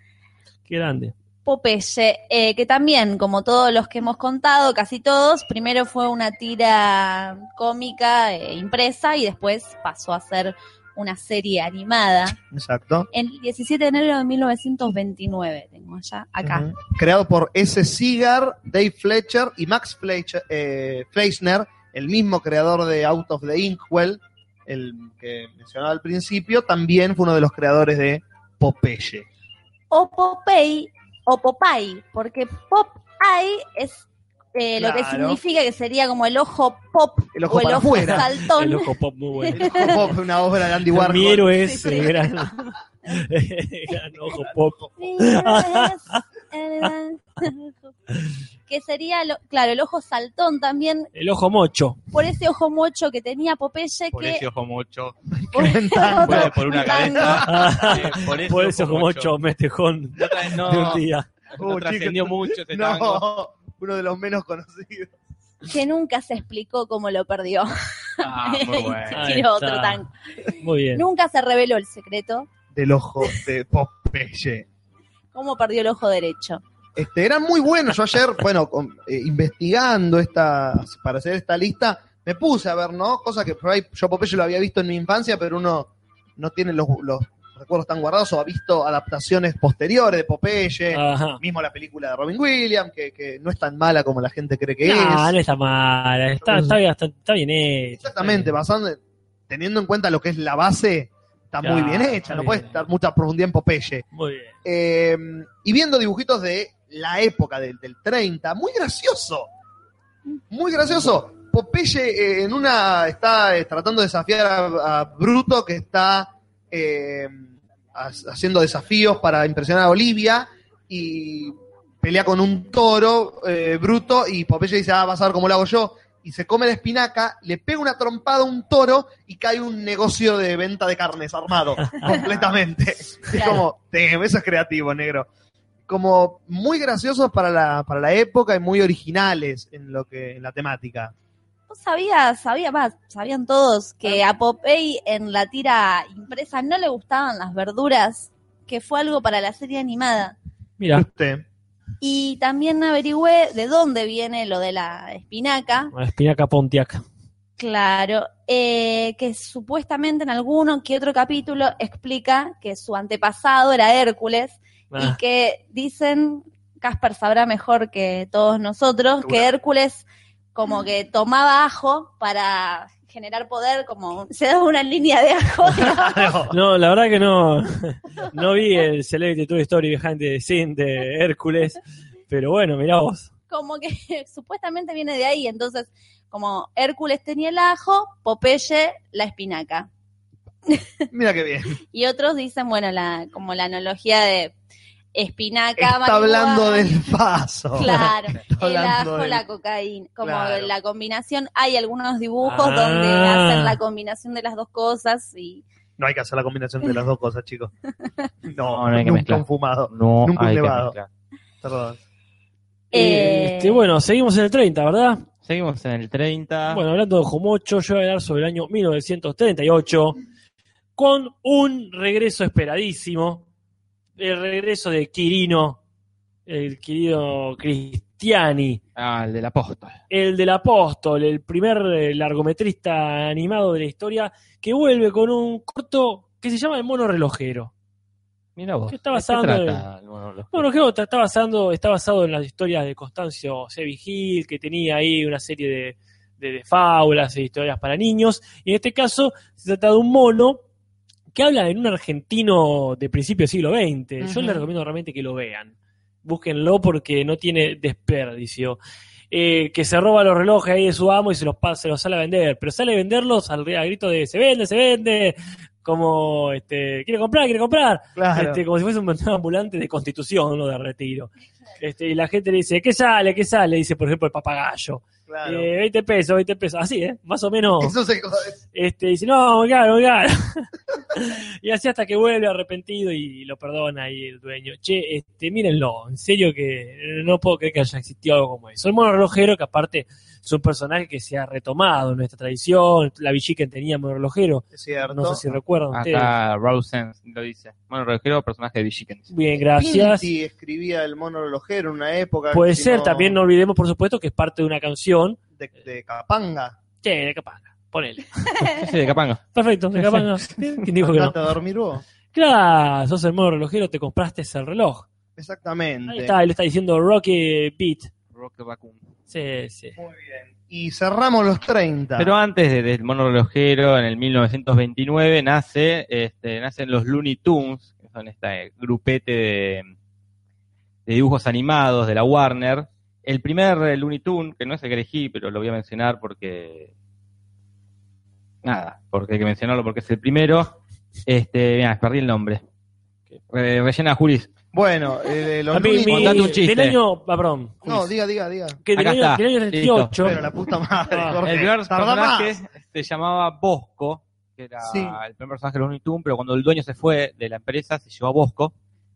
B: qué grande.
C: Popeye, eh, que también, como todos los que hemos contado, casi todos, primero fue una tira cómica eh, impresa y después pasó a ser una serie animada.
A: Exacto.
C: El 17 de enero de 1929, tengo ya acá.
A: Ujú. Creado por S. Seeger, Dave Fletcher y Max Fletcher, eh, Fleischner, el mismo creador de Out of the Inkwell, el que mencionaba al principio, también fue uno de los creadores de Popeye.
C: O Popeye, o Popeye, porque Popeye es eh, lo que
A: Claro.
C: significa que sería como el ojo pop
A: El ojo
C: o el
A: para
C: ojo
A: afuera.
B: El
C: saltón.
B: loco pop muy bueno.
A: El ojo pop es una obra de Andy [LAUGHS]
B: Mi
A: Warhol.
B: héroe es
C: Sí, sí.
B: el gran,
C: [LAUGHS]
B: [LAUGHS] gran ojo pop. [LAUGHS]
C: [LAUGHS] que sería, lo- claro, el ojo saltón también,
B: El ojo mocho.
C: por ese ojo mocho que tenía Popeye
D: Por
C: que
D: ese ojo mucho.
C: Otro
D: Por, por una
C: tango.
D: [LAUGHS] cabeza.
B: Ah,
D: eh, Por ese,
B: [LAUGHS] Por eso como ocho mestejón
D: No, tra-
B: [LAUGHS] de un
D: no,
B: día.
D: no
A: Oh,
D: trascendió mucho [LAUGHS]
A: [LAUGHS]
D: ese tango.
A: No, uno de los menos conocidos.
C: que nunca se explicó cómo lo perdió.
D: Ah,
C: [LAUGHS]
D: muy bueno.
B: Ahí
C: Tiró
B: está.
C: otro tango.
B: Muy bien.
C: Nunca se reveló el secreto,
A: Del ojo de Popeye.
C: cómo perdió el ojo derecho.
A: Este, eran muy buenos. Yo ayer, bueno, con- eh, investigando esta, para hacer esta lista, me puse a ver, ¿no? Cosa que por ahí yo Popeye lo había visto en mi infancia, pero uno no tiene los, los recuerdos tan guardados o ha visto adaptaciones posteriores de Popeye.
B: Ajá.
A: Mismo la película de Robin Williams, que, que no es tan mala como la gente cree que
B: No,
A: es.
B: no está mala. Está, está, bien- está- está bien hecho.
A: Exactamente, basando, en- teniendo en cuenta lo que es la base, está
B: Ya,
A: muy bien hecha,
B: está
A: no
B: bien.
A: puede estar mucha profundidad en Popeye.
B: Muy bien.
A: Eh, y viendo dibujitos de la época del, del 30, muy gracioso, muy gracioso. Popeye eh, en una está eh, tratando de desafiar a, a Bruto que está eh, ha- haciendo desafíos para impresionar a Olivia y pelea con un toro eh, bruto y Popeye dice, ah, vas a ver cómo lo hago yo. Y se come la espinaca, le pega una trompada a un toro y cae un negocio de venta de carnes armado
C: [LAUGHS]
A: completamente. Es
C: Claro.
A: como, "Damn, eso es creativo, negro. Como muy graciosos para la, para la época y muy originales en lo que en la temática.
C: No sabía, sabía más, sabían todos que
D: Ah.
C: a Popeye en la tira impresa no le gustaban las verduras, que fue algo para la serie animada.
B: Mira,
A: Este,
C: Y también averigüé de dónde viene lo de la espinaca.
B: la espinaca Pontiac.
C: Claro, eh, que supuestamente en alguno que otro capítulo explica que su antepasado era Hércules y
B: Ah,
C: que dicen, Casper sabrá mejor que todos nosotros, que Hércules como que tomaba ajo para generar poder, como se da una línea de ajo.
A: claro.
B: No, la verdad que no. [LAUGHS] No vi el Celebrity Tour Story behind the scene de Hércules. Pero bueno, mirá vos.
C: como que [LAUGHS] supuestamente viene de ahí. Entonces, como Hércules tenía el ajo, Popeye la espinaca.
A: Mira qué bien.
C: Y otros dicen, bueno, la, como la analogía de espinaca.
A: Está
C: marihuana,
A: hablando del paso.
C: [LAUGHS]
A: [LAUGHS]
C: Claro, el
A: hablando
C: ajo,
A: del-
C: la cocaína, como
A: Claro.
C: la combinación. Hay algunos dibujos
B: Ah.
C: donde hacen la combinación de las dos cosas y
A: No hay que hacer la combinación de las dos cosas, chicos. No,
D: No, no hay que
A: nunca
D: mezclar.
A: un fumado.
D: No,
A: Nunca un
D: hay que
A: elevado.
D: mezclar.
A: Perdón.
C: Eh.
B: Este, bueno, seguimos en el 30, ¿verdad?
D: Seguimos en el
A: Ah.
D: 30.
B: Bueno, hablando de ojo mocho, yo voy a hablar sobre el año 1938 con un regreso esperadísimo, el regreso de Quirino el querido Cristiani,
D: Ah, el del apóstol.
B: el del apóstol, el primer eh, largometrista animado de la historia, que vuelve con un corto que se llama El mono relojero.
D: Mira vos.
B: ¿Qué está
D: ¿De
B: basado
D: trata el mono relojero?
B: Bueno, creo que está basado, está basado en las historias de Constancio Sevigil, que tenía ahí una serie de, de- de fábulas e historias para niños. Y en este caso se trata de un mono que habla en un argentino de principio del siglo XX. Yo
A: Ujú.
B: les recomiendo realmente que lo vean. Búsquenlo porque no tiene desperdicio. Eh, que se roba los relojes ahí de su amo y se los, pa- se los sale a vender. Pero sale a venderlos al, al grito de se vende, se vende. Como, este, quiere comprar, quiere comprar.
A: Claro.
B: Este, como si fuese un vendedor ambulante de constitución o de retiro. Este, y la gente le dice, ¿qué sale? ¿Qué sale? Dice, por ejemplo, el papagayo.
A: claro.
B: Eh, 20 pesos, 20 pesos. Así, ¿eh? Más o menos.
A: Eso se-
B: Este, dice, no, oigan, oigan. [LAUGHS] y así hasta que vuelve arrepentido y lo perdona ahí el dueño. Che, este, mírenlo, en serio que no puedo creer que haya existido algo como eso. El mono relojero, que aparte es un personaje que se ha retomado en nuestra tradición, la Villiquen tenía mono relojero,
A: es cierto.
B: no eh. sé si recuerdan ustedes.
D: Acá Rosen Ah, lo dice. Mono relojero, personaje de
B: [LAUGHS]
D: Dickens.
B: Bien, gracias.
A: Pinti escribía el mono relojero en una época.
B: Puede
A: si
B: ser,
A: no,
B: también no olvidemos, por supuesto, que es parte de una canción.
A: De, de Capanga.
B: Che, de Capanga, ponele.
D: Sí, sí, de Capanga.
B: Perfecto, de Capanga. [LAUGHS] ¿Quién dijo que no?
A: Trata de dormir vos.
B: Claro, sos el modo relojero, te compraste ese reloj. Ahí
A: Exactamente.
B: está, él está diciendo Rocky Beat.
D: Rock Raccoon.
B: Sí, sí.
A: Muy bien. Y cerramos los 30.
D: Pero antes de- del mono relojero, en el 1929, nace, este, nacen los Looney Tunes, que son este grupete de, de dibujos animados de la Warner. El primer eh, Looney Tune, que no es el que elegí, pero lo voy a mencionar porque. Nada, porque hay que mencionarlo porque es el primero. Este, mirá, perdí el nombre. Eh, rellena Julis.
A: Bueno, eh, los
B: A mí,
A: Looney
B: mi-
A: Tunes-
D: contate un chiste.
B: del año, ah, perdón,
A: No, diga, diga, diga.
B: que del
D: Acá
B: año,
D: está,
B: del año
D: listo.
B: 38.
A: Pero la puta madre.
B: Ah,
A: Jorge.
D: El primer
A: Tarda más.
D: personaje se llamaba Bosco, que era
A: Sí.
D: el primer personaje de los Looney Tunes, pero cuando el dueño se fue de la empresa, se llevó a Bosco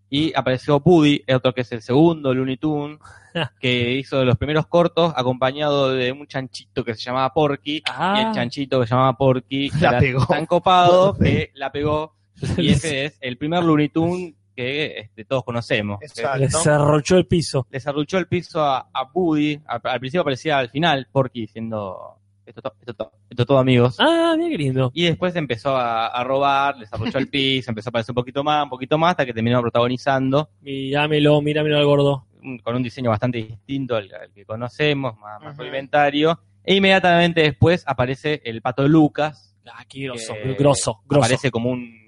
D: y apareció Buddy, otro que es el segundo Looney Tune,
A: [LAUGHS]
D: que hizo los primeros cortos acompañado de un chanchito que se llamaba Porky. Y
B: Ah, [LAUGHS]
D: el chanchito que se llamaba Porky
A: La
D: era
A: pegó. [LAUGHS]
D: tan copado que la pegó. Y ese es el primer Looney Tune que este, todos conocemos.
A: Exacto.
B: le cerrochó el piso.
D: Les arruchó el piso a, a Buddy. Al, al principio aparecía al final Porky diciendo: Esto es todo, esto es todo, esto es todo, amigos.
B: Ah, mira qué lindo.
D: Y después empezó a, a robar, les
B: [LAUGHS]
D: arruchó el piso, empezó a aparecer un poquito más, un poquito más, hasta que terminó protagonizando
B: Míramelo, míramelo al gordo.
D: un- con un diseño bastante distinto al, al que conocemos, más, más
A: Ajá.
D: rudimentario. E inmediatamente después aparece el pato Lucas,
B: Ah, qué grosso,
D: Eh,
B: grosso, grosso.
D: aparece como un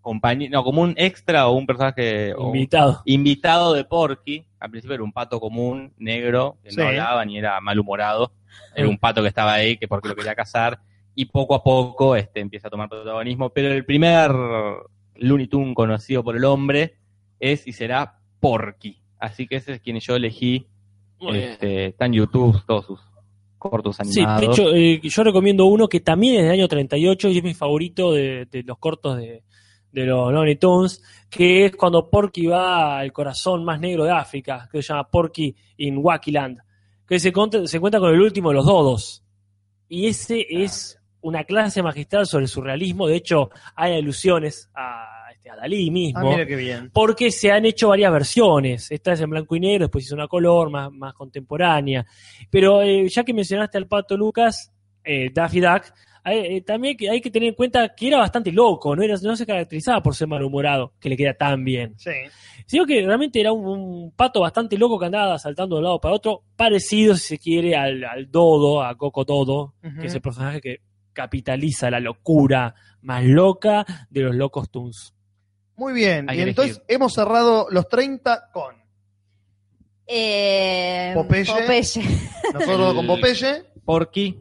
D: compañero, no, como un extra o un personaje o un
B: Invitado.
D: invitado de Porky. Al principio era un pato común, negro, que
A: Sí.
D: no hablaba ni era malhumorado. Era un pato que estaba ahí, que porque lo quería cazar. Y poco a poco este, empieza a tomar protagonismo. Pero el primer Looney Tunes conocido por el hombre es y será Porky. Así que ese es quien yo elegí.
B: Muy bien.
D: Este, está en YouTube todos sus cortos
B: Sí,
D: animados.
B: de hecho, eh, yo recomiendo uno que también es del año 38 y es mi favorito de, de los cortos de, de los Looney Tunes, que es cuando Porky va al corazón más negro de África, que se llama Porky in Wacky Land, que se, cont- se encuentra con el último de los dodos. Y ese es una clase magistral sobre el surrealismo, de hecho, hay alusiones a, este, a Dalí mismo
A: Ah, mira qué bien.
B: porque se han hecho varias versiones. Esta es en blanco y negro, después hizo una color más, más contemporánea. Pero eh, ya que mencionaste al Pato Lucas, eh, Daffy Duck, hay- eh, también que hay que tener en cuenta que era bastante loco, no, era, no se caracterizaba por ser malhumorado, que le queda tan bien.
A: Sí.
B: Sino que realmente era un, un pato bastante loco que andaba saltando de un lado para otro, parecido, si se quiere, al, al Dodo, a Coco Dodo,
A: Ujú.
B: que es el personaje que capitaliza la locura más loca de los locos Toons.
A: Muy bien.
D: Hay
A: Y
D: que
A: entonces
D: elegir.
A: hemos cerrado los 30 con
C: Eh,
A: Popeye. nosotros con Popeye.
D: Porky,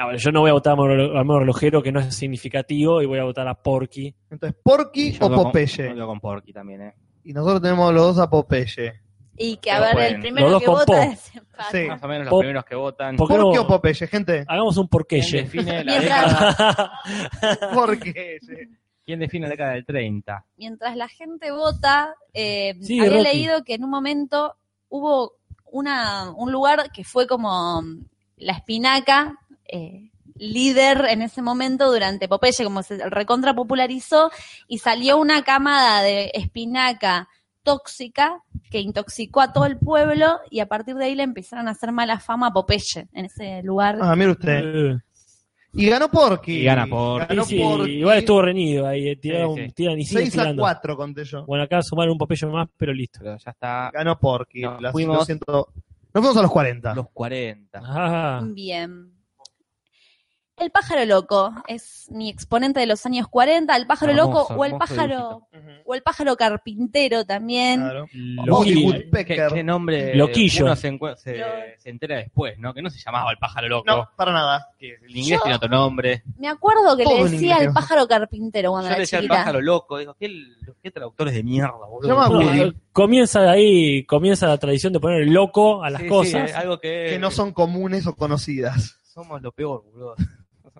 B: Ah, bueno, yo no voy a votar a Moro- a Moro Relojero, que no es significativo, y voy a votar a Porky.
A: Entonces, Porky
D: Yo
A: o
D: lo con-
A: Popeye.
D: yo lo con Porky también, ¿eh?
A: Y nosotros tenemos los dos a Popeye.
C: Y que a ver, el
D: Pero bueno,
B: los
C: primero
B: dos
C: que
B: con
C: vota
B: po.
C: es empate.
A: Sí.
D: Más o menos los
B: Por-
D: primeros que votan.
B: por-
A: ¿Porky
B: no?
A: o Popeye,
D: [LAUGHS]
A: gente?
B: Hagamos un
D: ¿Quién
B: porqueye.
D: define, la
C: Mientras-
D: década,
B: [LAUGHS]
A: Porque
D: ¿Quién define la década del 30?
C: Mientras la gente vota, eh,
B: Sí,
C: había
B: Rocky.
C: leído que en un momento hubo una, un lugar que fue como mm, la espinaca, eh, líder en ese momento durante Popeye, como se recontra popularizó, y salió una camada de espinaca tóxica que intoxicó a todo el pueblo y a partir de ahí le empezaron a hacer mala fama a Popeye en ese lugar.
A: Ah, mire usted.
B: Eh,
A: Y ganó Porky.
D: Y gana Porky.
A: Ganó
B: sí, sí,
A: Porky.
B: igual estuvo reñido ahí, eh, tiraron,
D: Sí, sí.
B: tiran y siguen
A: 6 a
B: tirando.
A: 4 conté yo.
B: Bueno, acá sumaron un papello más, pero listo.
D: Pero ya está
A: Ah, Ganó Porky.
D: Nos
A: Las-
D: fuimos.
A: lo siento. Nos fuimos a los 40.
D: los 40.
B: Ah, Ajá.
D: Ah.
C: Ah, Bien. El pájaro loco es mi exponente de los años 40, el pájaro
D: Hermoso,
C: loco o el
D: hermoso
C: pájaro
D: dibujito.
A: Ujú.
C: o el pájaro carpintero también.
A: Claro. Woody
B: Loquillo.
D: ¿Qué,
A: Woodpecker.
D: qué nombre
B: Loquillo.
D: uno se, encue- se-
C: Lo-
D: se entera después, ¿no? Que no se llamaba el pájaro loco.
A: No, para nada.
D: Que el inglés
C: Yo-
D: tiene otro nombre.
C: Me acuerdo que
A: Todo
C: le
A: en
C: decía
A: inglés.
C: el pájaro carpintero
D: Yo
C: cuando
D: le
C: era
D: decía el
C: chiquita.
D: pájaro loco. Digo, ¿qué, qué traductores de mierda, boludo?
A: Llama a
B: No,
A: Woody.
B: eh, comienza ahí, comienza la tradición de poner loco a las
D: Sí, eh, sí,
B: cosas.
D: es algo que,
A: Que no son comunes o conocidas.
D: Somos lo peor, boludo.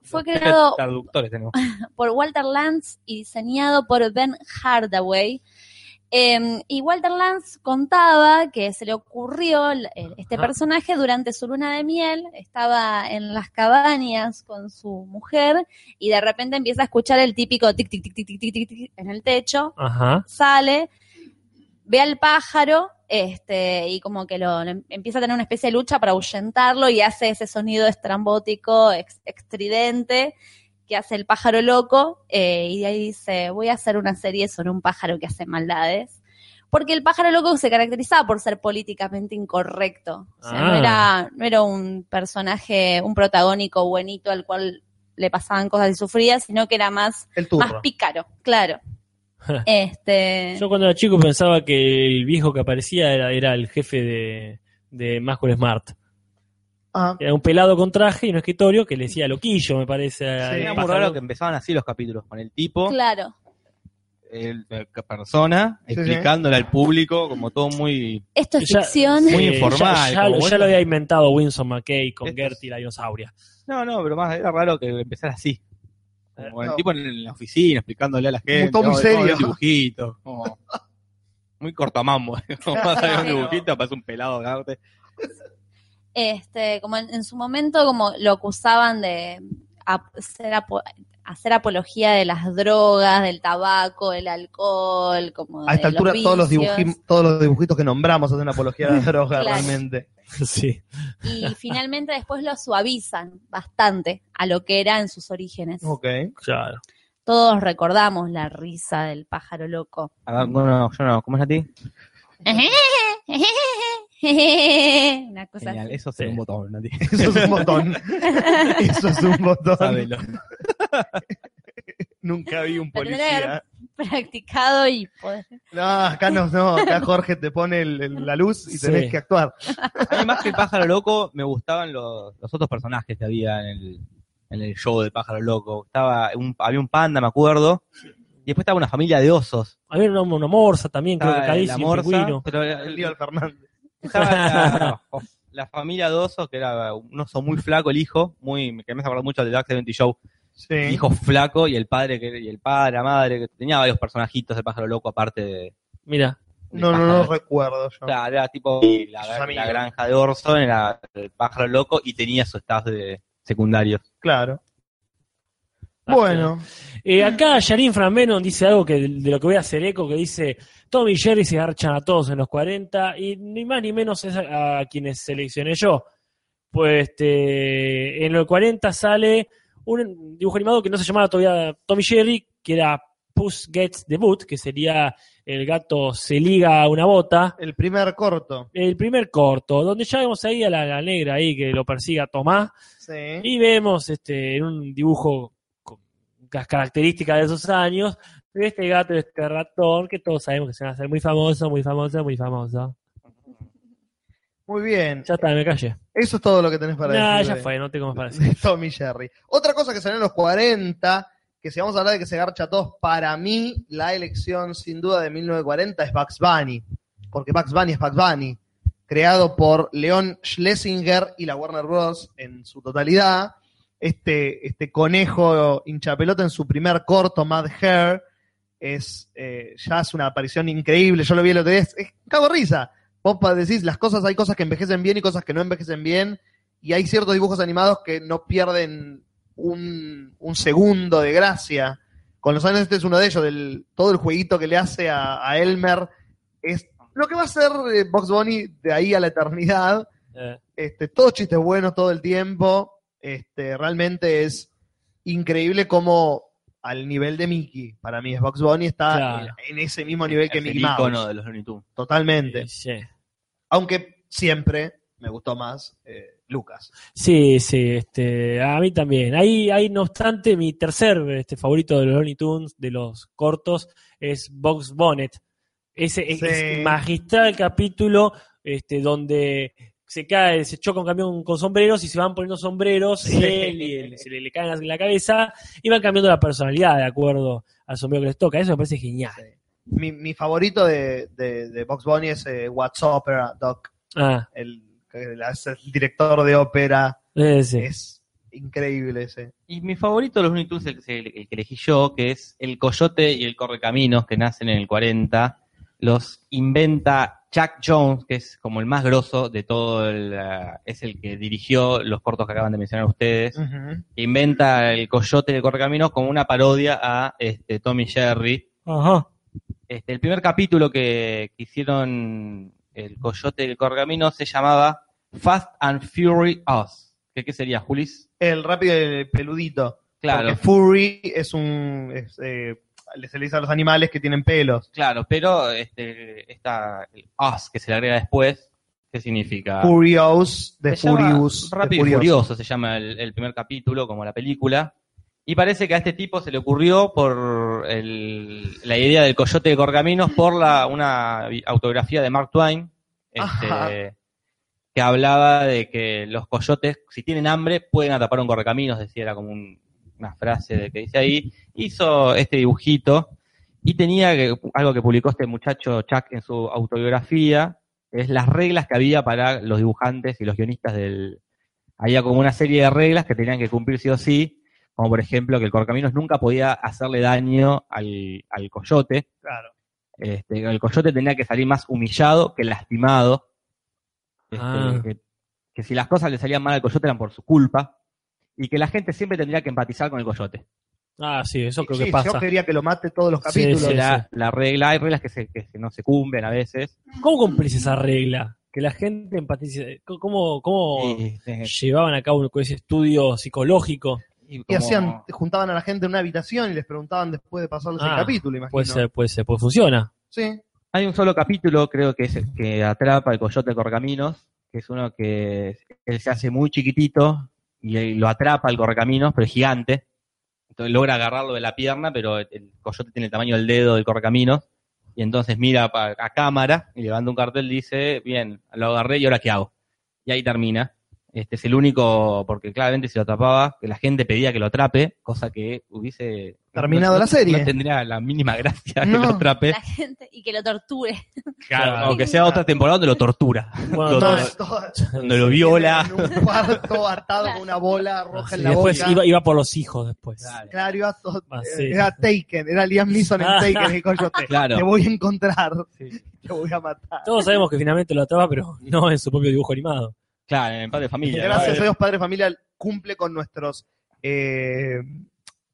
C: Fue
D: [LAUGHS] Los peores
C: creado-
D: Traductores tenemos.
C: por Walter Lantz y diseñado por Ben Hardaway. Eh, y Walter Lantz contaba que se le ocurrió el- el- este
B: Ajá.
C: personaje durante su luna de miel, estaba en las cabañas con su mujer y de repente empieza a escuchar el típico tic tic tic tic tic tic, tic, tic en el techo,
B: Ajá.
C: sale, ve al pájaro este, y como que lo, lo empieza a tener una especie de lucha para ahuyentarlo y hace ese sonido estrambótico, ex- estridente que hace el pájaro loco eh, y de ahí dice, voy a hacer una serie sobre un pájaro que hace maldades. Porque el pájaro loco se caracterizaba por ser políticamente incorrecto. O sea, no,
B: Ah.
C: era, no era un personaje, un protagónico buenito al cual le pasaban cosas y sufría, sino que era más
A: El
C: más
A: turro.
C: pícaro, claro. este.
B: Yo cuando era chico pensaba que el viejo que aparecía era, era el jefe de, de Masculine Smart.
A: Ah,
B: Era un pelado con traje y un escritorio que le decía loquillo, me parece. eh, al
A: Sí,
D: Era muy
B: pájaro.
D: raro que empezaban así los capítulos, con el tipo,
C: Claro.
D: el, la persona,
A: Sí, sí.
D: explicándole al público, como todo muy...
C: Esto es
B: Ya-
C: ficción.
D: Muy
B: Eh,
D: informal,
B: Ya, ya-
D: como
B: ya
D: bueno.
B: lo había inventado Winston McKay con
D: Esto
B: Gertie la
D: [LAUGHS]
B: dinosauria.
D: No, no, pero más era raro que empezara así. Como el
A: No.
D: tipo en, en la oficina, explicándole a la gente.
A: todo muy
D: "Oh, tengo
A: serio". [LAUGHS]
D: un dibujito, como muy cortamambo. [LAUGHS] Como vas a ver un dibujito, pasa un pelado de arte.
C: Este, como en, en su momento, como lo acusaban de ap- ser apo- hacer apología de las drogas, del tabaco, del alcohol, como de
A: a esta altura todos los,
C: vicios.
A: dibuji- todos los dibujitos que nombramos hacen apología a
C: [LAUGHS]
A: la droga
C: Claro.
A: realmente.
B: sí.
C: Y finalmente después lo suavizan bastante a lo que era en sus orígenes.
A: Ok. [LAUGHS]
B: Claro.
C: Todos recordamos la risa del pájaro
D: [LAUGHS]
C: loco. [LAUGHS]
D: Ah, No, no, yo no. ¿Cómo es a ti?
C: Una cosa
D: Genial,
C: así.
D: eso es un
B: Sí.
D: botón, [LAUGHS] Nati.
A: Eso es un
C: [LAUGHS]
A: botón. Eso es un botón.
D: Sábelo.
A: Nunca vi un
C: Pero tendría que haber
A: policía.
C: [LAUGHS] practicado y poder
A: No, acá no, no. Acá Jorge te pone el- el- la luz y
B: Sí.
A: tenés que actuar.
D: Además que el pájaro loco, me gustaban los, los otros personajes que había en el, en el show de pájaro loco. Estaba un, había un panda, me acuerdo. Y después estaba una familia de osos.
B: Había una, una morsa también, creo que
D: Estaba
B: caí
D: Ah, eh, la
B: sin
D: morsa,
B: pingüino.
D: pero
A: El
D: el-
A: lío del Fernández.
D: estaba
A: [LAUGHS]
D: la, la familia de osos, que era un oso muy flaco, el hijo, muy, que me hace acordar mucho del Dark 70 Show.
A: Sí.
D: El hijo flaco y el padre, que, y el padre, la madre, que tenía varios personajitos de pájaro loco aparte de... del
B: Mira,
A: No, no,
D: pájaro
A: no
D: loco.
A: recuerdo yo.
D: O sea, era tipo
A: Sus
D: la,
A: amigos.
D: la granja de Orson, era el pájaro loco y tenía su staff de secundarios.
A: Claro.
B: Ah,
A: Bueno,
B: Eh, acá Yarin Framenon dice algo que de lo que voy a hacer eco, que dice, Tommy y Jerry se garchan a todos en los 40 y ni más ni menos es a, a quienes seleccioné yo. Pues este, en los 40 sale un dibujo animado que no se llamaba todavía Tommy Jerry, que era Puss Gets the Boot, que sería el gato se liga a una bota.
A: el primer corto.
B: El primer corto, donde ya vemos ahí a la, la negra ahí que lo persiga Tomás.
A: Sí.
B: Y vemos este, en un dibujo con las características de esos años, de este gato y este ratón, que todos sabemos que se van a hacer muy famoso, muy famoso, muy famoso.
A: Muy bien.
B: Ya está, me callé.
A: Eso es todo lo que tenés para
B: Nah,
A: decir.
B: ya
A: de-
B: fue, no tengo
A: [LAUGHS]
B: más para decir.
A: de Tommy Jerry. Otra cosa que salió en los 40, que si vamos a hablar de que se garcha a todos, para mí la elección sin duda de 1940 es Bugs Bunny, porque Bugs Bunny es Bugs Bunny, creado por Leon Schlesinger y la Warner Bros. en su totalidad. Este, este conejo hinchapelota en su primer corto, Mad Hair, es, eh, ya es una aparición increíble, yo lo vi el otro día, es, es cago de risa. Vos pa- decís, las cosas, hay cosas que envejecen bien y cosas que no envejecen bien, y hay ciertos dibujos animados que no pierden un, un segundo de gracia. Con los años este es uno de ellos, del, todo el jueguito que le hace a, a Elmer es lo que va a ser eh, Box Bunny de ahí a la eternidad.
B: Eh,
A: Este, todos chistes buenos todo el tiempo. Este, realmente es increíble como al nivel de Mickey. Para mí, es Box Bunny está
B: Claro.
A: en en ese mismo nivel que
D: Es el
A: Mickey Mouse.
D: icono de los Looney Tunes.
A: Totalmente.
B: sí.
A: Aunque siempre me gustó más eh, Lucas.
B: Sí, sí, este, a mí también. Ahí, ahí, no obstante, mi tercer este, favorito de los Looney Tunes, de los cortos, es Box Bonnet. Ese es,
A: Sí.
B: es magistral capítulo este, donde se cae, se choca un camión con sombreros y se van poniendo sombreros,
A: Sí.
B: él y él, se le, le caen en la cabeza y van cambiando la personalidad de acuerdo al sombrero que les toca. Eso me parece genial.
A: Mi, mi favorito de, de, de Box Bunny es eh, What's Opera, Doc.
B: Ah,
A: El, el- el director de ópera.
B: ese.
A: Es increíble ese.
D: Y mi favorito de los Looney Tunes es el, que- el que elegí yo, que es el Coyote y el Correcaminos, que nacen en el 40. Los inventa Chuck Jones, que es como el más grosso de todo el... eh, es el que dirigió los cortos que acaban de mencionar ustedes. que Inventa el Coyote y el Correcaminos como una parodia a este, Tommy Jerry.
B: Ajá.
D: Este, el primer capítulo que, que hicieron el Coyote y el Correcaminos se llamaba Fast and Fury Us. ¿Qué, qué sería, Julis?
A: El rápido y el peludito.
D: Claro.
A: Porque furry es un. es, eh, se le dice a los animales que tienen pelos.
D: Claro, pero este, esta, el us que se le agrega después, ¿qué significa?
A: Furious de
D: Se llama
A: Furious. de
D: Rápido y
A: Furioso.
D: Furioso se llama el, el primer capítulo, como la película. Y parece que a este tipo se le ocurrió por el- la idea del coyote de Corcaminos por la, una bi- autografía de Mark Twain, este,
A: Ajá.
D: que hablaba de que los coyotes, si tienen hambre, pueden atrapar un correcaminos, decía, era como un- una frase de que dice ahí. Hizo este dibujito y tenía que- algo que publicó este muchacho Chuck en su autobiografía, es las reglas que había para los dibujantes y los guionistas del... Había como una serie de reglas que tenían que cumplir sí o sí, como por ejemplo que el correcaminos nunca podía hacerle daño al, al coyote.
A: Claro.
D: Este, el coyote tenía que salir más humillado que lastimado. Este,
B: Ah.
D: que, que si las cosas le salían mal al coyote eran por su culpa. Y que la gente siempre tendría que empatizar con el coyote.
B: Ah, sí, eso creo
A: Sí,
B: que
A: Yo
B: pasa.
A: quería que lo mate todos los
B: Sí,
A: capítulos.
B: sí.
D: La, la regla, hay reglas que, se- que se- no se cumplen a veces.
B: ¿Cómo cumplís esa regla? Que la gente empatice. ¿Cómo, cómo
D: Este,
B: llevaban a cabo ese estudio psicológico?
D: y
A: Y
D: como-
A: hacían, juntaban a la gente en una habitación y les preguntaban después de pasarles el
B: Ah,
A: capítulo, imagino.
B: Puede ser, puede ser, pues funciona.
A: Sí.
D: Hay un solo capítulo, creo que es el que atrapa el coyote Correcaminos, que es uno que él se hace muy chiquitito y él lo atrapa el Correcaminos, pero es gigante. Entonces logra agarrarlo de la pierna, pero el coyote tiene el tamaño del dedo del Correcaminos. Y entonces mira pa- a cámara y levanta un cartel dice, bien, lo agarré y ahora qué hago. Y ahí termina. Este es el único, porque claramente si lo atrapaba, que la gente pedía que lo atrape, cosa que hubiese...
A: Terminado la serie.
D: No tendría la mínima gracia que
A: No.
D: lo atrape.
C: La gente, y que lo torture.
D: Claro,
B: Claro.
D: aunque sea otra temporada donde lo tortura, [LAUGHS]
B: Bueno,
D: No,
B: todo-
A: Todas- todas-
D: donde lo viola.
A: En un cuarto atado con una bola
B: no
A: roja
B: sé,
A: en la
B: después
A: boca.
B: iba, iba por los hijos después.
A: Claro, iba todo-
B: Ah, sí.
A: era Taken, era Liam Neeson en Taken y Coyote.
D: [LAUGHS] Claro.
A: Te voy a encontrar,
D: Sí.
A: [LAUGHS] te voy a matar.
B: Todos sabemos que finalmente lo atrapa, pero [LAUGHS] no en su propio dibujo animado.
D: Claro, en el padre de familia.
A: Gracias
D: ¿no?
A: a Dios, Padre Familia cumple con nuestros eh,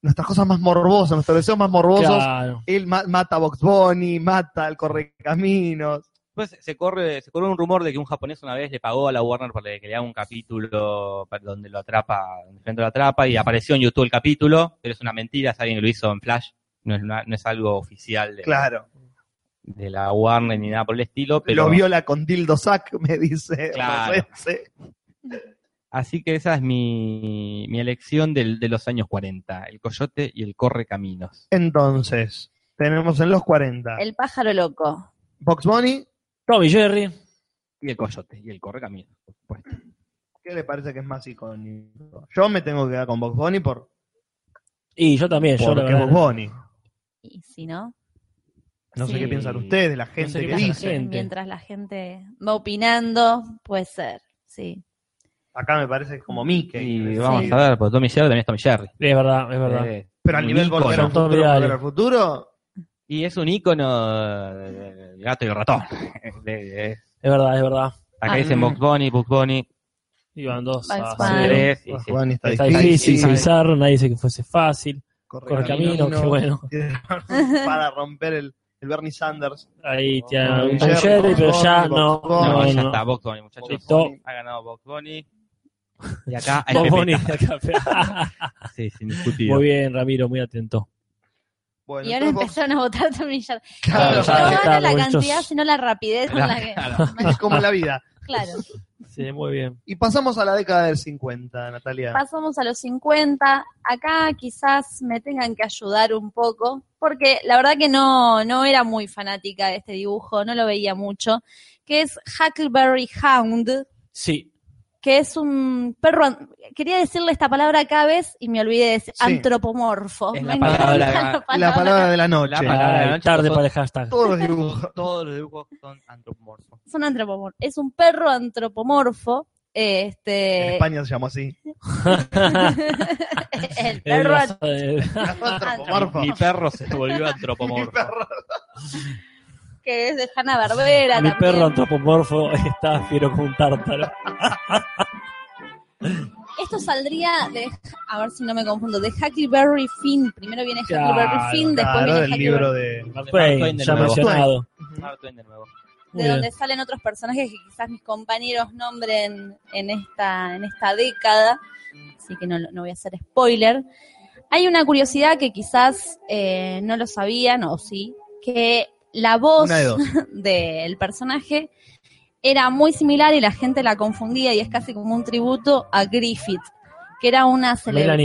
A: nuestras cosas más morbosas, nuestros deseos más morbosos.
B: Claro.
A: Él ma- mata a Box Bunny, mata al Correcaminos.
D: Después se corre, se corre un rumor de que un japonés una vez le pagó a la Warner para que le haga un capítulo para- donde lo atrapa, donde Fento lo atrapa, y apareció en YouTube el capítulo, pero es una mentira, es alguien que lo hizo en Flash, no es, una- no es algo oficial de,
A: Claro.
D: de la Warner ni nada por el estilo, pero
A: Lo viola con Dildo Sack, me dice.
D: Claro.
A: Rosence.
D: así que esa es mi, mi elección del- de los años 40, el coyote y el corre caminos.
A: [LAUGHS] Entonces, tenemos en los 40
C: Ah. El pájaro loco.
A: Box Bunny.
B: Tommy Jerry.
D: Y el coyote, y el corre caminos, por supuesto.
A: ¿Qué le parece que es más icónico? Yo me tengo que quedar con Box Bunny por,
B: Y yo también. Yo, la
A: porque
B: verdad,
A: Box Bunny.
C: Y si no,
A: No sé
B: Sí.
A: qué piensan ustedes, la
B: sé
A: gente que
B: qué piensa la
A: dice.
B: Gente.
C: mientras la gente va opinando, puede ser. Sí.
A: Acá me parece como Mickey.
D: Y
A: Sí.
D: vamos
C: Sí.
D: a ver, pues Tommy Jerry también es Tommy Jerry.
B: es verdad, es verdad.
D: Eh,
A: Pero al
D: un
A: nivel volver al
D: ícono.
A: futuro,
B: Real.
A: volver al futuro,
D: Y es un ícono del gato y el ratón. [LAUGHS] De- de-
B: Es verdad, es verdad.
D: acá
C: Ah.
D: dicen Box Bunny, Box Bunny,
B: Iban dos
C: Bugs
B: a
C: Bunny.
B: cero.
D: tres. y
A: Box
D: sí.
A: Bunny está,
B: Está
A: difícil.
B: difícil, bizarro, nadie dice que fuese fácil.
A: Corre [LAUGHS]
B: Corre camino,
A: camino,
B: qué bueno.
A: para romper el, el Bernie Sanders.
B: Ahí tiene
A: Ah,
B: un
A: Jerry,
B: Jerry, pero
A: Box
B: ya
A: Bunny,
B: no.
A: Box Bunny.
B: no,
D: ya
B: no.
D: está, Box Bunny, muchachos.
A: Box
B: Listo.
A: Bunny.
D: Ha ganado Box
B: [LAUGHS]
D: Bunny. Y acá al
B: Box
D: Pepe.
B: Bunny, acá. Ah,
D: Ah, Sí, sin discutir.
B: Muy bien, Ramiro, muy atento.
A: Bueno,
C: Y ahora
A: entonces vos-
C: empezaron a votar también ya.
A: Claro,
C: Eh,
A: ya
C: no
B: está,
C: gana la
B: muchachos.
C: cantidad, sino la rapidez con la que.
A: es como la vida.
C: Claro.
B: Sí, muy bien.
A: Y pasamos a la década del 50, Natalia.
C: Pasamos a los 50. Acá quizás me tengan que ayudar un poco, porque la verdad que no, no era muy fanática de este dibujo, no lo veía mucho, que es Huckleberry Hound,
B: Sí,
C: que es un perro, an- quería decirle esta palabra cada vez y me olvidé de decir,
A: Sí.
C: antropomorfo.
D: Es
C: Me
D: la
C: encanta
D: palabra-
A: La palabra de la noche.
D: La palabra de la
B: Ay,
D: noche,
B: tarde
D: nosotros-
B: para el hashtag.
A: Todos los
C: Eh,
A: dibujos.
D: Todos los dibujos son antropomorfos.
C: Es un antropomorfo, es un perro antropomorfo.
A: En
C: Este,
A: España se llamó así.
C: [LAUGHS] el
B: El
C: perro
B: brazo de- [LAUGHS]
C: Ah,
A: Antropomorfo.
D: Mi perro se volvió antropomorfo.
C: que es de Hanna Barbera.
B: Mi perro antropomorfo [LAUGHS] está fiero como un tártaro.
C: Esto saldría de, a ver si no me confundo, de Huckleberry Finn. Primero viene
B: Claro,
C: Huckleberry Finn, después
A: Claro,
C: viene
A: del
C: Huckleberry
A: libro de.
D: Mark
B: Twain,
D: Twain de
B: Pues, ya
D: nuevo.
B: mencionado.
D: Mark Twain de nuevo.
B: Muy
C: de
B: bien.
C: donde salen otros personajes que quizás mis compañeros nombren en esta, en esta década, así que no, lo- no voy a hacer spoiler. Hay una curiosidad que quizás eh, no lo sabían, o sí, que la voz
A: Una de dos.
C: [LAUGHS] del personaje era muy similar y la gente la confundía y es casi como un tributo a Griffith, que era una celebridad.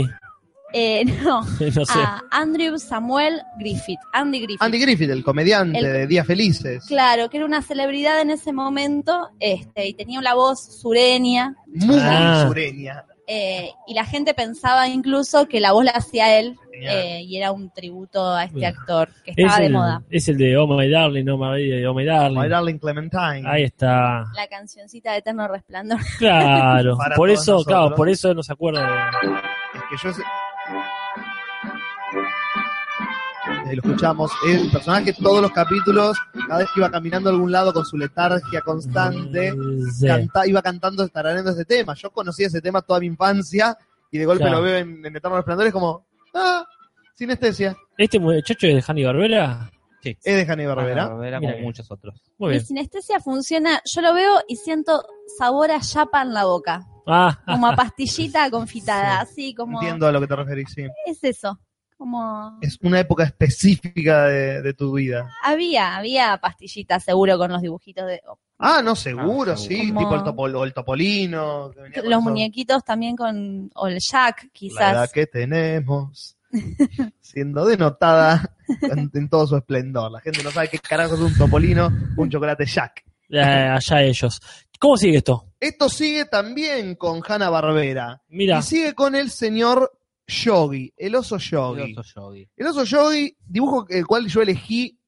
B: Melanie,
C: [LAUGHS] no,
B: [LAUGHS] no sé.
C: a Andrew Samuel Griffith, Andy Griffith.
A: Andy Griffith, el comediante
C: El-
A: de Días Felices.
C: Claro, que era una celebridad en ese momento, este, y tenía una voz sureña,
A: Muy
B: Ah.
A: sureña.
C: eh, y la gente pensaba incluso que la voz la hacía él,
A: Genial.
C: eh, y era un tributo a este
B: Bien.
C: actor que
B: Es
C: estaba de
B: el,
C: moda.
B: es el de Oh My Darling, Oh My, oh my Darling.
A: My Darling Clementine.
B: Ahí está.
C: La cancioncita de Eterno Resplandor.
B: Claro.
A: Para
B: por
A: todos
B: eso,
A: nosotros.
B: claro, por eso no se acuerda de...
A: Es que yo sé- Eh, lo escuchamos. Es un personaje todos los capítulos, cada vez que iba caminando a algún lado con su letargia constante,
B: Mm, Sí.
A: canta- iba cantando, tarareando ese tema. Yo conocí ese tema toda mi infancia y de golpe
B: Claro.
A: lo veo en, en Eterno Resplandor y es como, ah, sinestesia.
B: ¿Este muchacho es de Hanny Barbera?
D: Sí.
A: Es de Hanna Barbera.
D: Barbera
B: Mira
D: como
B: que-
D: muchos otros.
B: Muy
C: Mi
B: bien.
C: sinestesia funciona, yo lo veo y siento sabor a yapa en la boca,
B: Ah,
C: como a pastillita confitada, así como...
A: Entiendo a lo que te referís, sí.
C: Es eso, como...
A: Es una época específica de, de tu vida.
C: Había, había pastillitas seguro con los dibujitos de...
A: Ah, no, seguro,
D: Ah, seguro.
A: sí.
C: Como-
A: Tipo el, topol- o el topolino. que venía con
C: los
A: esos-
C: muñequitos también con o el Jack
A: La edad
C: quizás
A: que tenemos, siendo
C: [LAUGHS]
A: denotada en, en todo su esplendor. La gente no sabe qué carajo es un topolino, un chocolate Jack.
B: eh, allá ellos. ¿Cómo sigue esto?
A: Esto sigue también con Hanna Barbera.
B: Mira,
A: Y sigue con el señor Yogi, el oso Yogi.
D: El oso Yogi.
A: El oso Yogi, dibujo el cual yo elegí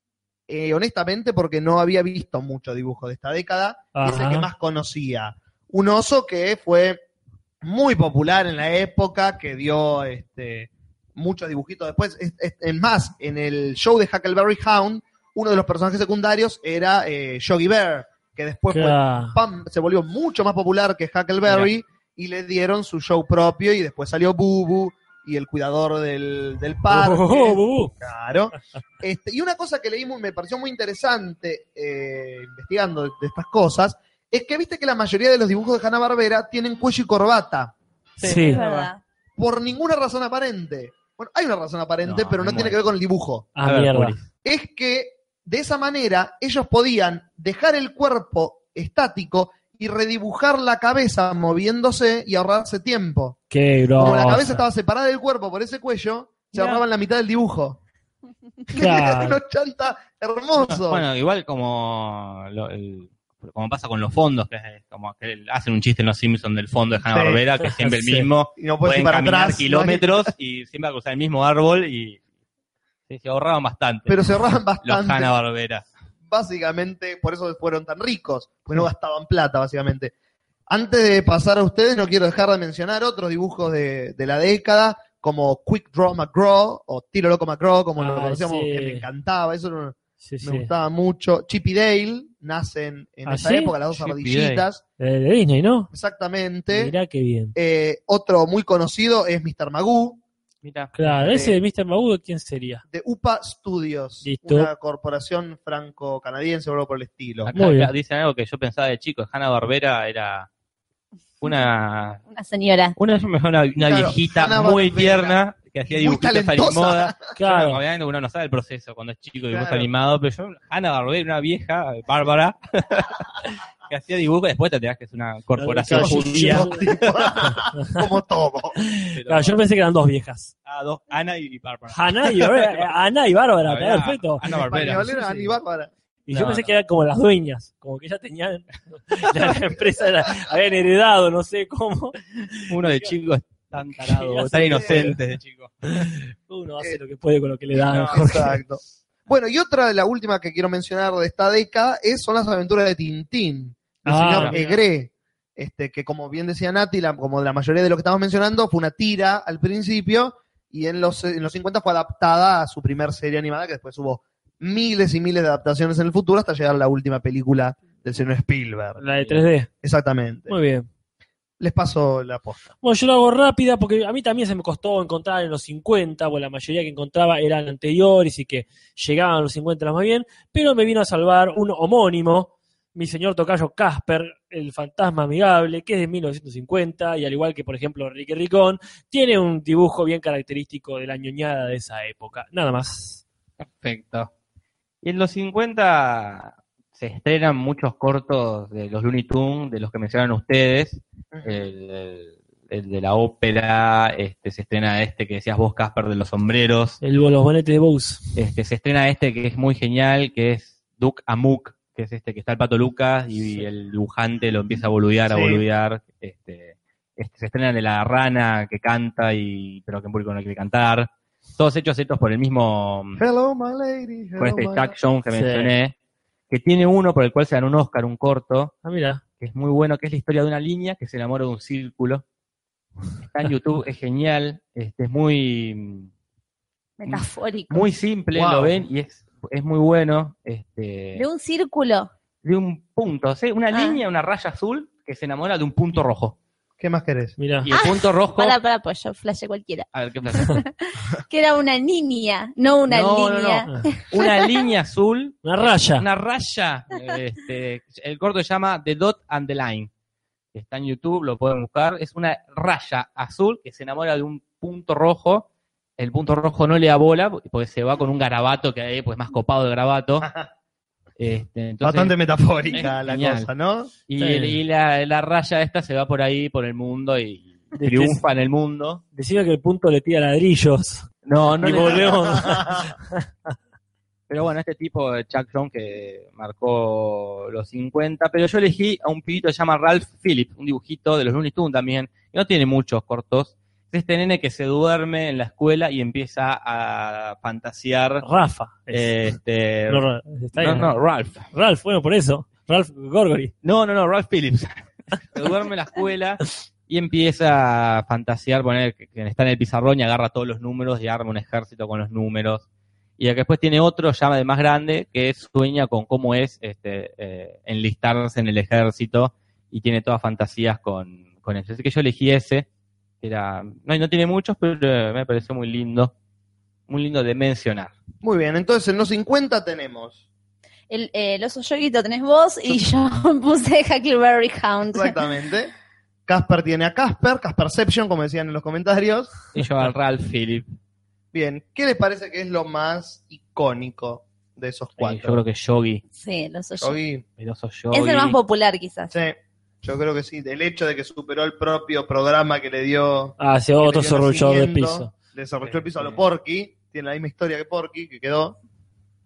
A: eh, honestamente porque no había visto mucho dibujo de esta década. y es el
B: Ajá.
A: que más conocía. Un oso que fue muy popular en la época, que dio este, muchos dibujitos después. Es, es- es más, en el show de Huckleberry Hound, uno de los personajes secundarios era eh, Yogi Bear, que después fue
B: claro.
A: pam, se volvió mucho más popular que Huckleberry y le dieron su show propio y después salió Bubu y el cuidador del, del
B: [LAUGHS]
A: parque.
B: Oh, oh, oh, oh.
A: Claro. Este, y una cosa que leí muy- me pareció muy interesante eh, investigando de, de estas cosas es que viste que la mayoría de los dibujos de Hanna-Barbera tienen cuello y corbata
B: Sí.
C: es verdad
A: por ninguna razón aparente. Bueno, hay una razón aparente,
D: No,
A: pero no
D: me
A: tiene
D: muero.
A: que ver con el dibujo.
B: Ah,
D: A ver,
B: mierda.
D: Juli.
A: Es que de esa manera ellos podían dejar el cuerpo estático y redibujar la cabeza moviéndose y ahorrarse tiempo.
B: Qué
A: Como la
B: grosa.
A: cabeza estaba separada del cuerpo por ese cuello, se
B: Mirá.
A: ahorraban la mitad del dibujo. [LAUGHS]
B: Claro.
A: Unos chanta hermosos.
D: Bueno, igual como lo- el- como pasa con los fondos, que es eh, como que el- hacen un chiste en los Simpsons del fondo de Hanna
A: [LAUGHS]
D: Barbera, que es siempre
B: Sí.
D: el mismo.
A: y no puedes ir
D: Pueden
A: para
D: caminar
A: atrás.
D: kilómetros y siempre cruzar el mismo árbol y sí, se ahorraban bastante
A: Pero se ahorraban
D: [LAUGHS] los
A: bastante.
D: Hanna Barbera.
A: Básicamente, por eso fueron tan ricos, porque
B: Mm.
A: no gastaban plata, básicamente. Antes de pasar a ustedes, no quiero dejar de mencionar otros dibujos de, de la década, como Quick Draw McGraw o Tiro Loco McGraw, como lo
B: Ah,
A: conocíamos,
B: sí.
A: que me encantaba, eso no-
B: Sí, sí.
A: me gustaba mucho. Chippy Dale nacen en
B: ¿Ah,
A: esa
B: sí?
A: época, las dos
D: Chip y
A: ardillitas,
B: Eh, de Disney, ¿no?
A: exactamente.
B: Mirá qué bien.
A: Eh, otro muy conocido es Mr. Magoo,
D: Mira,
B: Claro,
A: Eh,
B: ese de Mr. Magoo, ¿quién sería?
A: de UPA Studios,
B: Listo.
A: una corporación franco-canadiense o algo por el estilo.
D: acá,
B: Muy bien.
D: acá dicen algo que yo pensaba de chico. Hanna Barbera era una
C: Una
D: [LAUGHS]
C: señora.
D: Una vez me fue una, una
A: Claro,
D: viejita
A: Hanna
D: muy
A: Barbera.
D: tierna que hacía
A: Muy
D: dibujitos a la
A: talentosa.
D: moda. Claro,
B: Claro,
D: obviamente uno no sabe el proceso cuando es chico y dibujo
A: Claro.
D: animado, pero yo, Ana Barbera, una vieja, eh, [LAUGHS] Bárbara, que hacía dibujos, después te enterás que es una corporación
B: Claro, yo-
D: judía.
B: yo-
A: Como todo.
D: pero-
B: claro, yo pensé que eran dos viejas.
D: Ah, dos, Ana y y Bárbara.
B: Ana y, Ana y Bárbara,
D: Bárbara,
B: perfecto.
D: Ana Barbera.
A: Españolera, Ani Bárbara.
B: Y
D: No,
B: yo pensé
D: no.
B: que eran como las dueñas, como que ya tenían [LAUGHS] la, la empresa, la- habían heredado, no sé cómo.
D: Uno de chicos tan tarado,
B: hace
D: tan
B: que-
D: inocente de chico.
B: Uno
A: Eh,
B: hace lo que puede con lo que le dan.
D: No,
B: Jorge.
A: Exacto. Bueno, y otra, la última que quiero mencionar de esta década, es, son las aventuras de Tintín, del
B: Ah,
A: señor
B: mira.
A: Egre, este, que como bien decía Nati, la- como la mayoría de lo que estamos mencionando, fue una tira al principio y en los, en los 50 fue adaptada a su primer serie animada, que después hubo miles y miles de adaptaciones en el futuro hasta llegar a la última película del señor Spielberg.
B: La de 3D.
A: Exactamente.
B: Muy bien.
A: Les paso la posta.
B: Bueno, yo lo hago rápida porque a mí también se me costó encontrar en los 50, pues la mayoría que encontraba eran anteriores y que llegaban a los 50 las más bien, pero me vino a salvar un homónimo, mi señor tocayo Casper, el fantasma amigable, que es de 1950 y al igual que por ejemplo Enrique Ricón, tiene un dibujo bien característico de la ñoñada de esa época. Nada más.
D: Perfecto. Y en los 50 se estrenan muchos cortos de los Looney Tunes, de los que mencionaron ustedes. El, el- el de la ópera, este se estrena este que decías vos, Casper, de los sombreros.
B: El, los bonetes de Bose.
D: Este, se estrena este que es muy genial, que es Duke Amuk, que es este que está el pato Lucas y
B: Sí.
D: el dibujante lo empieza a boludear, a
A: Sí.
D: boludear. Este, este, se estrena el de la rana que canta, y pero que en público no quiere cantar. Todos hechos hechos por el mismo
A: Hello, my lady. hello,
D: con este
A: my-
D: Jack Jones que
B: Sí.
D: mencioné, que tiene uno por el cual se ganó un Oscar, un corto,
B: Ah, mira.
D: que es muy bueno, que es la historia de una línea que se enamora de un círculo. Está en YouTube, es genial, este, es muy,
C: Metafórico.
D: muy simple,
A: Wow.
D: lo ven y es, es muy bueno. Este,
C: De un círculo.
D: de un punto, ¿sí? una
C: Ah.
D: línea, una raya azul que se enamora de un punto rojo.
A: ¿Qué más querés?
B: Mira.
D: Y el punto rojo.
C: Ah. Para, para, pues yo flashé cualquiera.
D: A ver, ¿qué pasa?
C: Que era una niña, no una
D: No, no,
C: línea.
B: no.
C: [LAUGHS]
D: Una línea azul
B: Una raya.
D: Una raya. Este, el corto se llama The Dot and the Line. Está en YouTube, lo pueden buscar. Es una raya azul que se enamora de un punto rojo. El punto rojo no le da bola porque se va con un garabato que hay, pues más copado de
B: [LAUGHS]
D: garabato. Este, entonces,
A: Bastante metafórica
D: es
A: la
D: genial.
A: cosa, ¿no?
D: Y, y la, la raya esta se va por ahí, por el mundo y
B: Este-
D: triunfa en el mundo.
B: Decime que el punto le tira ladrillos.
D: No, no
B: y
D: le- [LAUGHS]
B: volvemos.
D: Pero bueno, este tipo de Chuck Jones que marcó los 50. Pero yo elegí a un pibito que se llama Ralph Phillips, un dibujito de los Looney Tunes también, que no tiene muchos cortos. Es este nene que se duerme en la escuela y empieza a fantasear.
B: Rafa. es.
D: Este,
B: No,
D: no,
B: Ra- está
D: no,
B: bien.
D: Ralph.
B: Ralph, bueno, por eso. Ralph Gorgory.
D: No, no, no, Ralph Phillips. [LAUGHS] Se duerme en la escuela y empieza a fantasear, poner que que está en el pizarrón y agarra todos los números y arma un ejército con los números. Y acá después tiene otro, llama de más grande, que sueña con cómo es este, eh, enlistarse en el ejército y tiene todas fantasías con, con eso. Así que yo elegí ese, que era, no, no tiene muchos, pero eh, me pareció muy lindo, muy lindo de mencionar.
A: Muy bien, entonces en los 50 tenemos.
C: El, eh, el oso yoguito tenés vos y yo [LAUGHS] puse Huckleberry Hound.
A: Exactamente. Casper tiene a Casper, Casperception, como decían en los comentarios.
D: Y yo al Ralph [LAUGHS] Phillips.
A: Bien, ¿qué les parece que es lo más icónico de esos
D: Yo
A: cuatro?
D: creo que Yogi,
C: [LAUGHS] Sí, el oso yogi.
A: Yogi,
D: el oso Yogi.
C: Es el más popular quizás.
A: sí, yo creo que sí. El hecho de que superó el propio programa que le dio.
B: Ah, sí,
A: que le
B: otro
A: dio
B: sorrullador de
A: nacimiento,
B: piso.
A: Le sorrulló el piso a lo
D: Sí.
A: Porky. Tiene la misma historia que Porky, que quedó.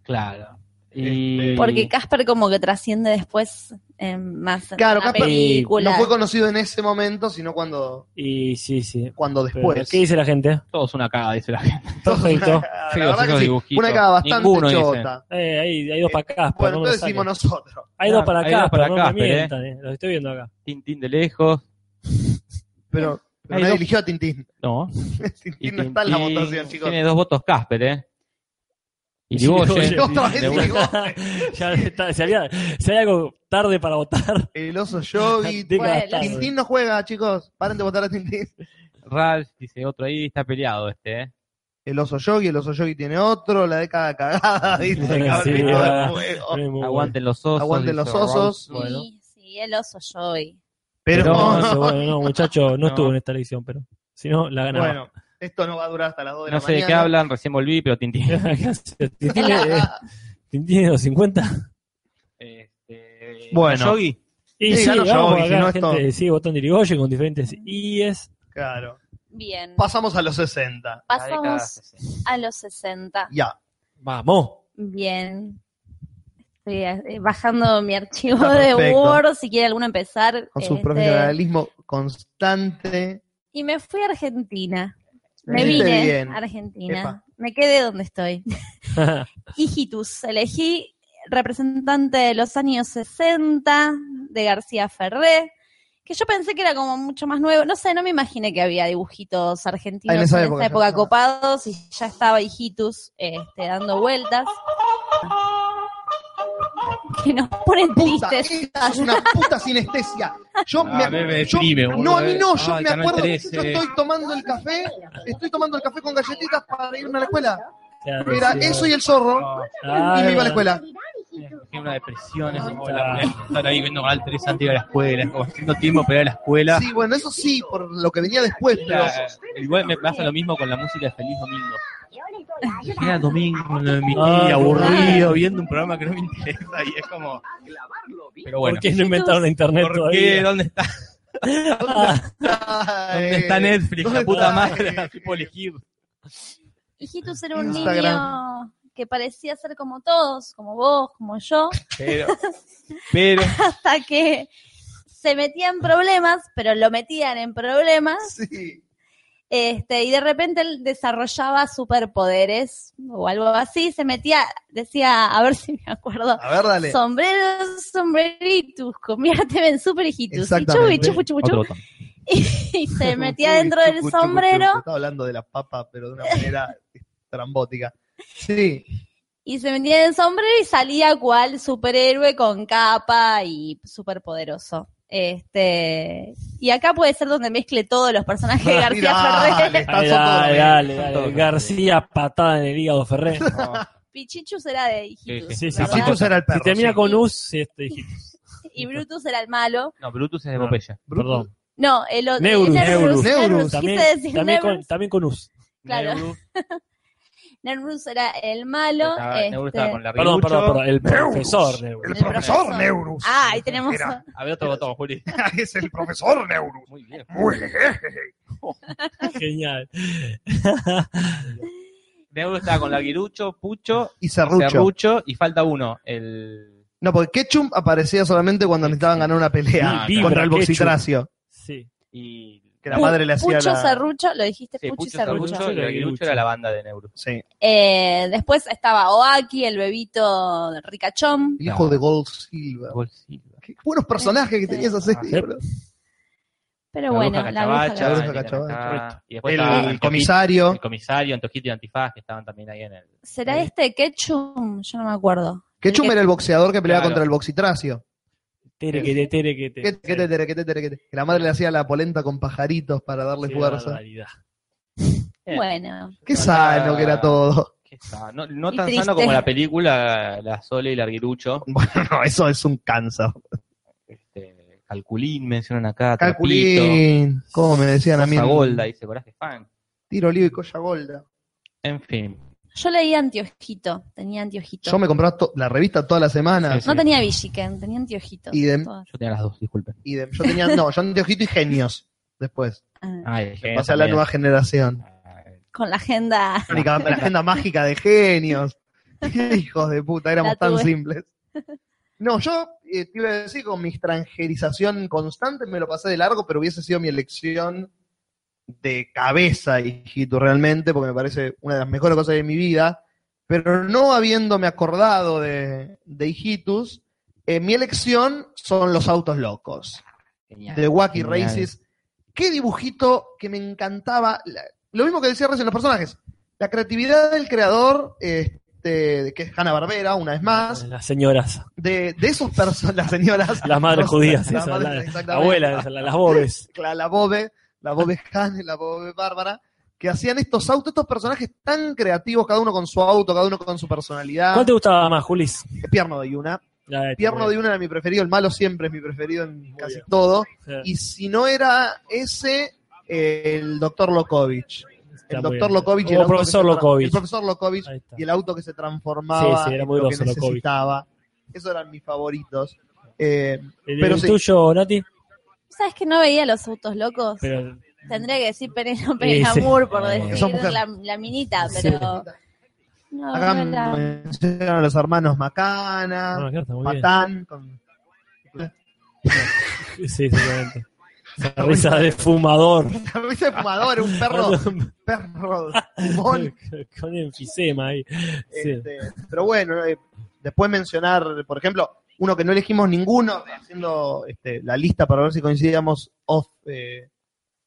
D: Claro. Y...
A: Este,
C: Porque Casper como que trasciende después eh, más en
A: Claro,
C: una
A: Casper
C: película.
A: No fue conocido en ese momento, sino cuando,
B: Y sí, sí.
A: cuando
B: Pero,
A: después.
B: ¿Qué dice la gente?
D: todos una caga, dice la gente.
A: [LAUGHS]
B: Perfecto.
A: La
D: Feos
A: verdad
D: esos
A: que sí,
D: dibujitos.
A: Una cara bastante
D: Ninguno dice.
A: chota.
B: Eh, hay, hay dos para acá. pero
A: Bueno,
B: no me
A: entonces decimos
B: saquen.
A: nosotros.
B: Hay dos para
D: Hay
B: acá,
D: dos para
B: pero no me
D: Casper, eh.
B: mientan. eh, Los estoy viendo acá.
D: Tintín de lejos.
A: Pero, pero
D: Hay
A: nadie
D: dos-
A: eligió a Tintín. [LAUGHS]
D: No.
A: Tintín no está en la
D: Tintín
A: votación, chicos.
D: Tiene dos votos Casper, ¿eh? Y
B: Sí,
D: Digoyen.
A: [LAUGHS]
B: Digoyen.
A: Otra vez
D: de vuelta.
A: Digoyen.
B: [LAUGHS] ya está, si, había, si hay algo
A: [LAUGHS]
B: tarde para votar.
A: El oso Yogi.
B: Décadas
D: [LAUGHS]
A: Bueno,
B: tarde.
A: Tintín no juega, chicos. Paren de votar a Tintín.
D: Ralph, dice otro ahí, está peleado este, ¿eh?
A: El oso yogi, el oso yogi tiene otro, la década cagada, [LAUGHS] dice.
B: Sí,
A: Cabrito del
B: ah.
A: Fuego.
B: Muy bueno.
D: Aguanten los osos.
A: Aguanten
D: dice
A: los osos.
D: Ralph. Bueno.
C: Sí, sí, el oso Joy.
A: Pero, [LAUGHS]
B: No, no, bueno, no, muchacho, no,
D: [LAUGHS] No.
B: estuvo en esta elección, pero si no, la ganaba. [LAUGHS]
A: bueno, esto no va a durar hasta las 2 de
D: No
A: la
D: sé de
A: mañana.
D: qué hablan, recién volví, pero Tintín.
A: [LAUGHS]
B: Tintín, eh, Tintín de los 50.
D: Este,
A: Bueno.
D: Yogi.
B: Y
A: Sí,
B: sí,
A: ganó
B: vamos
A: Joey,
B: acá,
A: si no
B: gente, sí, botón de Irigoyen con diferentes IES.
A: Claro.
C: Bien.
A: Pasamos a los 60.
D: La década
C: Pasamos
D: 60.
C: a los 60.
A: Ya.
B: Vamos. [LAUGHS]
C: Bien. Estoy eh, bajando mi archivo
A: Está
C: de
A: Ah, perfecto.
C: Word, si quiere alguno empezar.
A: Con su
C: este,
A: profesionalismo constante.
C: Y me fui a Argentina. Me
A: Viniste
C: vine
A: Este bien.
C: a Argentina.
A: Epa.
C: Me quedé donde estoy. Hijitus, elegí representante de los años 60 de García Ferré, que yo pensé que era como mucho más nuevo. No sé, no me imaginé que había dibujitos argentinos
A: Ah,
C: en
A: en
C: esa
A: esa
C: época,
A: época ya estaba.
C: copados y ya estaba Hijitus este, dando vueltas. [LAUGHS] Que nos ponen
A: Puta,
C: tristes.
A: esta es una puta sinestesia. Yo me,
B: Ah,
D: a mí me
A: yo-
D: deprime,
A: No,
D: boludo,
A: a mí
D: eh.
A: no, yo
D: Ay,
A: me
D: Canal
A: acuerdo que
D: 13.
A: yo estoy tomando el café, estoy tomando el café con galletitas para irme a la escuela.
B: Claro,
A: Era
B: sí,
A: eso y el zorro,
D: No,
B: Ah,
A: y me iba a la
B: bueno.
A: escuela.
D: Tiene una depresión, es como
B: Ah.
D: la estar ahí viendo al interesante ir a la escuela, es como haciendo tiempo para ir a la escuela.
A: Sí, bueno, eso sí, por lo que venía después, pero
D: La- igual me pasa lo mismo con la música de Feliz Domingo. Era domingo en mi
B: Ah,
D: día, aburrido, viendo un programa que no me interesa y es como... Pero bueno,
B: ¿Por qué no inventaron internet
D: ¿por
B: todavía?
D: qué? ¿Dónde está,
B: Ah,
D: dónde está Netflix?
A: ¿dónde
D: la puta
A: está?
D: madre, [LAUGHS] la puedo elegir.
C: Hijitus era un
A: Instagram.
C: niño que parecía ser como todos, como vos, como yo, [LAUGHS]
D: Pero, pero,
C: hasta que se metía en problemas, pero lo metían en problemas,
A: Sí.
C: este, y de repente él desarrollaba superpoderes o algo así, se metía, decía, a ver si me acuerdo,
A: A ver, dale.
C: sombreros, sombreritus, conviérteme en super hijitus, y chubi,
A: Exactamente.
C: chupu, chupu, chupu,
D: Otro botón.
C: y
A: [LAUGHS]
C: se metía dentro del
A: Chucu, chucu,
C: sombrero
A: chucu. Estaba hablando de la papa, pero de una manera [LAUGHS] trambótica. Sí,
C: Y se metía en el sombrero y salía cual superhéroe con capa y superpoderoso. Este, y acá puede ser donde mezcle todos los
A: [LAUGHS]
C: personajes de García
A: Mirá,
C: Ferré.
A: le está
B: dale,
A: soto
B: dale,
A: de-
B: dale,
D: Son
B: dale.
D: todos
B: García patada en el hígado Ferré.
C: Pichichus era de hijitus.
B: Sí, sí,
C: ¿verdad?
B: sí,
A: Capitus era el
B: si
A: perro.
B: termina
A: sí.
B: con us, este, dije,
C: Y Brutus era el malo.
D: No, Brutus es de Pompeya.
B: perdón.
C: No, el otro.
B: Neurus.
A: Neurus.
C: Nervus. Nervus.
B: También,
C: Quise decir
B: también, con,
C: Nervus.
B: también con us.
C: Claro.
D: Neurus,
C: Nervus era el malo.
D: estaba- Neurus estaba
C: este,
D: con la
B: Perdón, perdón, perdón. El
A: Neurus.
B: profesor eh, Neurus.
A: El
C: El
A: profesor
C: profesor.
A: Neurus.
C: Ah, ahí tenemos.
A: Era.
D: A ver otro botón, Juli.
A: [LAUGHS] es el profesor Neurus.
D: Muy bien.
A: Muy [LAUGHS]
B: Genial.
D: Neuro estaba con Laguirucho, Pucho,
A: Y Serrucho.
D: Serrucho y falta uno, el
A: No, porque Ketchum aparecía solamente cuando necesitaban ganar una pelea
D: Sí,
A: contra el
B: vibra,
A: boxitracio.
B: Sí.
D: y
A: Que la madre le hacía
C: Pucho
A: la...
C: Serrucho, lo dijiste,
D: sí,
C: Pucho
D: Pucho,
C: y Serrucho.
D: Serrucho y Laguirucho era la banda de Neuro.
A: Sí.
C: Eh, después estaba Oaki, el bebito ricachón.
A: Hijo de Gold Silver. Qué buenos personajes que tenías esa serie,
B: Sí.
A: boludo.
C: Pero bueno, la bruja
A: la
C: Cachabacha.
A: bruja cachabacha.
D: Cachabacha. Y después
A: El,
D: estaba
A: el
D: Antojito-
A: comisario.
D: El comisario, Antojito y Antifaz, que estaban también ahí en el...
C: ¿Será este Ketchum? Yo no me acuerdo.
A: Ketchum era el boxeador que peleaba
D: Claro.
A: contra el boxitracio.
B: Tere que te, tere que
A: Que
B: te.
A: que te- que te- que te- que la madre le hacía la polenta con pajaritos para darle
B: Qué
A: fuerza.
B: barbaridad.
D: Bien.
C: Bueno,
A: Qué sano que era todo. [LAUGHS]
D: ¿Qué está? No, no
C: Y
D: tan
C: triste.
D: sano como la película La Sole y Laguirucho.
A: Bueno, no, eso es un cáncer.
D: Este, Calculín mencionan acá.
A: Calculín, como me decían a mí.
D: Trapito,
A: en-
D: Golda, dice Coraje Fan.
A: Tiro Olivo y Colla Golda.
D: En fin.
C: yo leía Antiojito, tenía Antiojito.
A: Yo me compraba to- la revista todas las semanas.
D: Sí,
C: No tenía Villiquen, tenía Antiojito.
A: Y de-
C: Todas.
D: Yo tenía las dos, disculpen.
A: Y de- yo tenía, no, yo anteojito y genios. Después,
C: Ah,
D: Ay, dije,
A: pasé a la
D: también.
A: nueva generación.
D: Ay,
C: Con la agenda.
A: La, la agenda mágica de
C: [LAUGHS]
A: genios. Qué hijos de puta, éramos
C: La tuve.
A: tan simples.
C: [LAUGHS]
A: No, yo eh, te iba a decir, con mi extranjerización constante me lo pasé de largo, pero hubiese sido mi elección de cabeza, hijito, realmente, porque me parece una de las mejores cosas de mi vida. Pero no habiéndome acordado de, de Hijitus, eh, mi elección son los autos locos.
D: genial.
A: de Wacky
D: Genial.
A: Races. Qué dibujito que me encantaba. La- lo mismo que decía recién los personajes. La creatividad del creador, este, que es Hanna Barbera, una vez más,
B: Las
A: [LAUGHS]
B: señoras,
A: de, de esos personajes, las señoras.
B: [LAUGHS]
A: [LAUGHS]
B: las madres
A: Los-
B: judías,
A: las
B: esas,
A: madres,
B: las
A: exactamente.
B: abuelas, esas, las bobes.
A: La, la Bobe, la Bob Escan, la Bob Bárbara, que hacían estos autos, estos personajes tan creativos, cada uno con su auto, cada uno con su personalidad.
B: ¿Cuál te gustaba más, Julis?
A: Pierno de Yuna.
B: La de-
A: Pierno de Yuna era mi preferido, el malo siempre es mi preferido en casi
B: bien.
A: todo.
B: Sí,
A: Y si no era ese, eh, el doctor Lokovich.
B: está
A: El
B: muy
A: doctor
B: bien.
A: Lokovich y
B: O
A: el auto que
B: profesor
A: se tra-
B: Lokovich.
A: El profesor Lokovich
B: Ahí está.
A: y el auto que se transformaba
B: Sí, sí, era
A: en
B: muy
A: lo que
B: grosso Lokovich.
A: necesitaba. Esos eran mis favoritos. Eh,
B: El,
A: pero
B: el
A: sí.
B: tuyo, Nati.
C: ¿Sabes que no veía los autos locos?
B: Pero,
C: Tendría que decir Penélope
B: Sí, sí.
C: Amor por
B: Eh,
A: sos
C: decir
A: mujer.
C: la, la minita,
B: Sí.
C: pero. No,
A: acá
C: no era-
A: me llegaron los hermanos Macana,
B: no, claro, está Ah, muy
A: Patán, con- [LAUGHS]
B: bien.
A: [LAUGHS]
B: Sí, seguramente. Esa risa de fumador.
A: la risa de fumador, un perro, perro fumón.
B: [LAUGHS] Con enfisema ahí. Sí.
A: Este, pero bueno, eh, después mencionar, por ejemplo, uno que no elegimos ninguno, eh, haciendo este, la lista para ver si coincidíamos off, eh,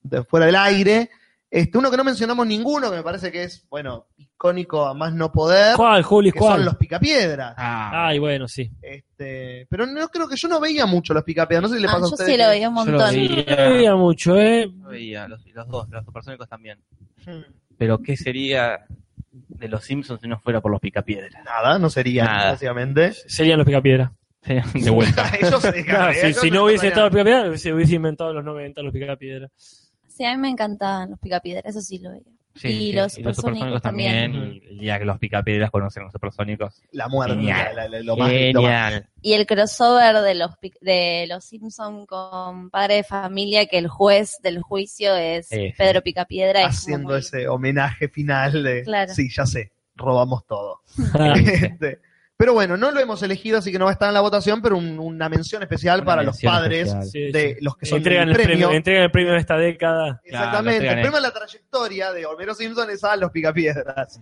A: de fuera del aire. Este, uno que no mencionamos ninguno, que me parece que es, bueno, icónico a más no poder,
B: ¿Cuál, Juli?
A: que son
B: ¿Cuál?
A: los picapiedras.
D: Ah,
B: Ay, bueno, sí.
A: Este, pero no creo que yo no veía mucho los picapiedras, no sé si le
C: Ah,
A: pasa a
C: yo
A: ustedes.
C: sí
A: que-
C: lo veía un
D: yo lo
C: montón.
B: No
D: veía,
B: veía mucho, ¿eh?
D: lo veía, los, los dos, los supersónicos también.
A: Hmm.
D: Pero ¿qué sería de los Simpsons si no fuera por los picapiedras? [LAUGHS]
A: Nada, no sería,
B: [LAUGHS]
D: Nada.
A: básicamente.
B: Serían los picapiedras.
D: Serían de
A: [LAUGHS]
D: vuelta.
A: Ellos,
B: Claro, si,
A: ellos
B: si no hubiese estado
A: estarían-
B: los picapiedra, se hubiese inventado los 90
A: [LAUGHS]
B: los picapiedra.
C: Sí, a mí me encantaban los picapiedras, eso sí lo veía.
D: Sí,
C: Y
D: sí,
C: los supersónicos
D: también.
B: también.
D: Y el día que los picapiedras conocen a los supersónicos.
A: La muerte,
D: Genial.
A: la- la- lo más- lo más-
D: Genial.
C: Y el crossover de los pic- de los Simpson con Padre de Familia, que el juez del juicio es
D: Sí, sí.
C: Pedro Picapiedra. es como
A: haciendo
C: muy-
A: ese homenaje final de
C: Claro.
A: sí, ya sé, robamos todo.
B: Ah,
A: Este, pero bueno, no lo hemos elegido, así que no va a estar en la votación, pero un- una mención especial
D: Una
A: para
D: mención
A: los padres
D: especial.
B: sí,
A: de
B: sí.
A: los que son
B: entregan
A: del
B: el premio. entregan el premio de esta década.
A: Exactamente.
D: Claro, lo
A: Primero la trayectoria de Homero Simpson es a los picapiedras.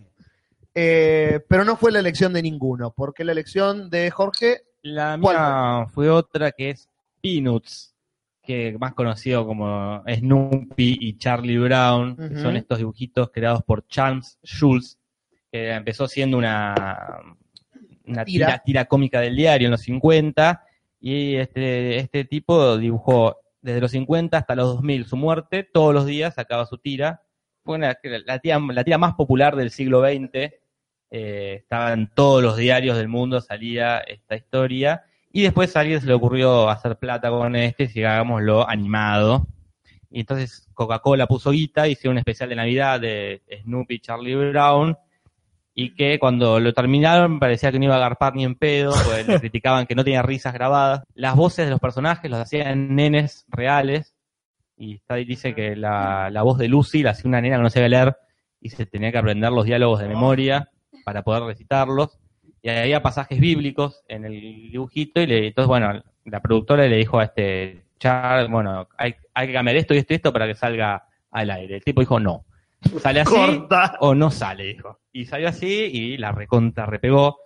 A: Eh, pero no fue la elección de ninguno, porque la elección de Jorge,
D: La
A: ¿Cuál
D: mía fue otra que es Peanuts, que más conocido como Snoopy y Charlie Brown, que
A: Ujú.
D: son estos dibujitos creados por Charles Schulz, que empezó siendo una, una
A: Tira.
D: tira. Tira, cómica del diario en los 50, y este, este tipo dibujó desde los 50 hasta los 2000 su muerte, todos los días sacaba su tira, fue una- la, tira, la tira más popular del siglo XX. Eh, estaba en todos los diarios del mundo, salía esta historia. Y después a alguien se le ocurrió hacer plata con este, si hagámoslo animado. Y entonces Coca-Cola puso guita, hicieron un especial de Navidad de Snoopy y Charlie Brown. Y que cuando lo terminaron parecía que no iba a agarpar ni en pedo, pues le criticaban que no tenía risas grabadas. Las voces de los personajes los hacían nenes reales. Y está ahí dice que la, la voz de Lucy la hacía una nena que no sabía leer y se tenía que aprender los diálogos de memoria para poder recitarlos. Y había pasajes bíblicos en el dibujito, y le, entonces, bueno, la productora le dijo a este Char, bueno, hay, hay que cambiar esto y esto y esto para que salga al aire. El tipo dijo, no. Sale así
A: corta.
D: o no sale, dijo. Y salió así y la recontra repegó.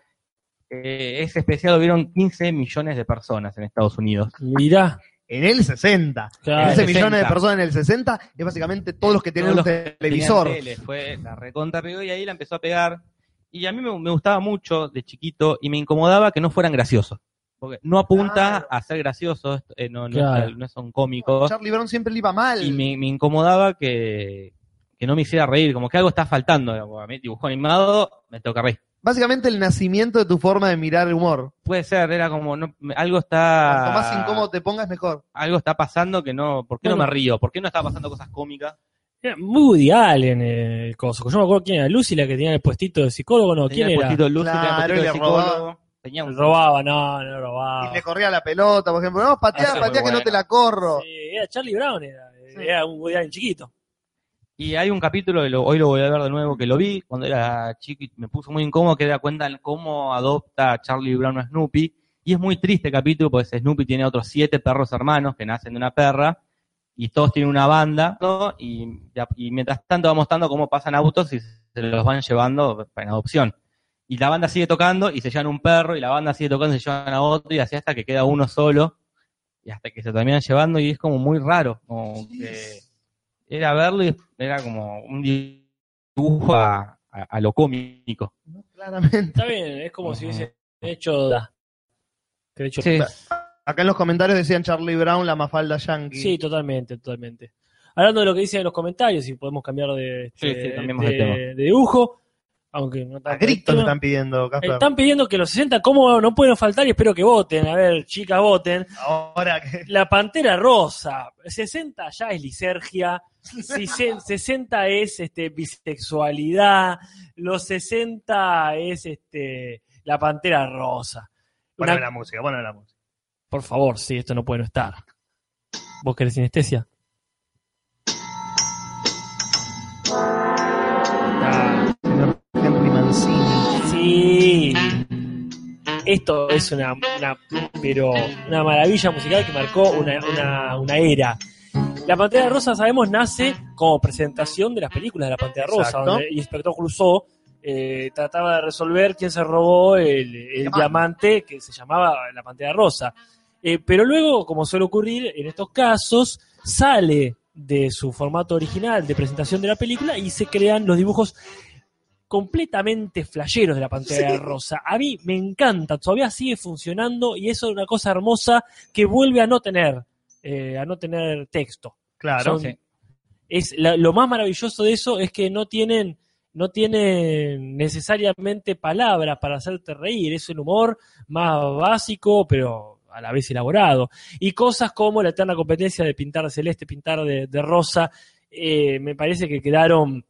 D: Eh, ese especial lo vieron 15 millones de personas en Estados Unidos.
B: Mirá.
A: [LAUGHS] En el 60.
B: Claro.
A: 15 millones de
D: 60.
A: personas en el 60 es básicamente todos los que tienen
D: Todos
A: un
D: los
A: televisor.
D: Tenían tele, fue la recontra pegó y ahí la empezó a pegar. Y a mí me, me gustaba mucho de chiquito y me incomodaba que no fueran graciosos. Porque no apunta
A: Claro.
D: a ser graciosos, eh, no, no,
B: Claro.
D: no son cómicos.
A: Charlie Brown siempre le iba mal.
D: Y me, me incomodaba que, que no me hiciera reír, como que algo está faltando. Como A mí dibujo animado, me toca reír.
A: Básicamente el nacimiento de tu forma de mirar el humor.
D: Puede ser, era como, no, me- algo está...
A: Cuanto
B: Ah.
A: más incómodo te pongas, mejor.
D: Algo está pasando que no... ¿Por qué no
B: Bueno.
D: me río? ¿Por qué no está pasando cosas cómicas?
B: Era Woody Allen eh, el coso. Yo me acuerdo quién era. Lucy la que tenía el puestito de psicólogo. No, ¿quién
D: Tenía el
B: era?
D: puestito de luz, tenía el
A: Claro,
D: puestito
A: y
D: de
A: le
D: psicólogo,
A: robaba.
D: Tenía un
B: Robaba, no, no robaba.
A: Y le corría la pelota, por ejemplo. No, patea,
D: Ah, sí,
A: patea
D: muy
A: que no
D: bueno.
A: te la corro.
B: Sí, era Charlie Brown, era, era un Woody Allen chiquito.
D: Y hay un capítulo, que lo- hoy lo voy a ver de nuevo, que lo vi cuando era chico y me puso muy incómodo, que da cuenta de cómo adopta Charlie Brown a Snoopy. Y es muy triste el capítulo, porque Snoopy tiene otros siete perros hermanos que nacen de una perra, y todos tienen una banda, ¿no? y, y mientras tanto va mostrando cómo pasan autos y se los van llevando en adopción. Y la banda sigue tocando y se llevan un perro, y la banda sigue tocando y se llevan a otro, y así hasta que queda uno solo, y hasta que se terminan llevando, y es como muy raro, como que era verlo y era como un dibujo a, a- a lo cómico.
A: [LAUGHS] Claramente.
B: Está bien, es como si hubiese hecho. Que de hecho-
D: Sí,
A: Acá en los comentarios decían Charlie Brown, la mafalda yankee.
B: Sí, totalmente, totalmente. Hablando de lo que dicen en los comentarios, si podemos cambiar de,
D: Sí,
B: este,
D: sí, cambiemos
B: de,
D: de tema.
B: de dibujo, aunque no
A: A
B: tanto el
A: gritos le
B: tema.
A: están pidiendo, Casper.
B: Están pidiendo que los 60, ¿cómo no pueden faltar? Y espero que voten. A ver, chicas, voten.
A: Ahora que.
B: La Pantera Rosa. 60 ya es lisergia. Si se- 60 es este, bisexualidad. Los 60 es este, la Pantera Rosa. Una-
A: Poneme la música, poneme la música.
B: Por favor, sí, esto no puede no estar. ¿Vos querés sinestesia?
A: Henry Mancini.
B: Sí. Esto es una, una- pero una maravilla musical que marcó una, una- una era. La Pantera Rosa, sabemos, nace como presentación de las películas de la Pantera Rosa,
A: Exacto.
B: donde el inspector Clouseau eh, trataba de resolver quién se robó el, el
A: Diamante.
B: diamante que se llamaba la Pantera Rosa. Eh, pero luego, como suele ocurrir en estos casos, sale de su formato original de presentación de la película y se crean los dibujos completamente flasheros de la Pantera Rosa. A mí me encanta, todavía sigue funcionando y eso es una cosa hermosa que vuelve a no tener, eh, a no tener texto.
A: Claro.
B: Son- es la- lo más maravilloso de eso es que no tienen, no tienen necesariamente palabras para hacerte reír. Es el humor más básico, pero a la vez elaborado. Y cosas como la eterna competencia de pintar de celeste, pintar de, de rosa, eh, me parece que quedaron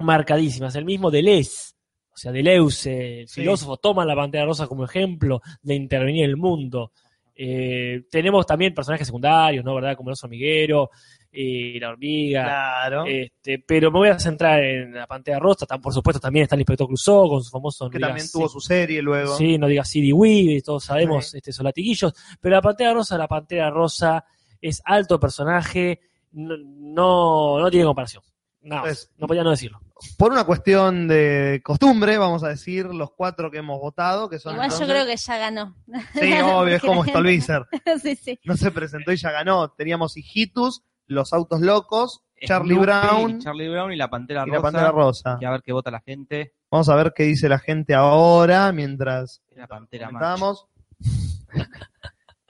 B: marcadísimas. El mismo Deleuze, o sea, Deleuze, el
A: Sí.
B: filósofo, toma la bandera rosa como ejemplo de intervenir en el mundo. Eh, tenemos también personajes secundarios, ¿no? ¿Verdad? Como el oso hormiguero, eh, la hormiga,
A: Claro.
B: este, pero me voy a centrar en la pantalla rosa. Tan, por supuesto, también está el inspector Clouseau con su famoso. no
A: que
B: digas
A: también
B: sí-
A: tuvo su serie luego.
B: Sí, no digas CD Wee, todos sabemos,
A: Sí.
B: este, son latiguillos. Pero la pantalla rosa, la pantalla rosa es alto personaje, no, no, no tiene comparación. No,
A: Pues-
B: no podía no decirlo.
A: Por una cuestión de costumbre, vamos a decir los cuatro que hemos votado, que son.
C: Igual yo creo que ya ganó.
A: que. Sí, obvio, es
C: [LAUGHS]
A: como Stolbizer.
C: sí, sí.
A: No se presentó y ya ganó. Teníamos Hijitus, Los Autos Locos, Charlie
D: Snoopy,
A: Brown
D: Charlie Brown y la Pantera
A: y
D: Rosa.
A: La Pantera Rosa.
D: que a ver qué vota la gente.
A: Vamos a ver qué dice la gente ahora mientras
D: La Pantera Macho.
A: comentamos.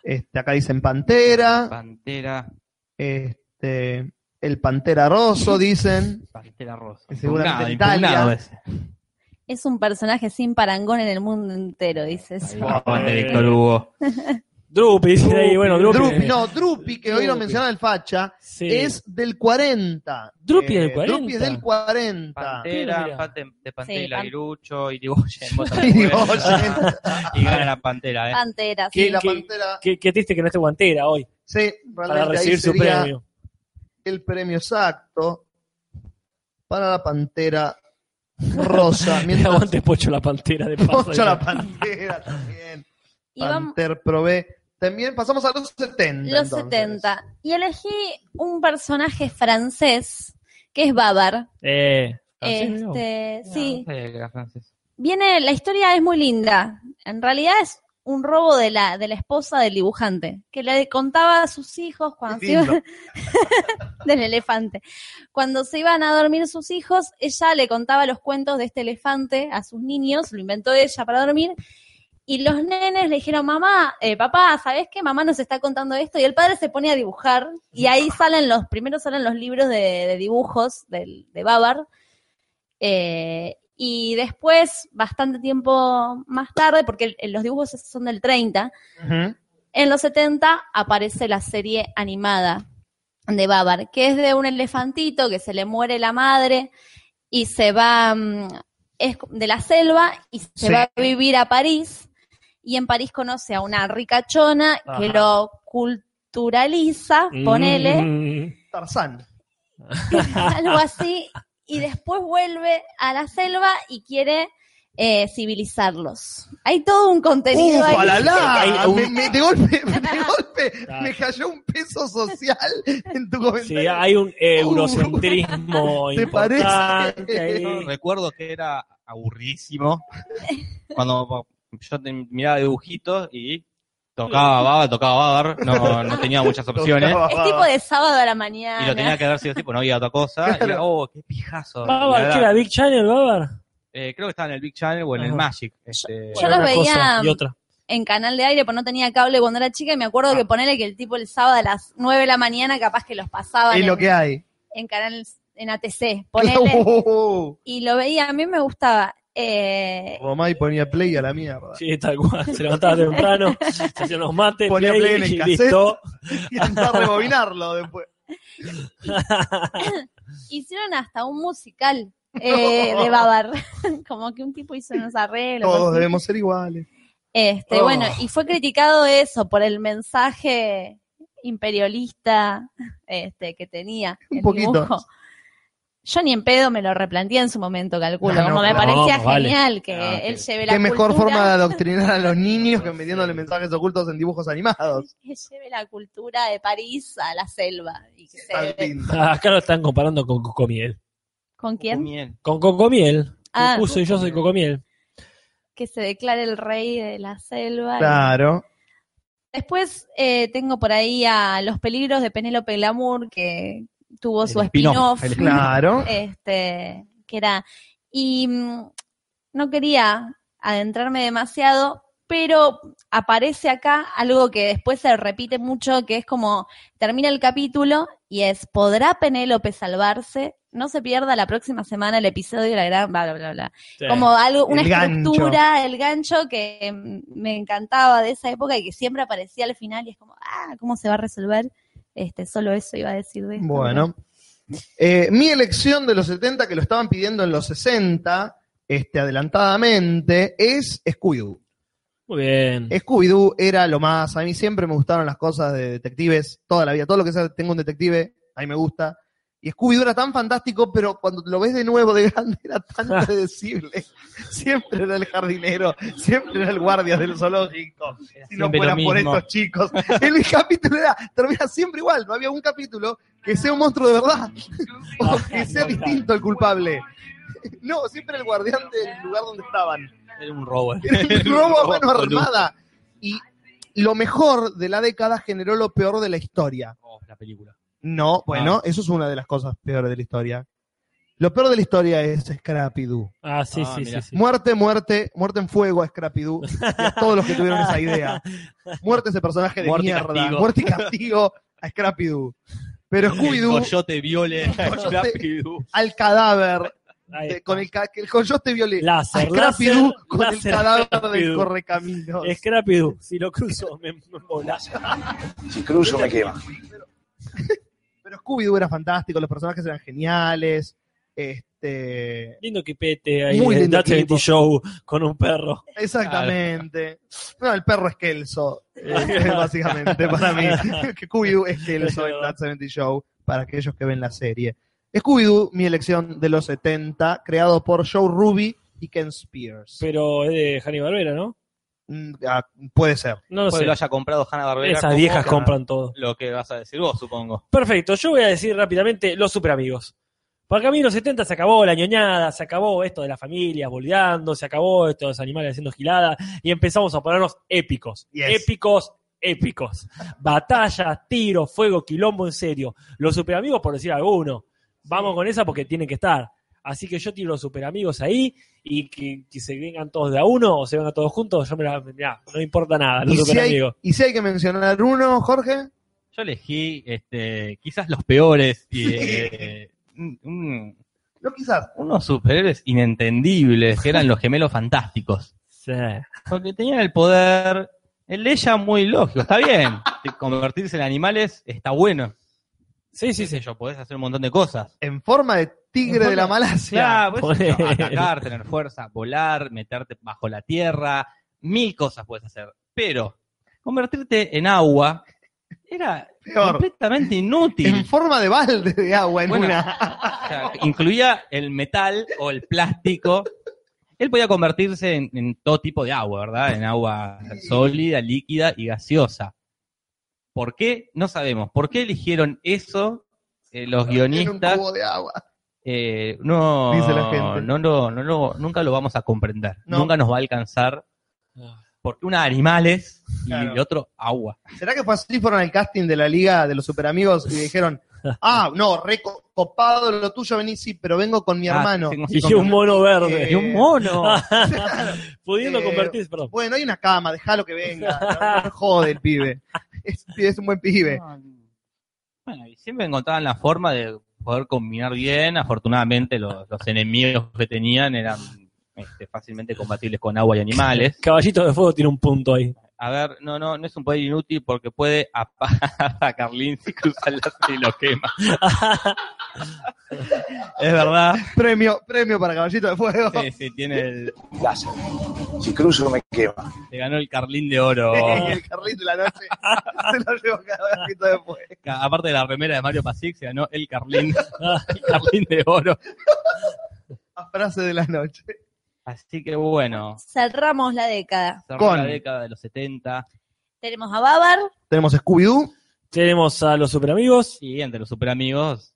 A: Este, acá dicen Pantera,
D: Pantera,
A: este, el Pantera Rosso,
B: [LAUGHS]
A: dicen.
D: Pantera Rosa.
A: Y seguramente
D: Impugnado,
A: Italia.
D: impugnado ese.
C: Es un personaje sin parangón en el mundo entero, dices.
D: Ahí va, aguante
A: Eh,
D: Víctor Hugo.
B: Drupi, dice ahí, bueno, Drupi.
A: Drupi, no, Drupi, que hoy lo
B: Drupi.
A: menciona el facha,
B: Sí.
A: es del 40.
B: Drupi es del
A: Drupi es
B: 40.
A: del 40.
B: Mira,
D: Pantera,
B: mira.
D: empate de Pantera
C: Sí,
D: y
C: Pan-
D: Laguirucho y Irigoyen. vota
A: [LAUGHS] Y
D: Laguirucho.
A: digo, oye,
D: y gana la Pantera,
C: Ah,
D: ¿eh?
C: Pantera,
A: que
C: sí.
A: la
B: que-
A: pantera.
B: Qué, qué triste que no esté guantera hoy
A: Sí,
B: para
A: realmente ahí
B: recibir su
A: sería
B: premio.
A: el premio exacto para la pantera rosa. Mientras [LAUGHS]
B: Aguante Pocho la Pantera de paso.
A: Pocho la pantera también.
C: Y vamos-
A: Panter Prove. También pasamos a los 70.
C: Los
A: entonces.
C: 70. Y elegí un personaje francés que es Babar.
B: Eh,
C: Este, sí.
D: Eh, la francesa.
C: Viene, la historia es muy linda. En realidad es un robo de la, de la esposa del dibujante, que le contaba a sus hijos cuando
A: Qué
C: se iban,
A: lindo.
C: [LAUGHS] del elefante. Cuando se iban a dormir sus hijos, ella le contaba los cuentos de este elefante a sus niños, lo inventó ella para dormir, y los nenes le dijeron, mamá, eh, papá, ¿sabes qué? Mamá nos está contando esto, y el padre se pone a dibujar, y ahí salen los, primero salen los libros de, de dibujos del, de Babar, eh, y después, bastante tiempo más tarde, porque el- los dibujos son del 30,
A: Ujú.
C: en los 70 aparece la serie animada de Babar, que es de un elefantito que se le muere la madre y se va mm, es de la selva y se
A: Sí.
C: va a vivir a París y en París conoce a una ricachona que
A: Ajá. Mm.
C: lo culturaliza,
B: mm,
C: ponele,
A: Tarzán.
C: [LAUGHS] algo así, y después vuelve a la selva y quiere eh, civilizarlos. Hay todo un contenido
A: ¡Ufa,
C: ahí.
A: la la!
B: Hay un-
A: Me- me- de golpe, [LAUGHS] de golpe,
B: Claro.
A: me cayó un peso social [LAUGHS] en tu comentario.
B: Sí, ah. hay un eurocentrismo
A: [LAUGHS] ¿Te parece?
B: importante. ahí.
D: Yo recuerdo que era
B: [LAUGHS]
D: aburridísimo cuando yo te- miraba dibujitos y tocaba baba, tocaba babar, no,
B: [LAUGHS]
D: no tenía muchas opciones.
C: Es tipo de sábado a la mañana.
D: Y lo tenía que ver si tipo, pues no había otra cosa. Y era, oh, qué pijazo. Y
B: Babar,
D: la
B: ¿qué
D: verdad,
B: era? ¿Big Channel, Babar?
D: eh, creo que estaba en el Big Channel o en el
B: Ajá.
D: Magic. Este,
C: Yo los
B: Una
C: veía-
B: cosa Y otra.
C: en canal de aire, porque no tenía cable
D: Ah.
C: cuando era chica, y me acuerdo que ponerle que el tipo el sábado a las 9 de la mañana capaz que los pasaban.
A: Es lo
C: en-
A: que hay. Uh,
C: en canal en ATC,
A: [LAUGHS]
C: ponele, y lo veía, a mí me gustaba. Eh,
A: Romay ponía play a la mierda.
C: [LAUGHS]
B: Sí, tal cual. Se levantaba temprano, se hacían los mates,
A: Ponía
B: play,
A: play en el
B: y
A: cassette.
B: listo.
A: Y andaba a rebobinarlo después.
C: hicieron hasta un musical eh, de Babar, [LAUGHS] como que un tipo hizo unos arreglos.
A: Todos
C: así.
A: debemos ser iguales.
C: Este,
A: Oh.
C: bueno, y fue criticado eso por el mensaje imperialista este, que tenía.
A: Un
C: el
A: poquito.
C: dibujo. Yo ni en pedo me lo replanteé en su momento, calculo.
A: No, no,
C: como me
A: no,
C: parecía
B: no, vale.
C: genial que
B: Ah,
C: él
B: ok.
C: lleve la
A: Qué mejor
C: cultura,
A: forma de adoctrinar a los niños que metiéndole mensajes ocultos en dibujos animados.
C: [LAUGHS] que lleve la cultura de París a la selva. Y que se-
A: Al fin.
B: Acá lo están comparando con Cocomiel.
C: ¿Con quién?
D: Miel.
B: Con Cocomiel.
C: Ah.
B: Cucuzo y yo soy Cocomiel.
C: Que se declare el rey de la selva. y-
A: Claro.
C: Después eh, tengo por ahí a Los peligros de Penélope Glamour, que tuvo su
D: spin-off,
C: spin-off.
D: el
A: Claro.
C: este, que era. Y mm, no quería adentrarme demasiado, pero aparece acá algo que después se repite mucho, que es como termina el capítulo y es ¿podrá Penélope salvarse? No se pierda la próxima semana el episodio de la gran bla bla bla bla.
B: Sí.
C: Como algo, una
A: El gancho.
C: estructura, el gancho que mm, me encantaba de esa época y que siempre aparecía al final y es como, ah, ¿cómo se va a resolver? Este, solo eso iba a decir de esto,
A: Bueno. Eh, mi elección de los 70, que lo estaban pidiendo en los 60, este, adelantadamente, es Scooby-Doo.
B: Muy bien.
A: Eh, Scooby-Doo era lo más. A mí siempre me gustaron las cosas de detectives, toda la vida. Todo lo que sea, tengo un detective, a mí me gusta. Y Scooby-Doo era tan fantástico, pero cuando lo ves de nuevo de [LAUGHS] grande era tan
D: Ah.
A: predecible. Siempre era el jardinero, siempre era el guardia del zoológico. Si no
D: Siempre
A: fuera
D: lo
A: por
D: mismo.
A: estos chicos. El [LAUGHS] capítulo era, termina siempre igual. No había un capítulo que sea un monstruo de verdad. [LAUGHS]
D: Ah,
A: o que sea distinto el culpable. [LAUGHS] No, siempre el guardián del lugar donde estaban.
D: Era un robo.
A: El robo a mano armada. Y lo mejor de la década generó lo peor de la historia.
D: la película.
A: No, bueno, eso es una de las cosas peores de la historia. Lo peor de la historia es Scrappy Doo.
B: Ah, sí,
D: Ah,
B: sí, sí,
D: mirá.
B: sí.
A: Muerte, muerte, muerte en fuego a Scrappy Doo y a todos los que tuvieron esa idea. Muerte a ese personaje de
D: Muerte y
A: mierda.
D: castigo.
A: Muerte y castigo a Scrappy Doo. Pero Scooby Doo
B: [LAUGHS]
D: Coyote viole.
A: Coyote.
D: Scrappy-Doo.
A: al cadáver,
B: Ahí
A: de-
B: está.
A: con el, ca- que el coyote violeta. A
B: Láser,
A: Scrappy
B: láser,
A: Doo con
B: láser,
A: el cadáver
B: Scrappy
A: del
B: Doo.
A: correcamino.
B: Scrappy Doo, si lo cruzo [LAUGHS] me, me mola.
H: Si cruzo me quema.
A: Pero Scooby-Doo era fantástico, los personajes eran geniales. Este,
B: Lindo quipete ahí,
A: Muy
B: el
A: lindo
B: Dutch Reality
A: equipo.
B: Show con un perro.
A: exactamente. No, el perro es Kelso, eh, básicamente, para mí. Que Scooby-Doo es Kelso en That 70 Show, para aquellos que ven la serie. Scooby-Doo, mi elección de los 70, creado por Joe Ruby y Ken Spears.
B: Pero es de Hanna Barbera, ¿no?
A: Mm, ah, puede ser.
B: No lo
D: Puede
B: sé.
D: que lo haya comprado Hanna Barbera.
B: Esas viejas
A: como-
B: compran todo.
D: Lo que vas a decir vos, supongo.
B: Perfecto, yo voy a decir rápidamente los super amigos. Para mí los 70 se acabó la ñoñada, se acabó esto de la familia boludeando, se acabó esto de los animales haciendo giladas y empezamos a ponernos épicos.
A: Yes.
B: Épicos, épicos. Batallas, tiros, fuego, quilombo en serio. Los super amigos, por decir alguno. Vamos con esa porque tienen que estar. Así que yo tiro los super amigos ahí y que, que se vengan todos de a uno o se vengan todos juntos, yo me la. mirá, Ah, no me importa nada, los
A: Y si,
B: super
A: hay,
B: amigos.
A: y si hay que mencionar uno, Jorge,
D: Yo elegí este, quizás los peores. Y, eh, un- un-
A: no quizás.
D: unos superhéroes inentendibles que eran los gemelos fantásticos.
B: Sí.
D: Porque tenían el poder. El de ella muy lógico, está bien. De Convertirse en animales está bueno.
B: Sí, sí, sí.
D: Yo podés hacer un montón de cosas.
A: En forma de tigre
D: En
A: de la
D: forma-
A: Malasia.
D: Claro, podés
B: poner.
D: atacar, tener fuerza, volar, meterte bajo la tierra, mil cosas puedes hacer. Pero convertirte en agua era
A: Peor.
D: completamente
A: En
D: inútil.
A: forma de balde de agua en
D: Bueno.
A: una.
D: O sea, incluía el metal o el plástico. Él podía convertirse en, en todo tipo de agua, ¿verdad? En agua sólida, líquida y gaseosa. ¿Por qué? No sabemos. ¿Por qué eligieron eso eh, los
A: En un
D: guionistas?
A: cubo de agua.
D: Eh, no,
A: Dice la gente.
D: No, no, no, no, nunca lo vamos a comprender.
A: No.
D: Nunca nos va a alcanzar. Porque una animales y
A: Claro.
D: el otro agua.
A: ¿Será que fue así? Fueron al casting de la Liga de los Superamigos y
D: [LAUGHS]
A: dijeron, ah, no, recopado lo tuyo, vení, sí, pero vengo con mi
D: Ah,
A: hermano.
D: tengo-
B: Y yo un mono verde.
D: Y un mono.
B: Pudiendo
A: Eh,
B: convertirse, perdón.
A: Bueno, hay una cama, déjalo que venga. No, no jode el [LAUGHS] pibe. Es, es un buen pibe.
D: Bueno, y siempre encontraban la forma de poder combinar bien. Afortunadamente, los, los enemigos que tenían eran este, fácilmente compatibles con agua y animales.
B: Caballito de Fuego tiene un punto ahí.
D: A ver, no, no, no es un poder inútil porque puede [LAUGHS] apagar a Carlín si cruza el láser y lo quema. es verdad.
A: Premio, premio para Caballito de Fuego.
D: Sí, sí, tiene el,
H: Láser. Si cruzo me quema.
D: se ganó el Carlín
A: [LAUGHS]
D: de oro.
A: [LAUGHS]
D: Oh.
A: el Carlito de la
D: [LAUGHS]
A: noche se lo llevó Caballito de Fuego.
D: Ca- Aparte de la remera de Mario Pasic, se ganó el Carlín, [LAUGHS] el Carlín de oro.
A: La frase de la noche.
D: Así que bueno,
C: Cerramos la década.
D: cerró
A: Con-
D: la década de los 70
C: Tenemos a Babar,
A: Tenemos Scooby-Doo.
B: Tenemos a los super amigos.
D: y entre los super amigos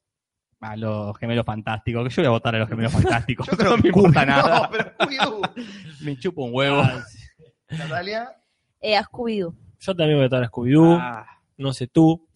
D: a los gemelos fantásticos, que yo voy a votar a los gemelos fantásticos,
A: [LAUGHS] Yo creo
D: no
A: que
D: me importa nada,
A: No, pero Scooby-Doo.
D: me chupo un huevo.
A: Ah, Natalia. [LAUGHS]
C: eh, a Scooby-Doo.
B: Yo también voy a estar a Scooby-Doo.
D: Ah,
B: No sé tú.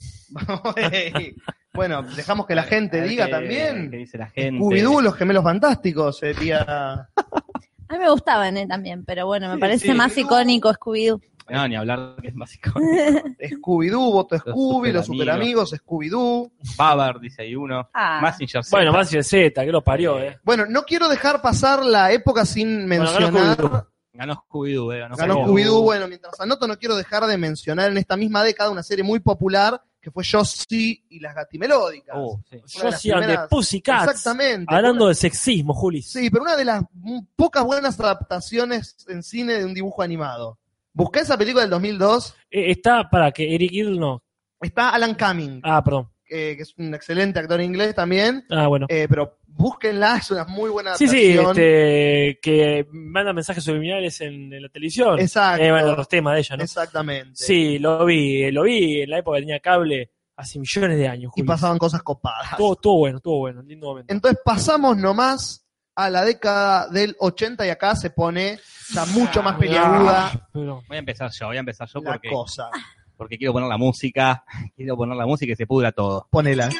A: Ey. bueno, dejamos que la
D: a
A: gente
D: ver
A: diga
D: qué- qué
A: también.
D: dice la gente.
A: Scooby-Doo, los gemelos fantásticos, eh, sería.
C: A mí me gustaban eh, también, pero bueno, me
D: Sí,
C: parece
D: sí.
C: más icónico Scooby-Doo.
D: No, ni hablar que es básico.
A: [LAUGHS] Scooby-Doo, voto Scooby, los
D: superamigos.
A: superamigos, Scooby-Doo.
D: Babar, dice ahí uno.
C: Ah.
D: Massinger Z.
B: Bueno, más y el Z, que lo parió, eh.
A: Bueno, no quiero dejar pasar la época sin
B: Bueno, ganó
A: mencionar.
B: Scooby-Doo.
D: Ganó Scooby-Doo, eh, ganó
A: Ganó
D: Scooby-Doo.
A: Scooby-Doo. Bueno, mientras anoto, no quiero dejar de mencionar en esta misma década una serie muy popular que fue Yo sí y las gatimelódicas.
D: Oh, sí.
A: Una de
B: Uh. Yo
A: las
B: sí, de
A: primeras-
B: Pussycats.
A: Exactamente.
B: Hablando
A: Una-
B: de sexismo, Juli.
A: Sí, pero una de las m- pocas buenas adaptaciones en cine de un dibujo animado. Busqué esa película del 2002.
B: Eh, está para que Eric Idle no.
A: Está Alan Cumming,
B: Ah, perdón.
A: eh, que es un excelente actor inglés también.
B: Ah, bueno.
A: Eh, pero búsquenla, es una muy buena
B: Sí,
A: adaptación.
B: sí, este, que manda mensajes subliminales en, en la televisión.
A: Exacto.
B: Eh, bueno, los temas de ella, ¿no?
A: Exactamente.
B: Sí, lo vi, eh, lo vi en la época que tenía cable hace millones de años.
A: Y
B: Juli.
A: pasaban cosas copadas.
B: Estuvo, estuvo bueno, estuvo bueno, lindo momento.
A: Entonces pasamos nomás a la década del 80 y acá se pone ya mucho más peliaguda
B: Ah, pero-
D: Voy a empezar yo, voy a empezar yo
A: la
D: porque,
A: cosa.
D: porque quiero poner la música, [LAUGHS] quiero poner la música y se pudra todo. [LAUGHS]
A: Ponela.
D: Los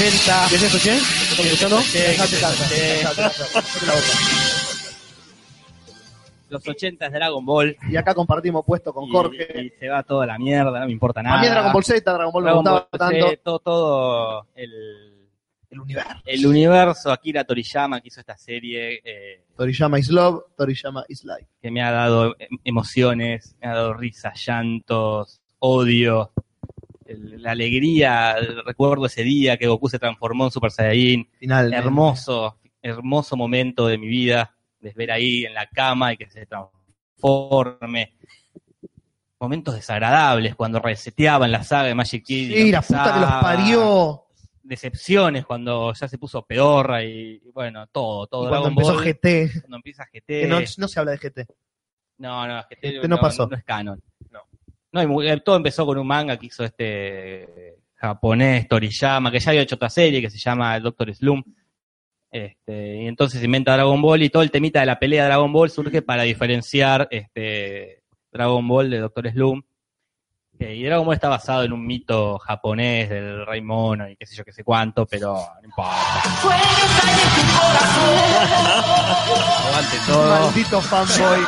D: 80,
B: ¿Qué es esto, che? ¿Estás escuchando?
A: Dejate cantar, dejate cantar. Dejate la boca.
D: los 80 es Dragon Ball.
A: Y acá compartimos puesto con
D: y- Y,
A: Jorge.
D: se va toda la mierda, no me importa nada.
A: A mí Dragon Ball Z, Dragon Ball me
D: Dragon
A: gustaba
D: Ball
A: tanto.
D: Z, todo, todo el,
A: El universo.
D: el universo, Akira Toriyama que hizo esta serie, eh,
A: Toriyama is love, Toriyama is life.
D: que me ha dado em- emociones, me ha dado risas, llantos, odio, el- la alegría, el- recuerdo ese día que Goku se transformó en Super Saiyajin,
A: Final.
D: hermoso, hermoso momento de mi vida, de ver ahí en la cama y que se transforme. Momentos desagradables cuando reseteaban la saga de Magic Kid. y
A: Sí, la puta que los
D: empezaba.
A: parió.
D: Decepciones cuando ya se puso pedorra y, y bueno, todo, todo.
A: Cuando
D: Dragon
A: empezó
D: Ball,
A: GT.
D: cuando empieza GT.
A: Que
B: Eh.
A: no, no se habla de GT.
D: No, no, es que
A: Este no pasó.
D: es canon. No. No, y mu- eh, todo empezó con un manga que hizo este japonés, Toriyama, que ya había hecho otra serie que se llama Doctor Slum. Este, y entonces inventa Dragon Ball y todo el temita de la pelea de Dragon Ball surge para diferenciar este Dragon Ball de Doctor Slum. Eh, y Dragon Ball está basado en un mito japonés del rey mono y qué sé yo, qué sé cuánto, pero no importa. [LAUGHS] Aguante todo.
A: Maldito fanboy.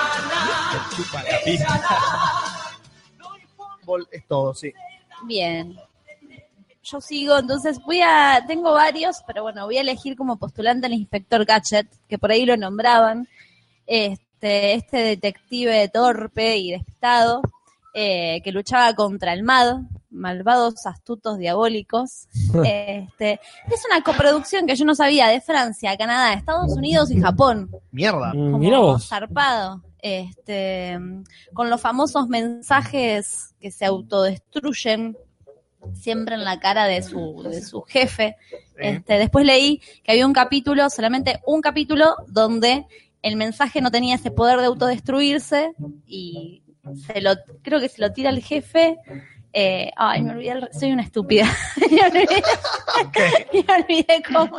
D: chupa la pija.
A: Ball es todo, sí.
C: Bien. Yo sigo, entonces voy a, tengo varios, pero bueno, voy a elegir como postulante al inspector Gadget, que por ahí lo nombraban, este, este detective torpe y despistado, eh, que luchaba contra el MAD, malvados, astutos, diabólicos.
D: Ah.
C: Este, es una coproducción que yo no sabía de Francia, Canadá, Estados Unidos y Japón
A: Mierda.
B: Mm,
C: como
B: Mira vos.
C: zarpado, este, con los famosos mensajes que se autodestruyen siempre en la cara de su, de su jefe. Este, después leí que había un capítulo, solamente un capítulo, donde el mensaje no tenía ese poder de autodestruirse y se lo, creo que se lo tira el jefe. eh, ay, me olvidé, el- soy una estúpida. [LAUGHS] me, olvidé, [LAUGHS] me olvidé cómo.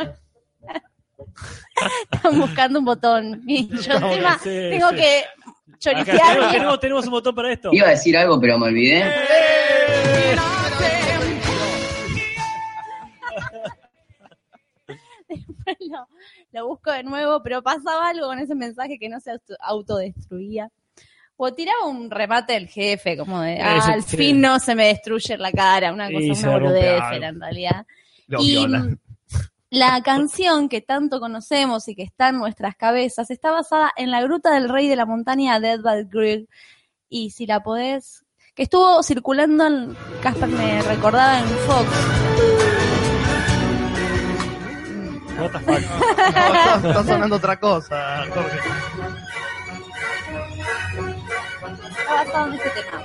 C: Están buscando un botón. Y yo
B: Estamos-
C: encima
B: sí,
C: tengo
B: sí.
C: que
B: Acá tenemos,
C: choricear.
B: tenemos- tenemos un botón para esto.
J: Iba a decir algo, pero me olvidé.
C: [LAUGHS] lo, lo busco de nuevo, pero pasaba algo con ese mensaje que no se auto- autodestruía. O tiraba un remate del jefe, como de,
B: Eso
C: "Ah, al
B: creo.
C: fin no se me destruye la cara, una
B: Y
C: cosa,
B: se
C: una
B: rompe
C: boludez
B: algo.
C: era en realidad.
A: Lo
C: Y
A: viola.
C: La canción que tanto conocemos y que está en nuestras cabezas está basada en La Gruta del Rey de la Montaña de Edvard Grieg. Y si la podés, que estuvo circulando en. Casper me recordaba en Fox.
B: What the fuck.
A: No, está, está sonando otra cosa, Jorge.
C: Está basado en este tema.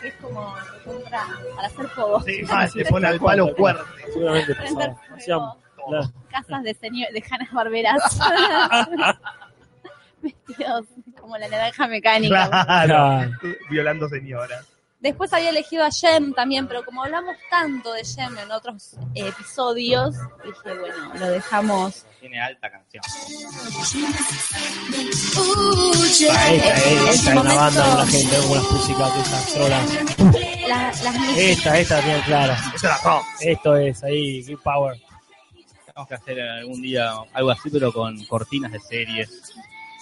C: Que es como que contra para hacer fuego.
A: Sí, mal, le pone al palo fuerte.
B: Seguramente
C: Para hacer
B: pasaba.
C: fuego.
B: Hacían la-
C: Casas de, señor, de Janas Barberas. Vestidos como la naranja mecánica.
A: Claro, violando señoras.
C: Después había elegido a Jem también, pero como hablamos tanto de Jem en otros eh, episodios, dije, bueno, lo dejamos.
D: Tiene alta canción.
B: Ah, Esta esta es una banda, una gente, unas músicas de esas solas.
C: La- las mis-
B: Esta, esta bien clara. Esto es ahí, Big Power.
D: Tenemos que hacer algún día algo así, pero con cortinas de series.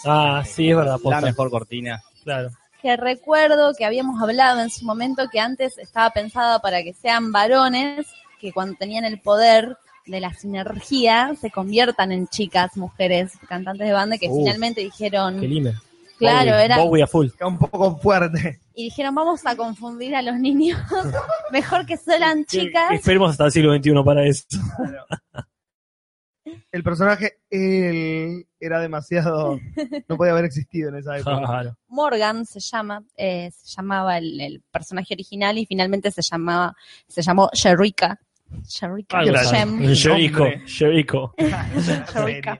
B: Ah, sí, es verdad,
D: La
B: posta,
D: mejor cortina.
B: claro.
C: que recuerdo que habíamos hablado en su momento que antes estaba pensada para que sean varones, que cuando tenían el poder de la sinergia se conviertan en chicas, mujeres, cantantes de banda, que
B: Uh,
C: finalmente
B: Qué
C: dijeron,
B: lindo.
C: claro,
B: Bowie,
C: era,
B: Bowie a full.
A: Está un poco fuerte.
C: y dijeron, vamos a confundir a los niños, [LAUGHS] mejor que sean chicas.
B: Esperemos hasta el siglo XXI para eso.
A: El personaje, él, era demasiado. No podía haber existido en esa época.
B: [LAUGHS] Claro.
C: Morgan se llama, eh, se llamaba el, el personaje original y finalmente se llamaba, se llamó Sherrika. Sherrika,
B: Algo
A: Claro.
B: sabe.
C: Shem.
B: Jericho, Jericho.
C: Sherrika.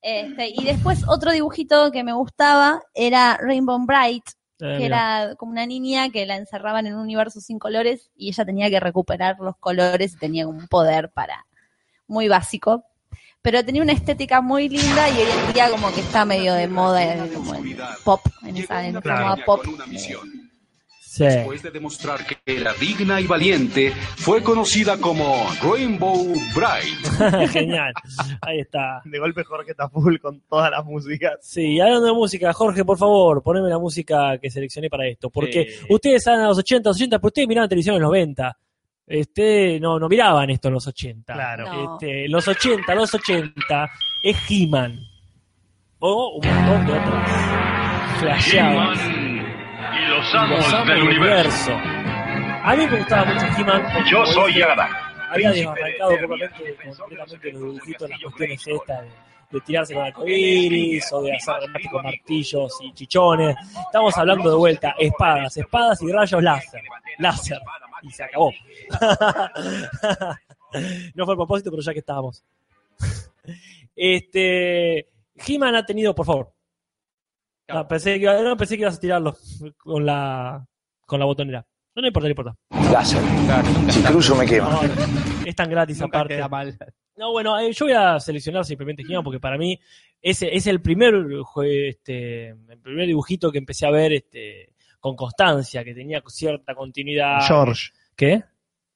C: Este, y después otro dibujito que me gustaba era Rainbow Bright,
B: Eh,
C: que
B: mira.
C: era como una niña que la encerraban en un universo sin colores y ella tenía que recuperar los colores y tenía un poder para muy básico. Pero tenía una estética muy linda y hoy en día como que está medio de moda, eh, como el pop, en esa en esa
A: Claro.
C: moda pop.
K: Con una misión.
B: Sí.
K: Después de demostrar que era digna y valiente, fue conocida como Rainbow Bright.
B: [LAUGHS] Genial. Ahí está.
A: De golpe Jorge está full con todas las músicas.
B: Sí, hablando de música, Jorge, por favor, poneme la música que seleccioné para esto. Porque
D: Sí.
B: ustedes eran a los 80, 80, pero ustedes miraban televisión en los 90. Este, no, no miraban esto en los 80.
A: Claro.
C: No.
B: Este, los 80, los 80 es He-Man. O un montón de otras. Flasheaban.
L: Y los
B: Los amos del universo. A mí me gustaba mucho He-Man.
L: Yo
B: porque
L: soy Adam.
B: Había
L: príncipe
B: desbancado
L: de
B: completamente,
L: Eternia, defensor
B: completamente
L: de
B: los
L: los
B: dibujitos, las
L: secretos del
B: cuestiones
L: castillo
B: estas de, de tirarse con arcoíris o de hacer remates con martillos y chichones. Estamos hablando de vuelta, espadas, espadas y rayos láser. Láser. Y se acabó. no fue a propósito, pero ya que estábamos. Este. He-Man ha tenido, por favor. No, pensé que, no, pensé que ibas a tirarlo con la, con la botonera. No, no importa, no importa.
H: Láser. Si cruzo me quema.
B: No, es tan gratis aparte.
A: [LAUGHS]
G: mal.
B: No, bueno, eh, yo voy a seleccionar simplemente He-Man porque para mí ese es el primer jue- este, el primer dibujito que empecé a ver este con constancia, que tenía cierta continuidad.
A: George.
B: ¿Qué?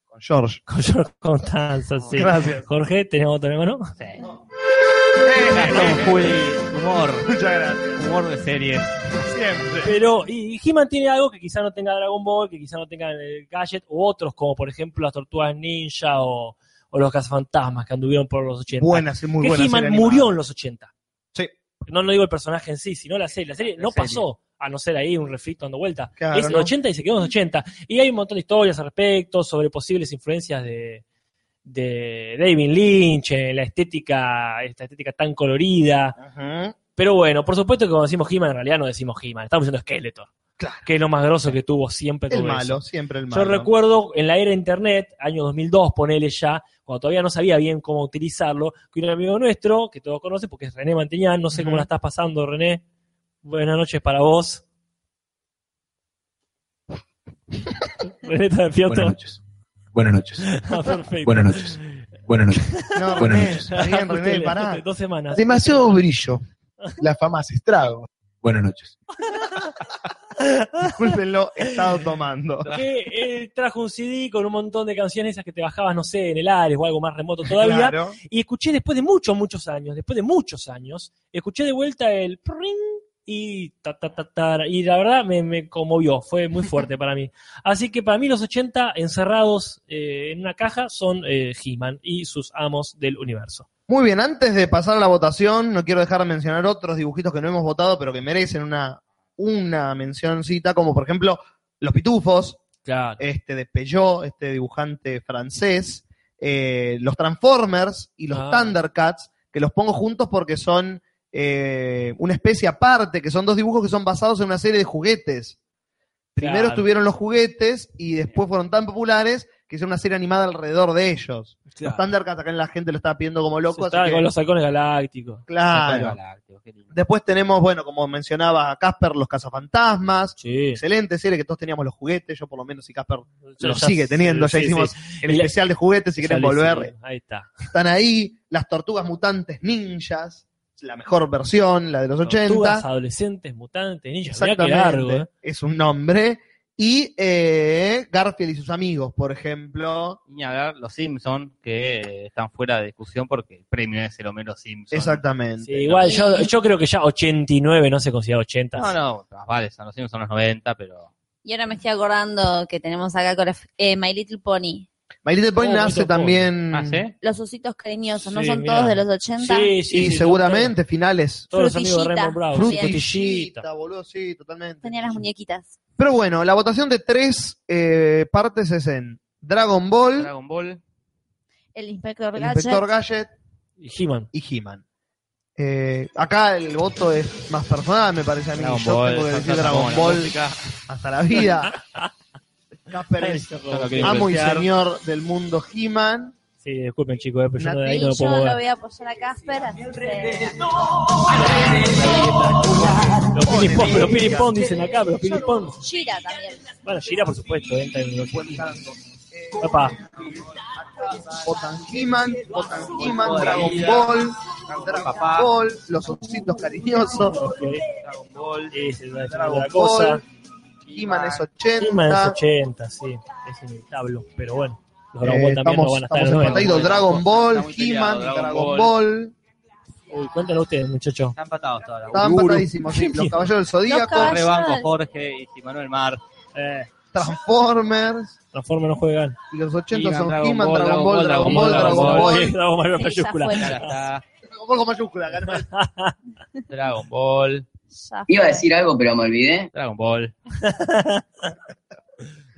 A: Con George.
B: Con George Constanza, sí.
A: Gracias.
B: Jorge, ¿tenemos otro en mano?
G: humor,
A: Muchas gracias.
G: humor de series.
A: Siempre.
B: Pero y, y He-Man tiene algo que quizá no tenga Dragon Ball, que quizá no tenga el Gadget u otros, como por ejemplo las Tortugas Ninja o, o los Cazafantasmas que anduvieron por los 80.
A: Buenas, muy
B: que
A: buenas.
B: He-Man murió en los 80.
A: Sí.
B: No, no digo el personaje en sí, sino la serie. La serie no
D: serie.
B: pasó, a no ser ahí un refrito dando vuelta.
A: Claro,
B: es el
A: ¿no?
B: 80 y se quedó en los 80. Y hay un montón de historias al respecto sobre posibles influencias de, de David Lynch, en la estética, esta estética tan colorida. Pero bueno, por supuesto que cuando decimos He-Man, en realidad no decimos He-Man, estamos diciendo Skeletor.
A: Claro.
B: Que es lo más grosso que tuvo siempre
A: El
B: todo eso.
A: malo, siempre el malo.
B: Yo recuerdo en la era de internet, año 2002, ponele ya, cuando todavía no sabía bien cómo utilizarlo, que un amigo nuestro, que todos conocen, porque es René Manteñán, no sé cómo
A: Ujú.
B: la estás pasando, René. Buenas noches
A: [LAUGHS]
B: para vos. René, ¿estás despierto?
L: noches. Buenas noches.
B: [LAUGHS] Ah, perfecto.
L: Buenas noches. Buenas noches.
A: No,
L: Buenas
A: René,
L: noches.
A: está bien, René,
B: Justele,
A: pará.
B: Dos semanas.
M: Demasiado brillo. La fama se estrago.
L: Buenas noches.
A: Discúlpenlo, he estado tomando.
B: Que él trajo un CD con un montón de canciones esas que te bajabas, no sé, en el Ares o algo más remoto todavía.
A: Claro.
B: Y escuché después de muchos, muchos años, después de muchos años, escuché de vuelta el pring, y ta, ta, ta, ta, y la verdad me, me conmovió, fue muy fuerte para mí. Así que para mí los 80 encerrados eh, en una caja son eh, He-Man y sus amos del universo.
A: Muy bien, antes de pasar a la votación, no quiero dejar de mencionar otros dibujitos que no hemos votado, pero que merecen una, una mencioncita, como por ejemplo Los Pitufos,
B: Claro.
A: este de Peugeot, este dibujante francés, eh, los Transformers y los
B: Ah.
A: Thundercats, que los pongo juntos porque son eh, una especie aparte, que son dos dibujos que son basados en una serie de juguetes. Primero
B: Claro.
A: estuvieron los juguetes y después fueron tan populares que hicieron una serie animada alrededor de ellos. Los Thundercats acá en la gente lo está pidiendo como loco.
B: Ah.
A: así
B: Se está
A: que-
B: con los halcones galácticos.
D: Ah,
A: Claro. Después tenemos, bueno, como mencionaba a Casper, los cazafantasmas.
B: Sí.
A: Excelente serie que todos teníamos los juguetes. Yo, por lo menos, y Casper
B: Ya-
A: lo
B: ya-
A: sigue teniendo. Ya
B: sí,
A: hicimos
B: sí.
A: el
B: Y la-
A: especial de juguetes. Si
B: ya
A: quieren
B: le
A: volver,
B: sigue. Ahí está.
A: están ahí. Las tortugas mutantes ninjas. La mejor versión, la de los 80.
B: Tortugas, adolescentes, mutantes, niños. Mirá qué largo, ¿eh?
A: Es un nombre. Y eh, Garfield y sus amigos, por ejemplo.
D: Ni hablar, los Simpson que eh, están fuera de discusión porque el premio es el Homero Simpson.
A: Exactamente.
B: Sí, igual yo, yo creo que ya 89 no se considera 80.
D: No, no, más vale, son los Simpsons son los 90, pero
C: Y ahora me estoy acordando que tenemos acá con la f- eh, My Little Pony.
A: My Little Pony
B: Oh,
A: nace
B: Little Pony.
A: también.
D: Ah, ¿sí?
C: Los ositos cariñosos, ¿no
B: Sí,
C: son
B: mirá.
C: todos de los 80?
B: Sí, sí,
A: Y
B: sí,
A: seguramente finales.
B: Todos, todos los amigos de
C: Frutillita.
B: Raymond Brown.
C: Frutillita.
B: Frutillita.
A: Frutillita, boludo, sí, totalmente.
C: Tenía las muñequitas.
A: Pero bueno, la votación de tres eh, partes es en Dragon Ball,
D: Dragon Ball,
C: El inspector
A: el
C: Gadget.
A: Inspector Gadget
B: Y He-Man.
A: y He-Man. Eh, acá el voto es más personal, me parece a mí.
D: Dragon
A: Yo
D: Ball,
A: tengo que decir
D: fantasma
A: Dragon
D: con la
A: Ball
D: música.
A: hasta la vida. Casper es
D: Yo no quería
A: amo y
D: influenciar.
A: señor del mundo He-Man.
B: Ah, Sí, disculpen chicos, eh, pero yo no, de ahí
C: Y
B: no lo
C: yo
B: puedo
C: lo
B: ver.
C: voy a apoyar a Casper. así que-
B: Los piripón, los piripón dicen acá, pero los piripón.
C: Shira también.
B: Bueno, Gira por supuesto, entra en los
A: Eh,
B: Papá,
A: votan He-Man, votan He-Man, Dragon Ball, Dragon Ball, los ositos cariñosos,
B: Dragon Ball. Ese es
A: Dragon
B: la cosa.
A: Ball, He-man es
B: He-Man es
A: 80.
B: 80, sí. Es inevitable, pero bueno. Los Dragon
A: Eh,
B: Ball también no
A: estamos
B: van a estar
A: estamos
B: en los
A: empatados.
B: nuevos.
A: Dragon Ball,
D: Está muy
A: He-Man,
D: peleado, Dragon
A: Dragon
D: Ball.
A: Ball.
B: Uy, cuéntanos ustedes, muchachos.
D: están empatados todos.
A: Estaban
B: Guru.
A: empatadísimos, sí. Los Caballeros del
C: Los
A: Zodíaco,
C: caballeros.
D: Rebanco, Jorge y Manuel Mar.
B: Eh,
A: Transformers.
B: Transformers no juegan.
A: Y los 80
D: He-Man,
A: son
D: Dragon
A: He-Man,
D: Ball,
A: Dragon Ball, Dragon Ball, Dragon
B: Eh,
A: Ball.
B: Dragon Ball en
C: Sí, ya
B: mayúscula.
C: fue.
D: Claro, está.
A: Dragon Ball con mayúscula, carnal.
D: Dragon Ball,
C: Ya
J: Iba a
C: fue.
J: decir algo, pero me olvidé.
D: Dragon Ball.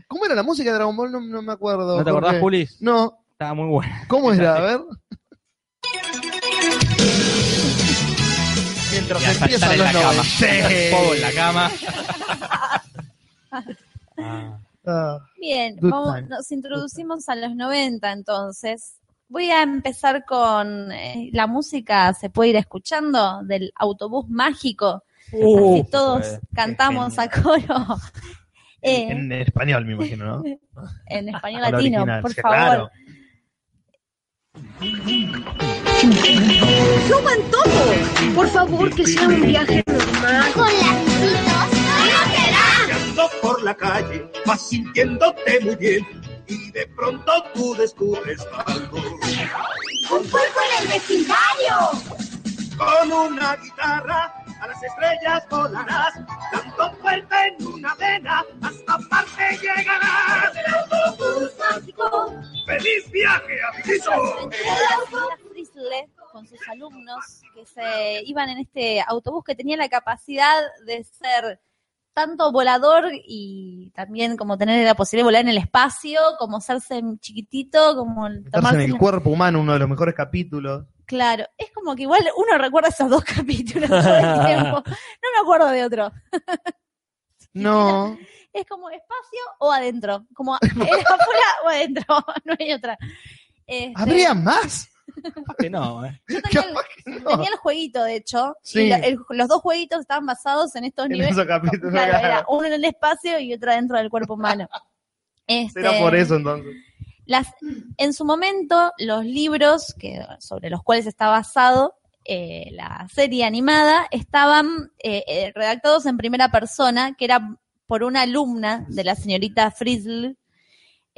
A: ¿Cómo era la música de Dragon Ball? No, no me acuerdo.
D: ¿No te
A: Jorge.
D: acordás, Julis?
A: No.
D: Estaba muy
A: [LAUGHS]
D: bueno.
A: ¿Cómo era? A ver. Mientras
D: Y a saltar
A: empiezan
D: en
A: los
D: la cama.
A: noventas.
D: [LAUGHS]
A: Sí.
D: Pogo en
A: [LAUGHS]
D: la cama.
A: Ah,
C: Bien,
A: Good
C: vamos-
A: time.
C: nos introducimos a los 90 entonces. Voy a empezar con eh, la música, se puede ir escuchando, del autobús mágico.
B: [LAUGHS] Uh,
C: Así todos
A: eh,
D: fue
C: cantamos a coro. Eh, en,
A: español, me imagino, ¿no?
C: español
A: Al
C: latino,
A: original,
C: por
A: sí,
C: favor.
A: claro.
I: ¡Suban todos! Por favor, que sea un viaje normal.
H: Con las
F: Ando por la calle, vas sintiéndote muy bien y de pronto tú descubres algo.
I: ¡Un puerco en el vecindario!
F: Con una guitarra a las estrellas volarás, dando vuelta en una vena hasta Marte llegarás. ¡Feliz viaje, amiguito!
C: Marcela Frisle con sus alumnos que se iban en este autobús que tenía la capacidad de ser tanto volador y también como tener la posibilidad de volar en el espacio, como serse chiquitito, como el-
A: Meterse en el
C: la-
A: cuerpo humano, uno de los mejores capítulos.
C: Claro, es como que igual uno recuerda esos dos [LAUGHS] capítulos
A: [LAUGHS]
C: todo el tiempo. No me acuerdo de otro.
A: No.
C: es como espacio o adentro,
A: [LAUGHS]
C: como era afuera o adentro, [LAUGHS] no hay otra. Este,
A: ¿Habría más?
D: Que no,
B: [LAUGHS]
D: eh.
C: yo tenía
A: [LAUGHS]
C: el-
A: Capaz que no.
C: Tenía el jueguito, de hecho.
A: Sí.
C: y la- el- los dos jueguitos estaban basados en estos
A: En
C: niveles.
A: esos capítulos,
C: [LAUGHS] Claro,
A: claro.
C: era uno en el espacio y otro dentro del
A: [LAUGHS]
C: cuerpo humano. Este,
A: Será por eso entonces.
C: Las, en su momento, los libros que, sobre los cuales está basado eh, la serie animada estaban eh, eh, redactados en primera persona, que era por una alumna de la señorita Frizzle.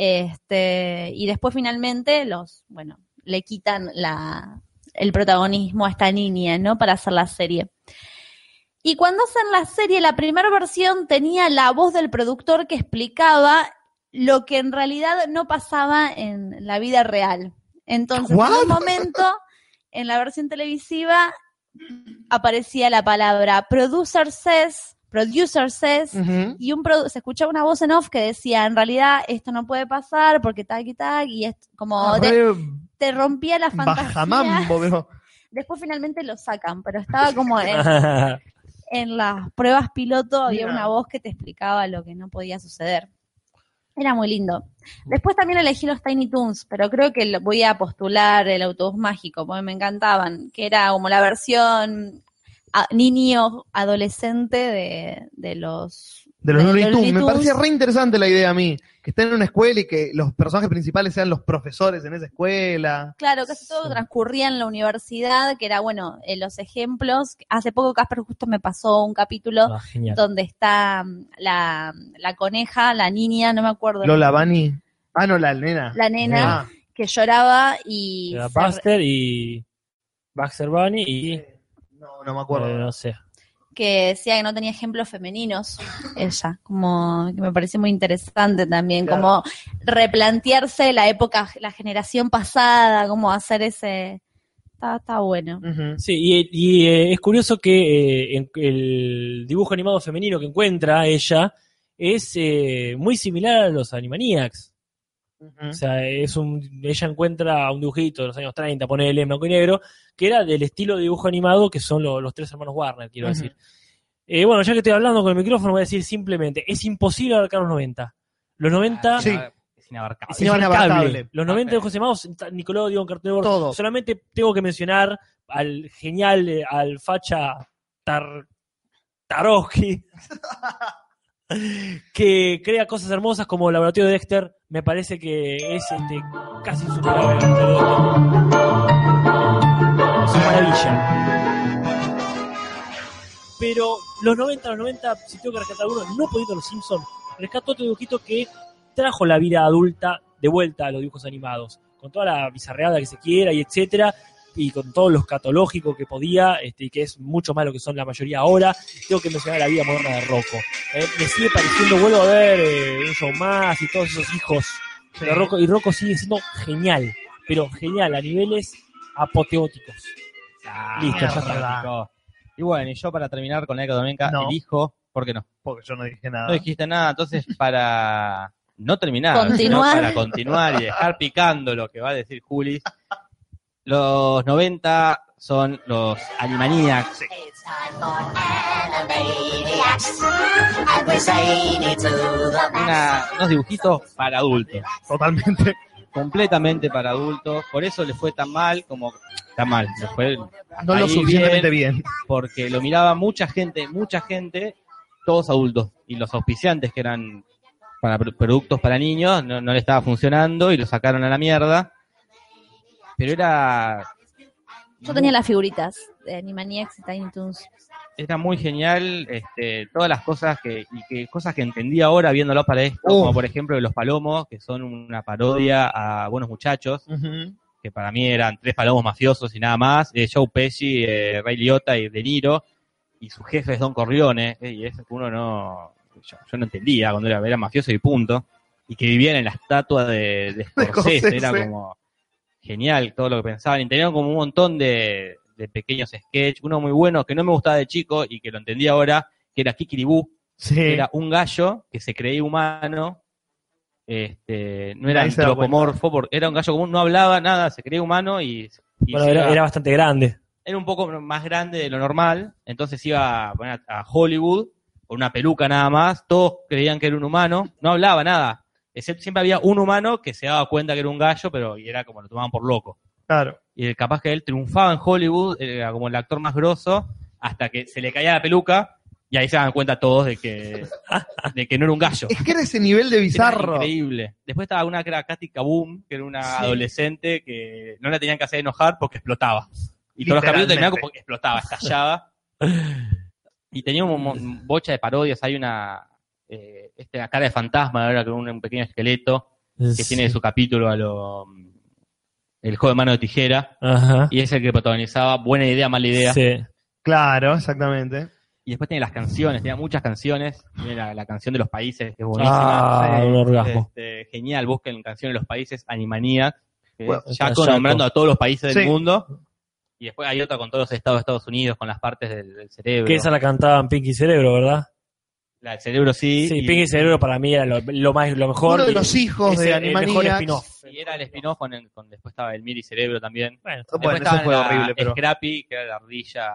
C: Este, y después finalmente los, bueno, le quitan la, el protagonismo a esta niña, ¿no? Para hacer la serie. Y cuando hacen la serie, la primera versión tenía la voz del productor que explicaba lo que en realidad no pasaba en la vida real. Entonces, en un momento, en la versión televisiva, aparecía la palabra producer says, producer says,
A: Ujú.
C: y un produ- se escuchaba una voz en off que decía, en realidad esto no puede pasar porque tag y tag, y esto, como
A: Ah,
C: te,
A: re
C: te rompía la fantasía.
A: bajamambo, pero
C: Después finalmente lo sacan, pero
A: [LAUGHS]
C: estaba como en,
B: Ah,
C: en las pruebas piloto había
A: Mira.
C: una voz que te explicaba lo que no podía suceder. Era muy lindo. Después también elegí los Tiny Toons, pero creo que lo- voy a postular el autobús mágico, porque me encantaban, que era como la versión a- niño adolescente de, de los...
A: de los
C: de
A: Looney Tunes. Me
C: Tunes.
A: parecía re interesante la idea a mí. Que estén en una escuela y que los personajes principales sean los profesores en esa escuela.
C: Claro, casi todo transcurría en la universidad, que era, bueno, eh, los ejemplos. Hace poco Casper justo me pasó un capítulo
B: Ah, genial.
C: donde está mm, la, la coneja, la niña, no me acuerdo.
A: Lola Bunny. Ah, no, la nena.
C: La nena
A: Ah,
C: que lloraba y...
B: Era
C: se re-
B: Buster Eh, y Baxter Bunny y
A: no, no me acuerdo.
B: eh, no sé.
C: que decía que no tenía ejemplos femeninos ella, como que me pareció muy interesante también,
A: Claro.
C: como replantearse la época, la generación pasada, como hacer ese... Está, está bueno.
A: Ujú.
B: Sí, y, y, eh, es curioso que eh, en- el dibujo animado femenino que encuentra ella es eh, muy similar a los Animaniacs.
A: Ujú.
B: O sea, es un, ella encuentra un dibujito de los años 30, ponele en blanco y negro, que era del estilo de dibujo animado que son lo- los tres hermanos Warner, quiero
A: Ujú.
B: decir. Eh, bueno, ya que estoy hablando con el micrófono, voy a decir simplemente, es imposible abarcar los 90. Los 90
A: Sí.
D: Es inabarcable.
B: es
A: Es inabarcable.
B: inabarcable. Los 90 de
D: Ok.
B: José Maos, ta- Nicolás Dion, Cartoon Network.
A: Todo.
B: Solamente tengo que mencionar al genial, eh, al facha Tar-
A: [LAUGHS]
B: Tarowski, que crea cosas hermosas como Laboratorio de Dexter. Me parece que es este, casi superable. Es una maravilla. Pero los 90, los 90, si tengo que rescatar uno, no puedo ir con los Simpsons. Rescato otro dibujito que trajo la vida adulta de vuelta a los dibujos animados, con toda la bizarreada que se quiera y etcétera, y con todo lo escatológico que podía, este, y que es mucho más lo que son la mayoría ahora. Tengo que mencionar la vida moderna de Rocco. Eh, me sigue pareciendo, vuelvo a ver eh, un show más y todos esos hijos de Rocco, y Rocco sigue siendo genial, pero genial a niveles apoteóticos.
D: Ah,
B: Listo, ya
A: está.
D: chico. Y bueno, y yo para terminar con la economía
A: No.
D: elijo, ¿por qué no?
A: Porque yo no dije nada.
D: No dijiste nada, entonces para no terminar,
C: Continuar.
D: sino para continuar y dejar picando lo que va a decir Juli, los 90 son los Animaniacs.
I: It's time for Animaniacs. And we're zany to the max.
D: Una- unos dibujitos para adultos, [LAUGHS]
A: Totalmente.
D: completamente para adultos. Por eso les fue tan mal como... Tan mal, les fue
A: No
D: Ahí
A: lo suficientemente bien.
D: porque lo miraba mucha gente, mucha gente, todos adultos. Y los auspiciantes que eran para pro- productos para niños no, no le estaba funcionando y lo sacaron a la mierda. Pero era,
C: Yo tenía las figuritas de Animaniacs y Tiny Toons.
D: era muy genial este, todas las cosas que, y que cosas que entendí ahora viéndolo para esto, como
A: Uf.
D: por ejemplo los palomos, que son una parodia a buenos muchachos.
A: Ujú.
D: que para mí eran tres palomos mafiosos y nada más, eh, Joe Pesci, eh, Ray Liotta y De Niro, y su jefe es Don Corleone, eh, y eso que uno no, yo, yo no entendía cuando era, era mafioso y punto, y que vivían en la estatua de, de Scorsese,
A: Scorsese.
D: era como genial todo lo que pensaban, y tenían como un montón de, de pequeños sketches, uno muy bueno que no me gustaba de chico y que lo entendí ahora, que era Kikiribú,
A: Sí.
D: que era un gallo que se creía humano, este, no era
A: Ahí se da
D: antropomorfo, porque era un gallo común, no hablaba nada, se creía humano y, y
B: Bueno,
D: se
B: era,
D: iba-
B: era bastante grande.
D: era un poco más grande de lo normal, entonces iba bueno, a Hollywood con una peluca nada más, todos creían que era un humano, no hablaba nada, excepto siempre había un humano que se daba cuenta que era un gallo, pero y era como lo tomaban por loco
A: Claro.
D: y capaz que él triunfaba en Hollywood, era como el actor más grosso, hasta que se le caía la peluca y ahí se dan cuenta todos
A: [LAUGHS]
D: de que, de que no era un gallo.
A: Es que era ese nivel de
D: Era
A: bizarro.
D: increíble. Después estaba una que era Katy Kaboom, que era una
A: Sí.
D: adolescente que no la tenían que hacer enojar porque explotaba. Y todos los capítulos terminaban
A: Literalmente.
D: como que explotaba, estallaba. y tenía un
A: [LAUGHS]
D: mo- un bocha de parodias. Hay una eh, este, la cara de fantasma, ahora con un, un pequeño esqueleto que tiene su capítulo a lo. El juego de mano de tijera.
B: Ajá.
D: Y es el que protagonizaba Buena idea, mala idea.
B: Sí.
A: Claro, exactamente.
D: Y después tiene las canciones, tiene muchas canciones. Tiene la, la canción de los países, que es buenísima.
B: Ah,
D: Sí.
B: un orgasmo.
D: Este, genial, busquen canciones de los países, Animanía. que
B: Bueno,
D: es Jaco
B: está Jaco.
D: nombrando a todos los países del
B: Sí.
D: mundo. Y después hay otra con todos los estados de Estados Unidos, con las partes del, del cerebro.
B: Que esa la cantaban Pinky Cerebro, ¿verdad?
D: La del cerebro sí.
B: Sí,
D: y-
B: Pinky Cerebro para mí era lo, lo más, lo mejor.
A: Uno de
B: y
A: los hijos
B: es
A: de
B: el- el mejor
A: Animaniacs.
B: spin-off.
D: Y era el spin-off con, el- con- después estaba el Miri Cerebro también.
B: Bueno,
D: después
A: bueno,
D: estaba
A: eso fue
D: la
A: horrible, pero-
D: Scrappy, que era la ardilla,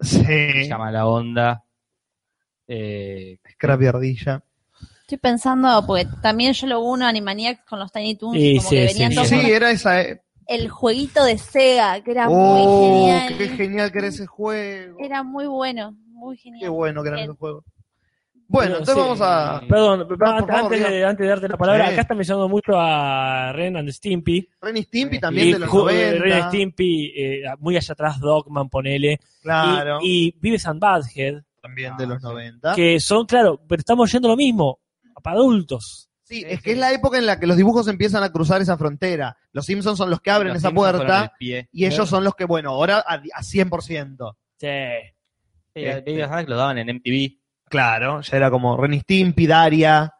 A: Sí.
D: llama la onda. Eh,
A: Scrappy Ardilla.
C: Estoy pensando, porque también yo lo uno a Animaniacs con los Tiny Toons,
B: Y
C: como
B: sí,
C: que venían
B: sí,
C: todos
A: Sí,
C: con
A: era esa. eh.
C: el jueguito de Sega, que era
A: oh,
C: muy genial.
A: qué genial que era ese juego.
C: Era muy bueno, muy
A: Qué
C: genial.
A: bueno que eran
C: El-
A: esos juegos. Bueno,
B: Pero
A: entonces
B: sí.
A: vamos a.
B: Perdón,
A: Ah, por favor,
B: antes, antes de,
A: diga.
B: antes de darte la palabra,
A: Sí.
B: acá está mencionando mucho a Ren and Stimpy.
A: Ren y Stimpy
D: Y
A: también
B: Y
A: de los
B: ju- eh, Ren
A: 90.
B: and Stimpy, eh, muy allá atrás, Dogman, ponele.
A: Claro,
B: Y, y Vives and Badhead,
A: también de los 90.
B: que son, claro, pero estamos yendo a lo mismo, para adultos.
A: Sí, es que es la época en la que los dibujos empiezan a cruzar esa frontera. Los Simpsons son los que abren
D: los
A: esa
D: Simpsons fueron el
A: puerta
D: pie.
A: y ellos son los que, bueno, ahora a, a 100%.
B: Sí.
D: Sí, a Baby Shark lo daban en MTV.
A: Claro, ya era como Ren y Stimpy, Daria,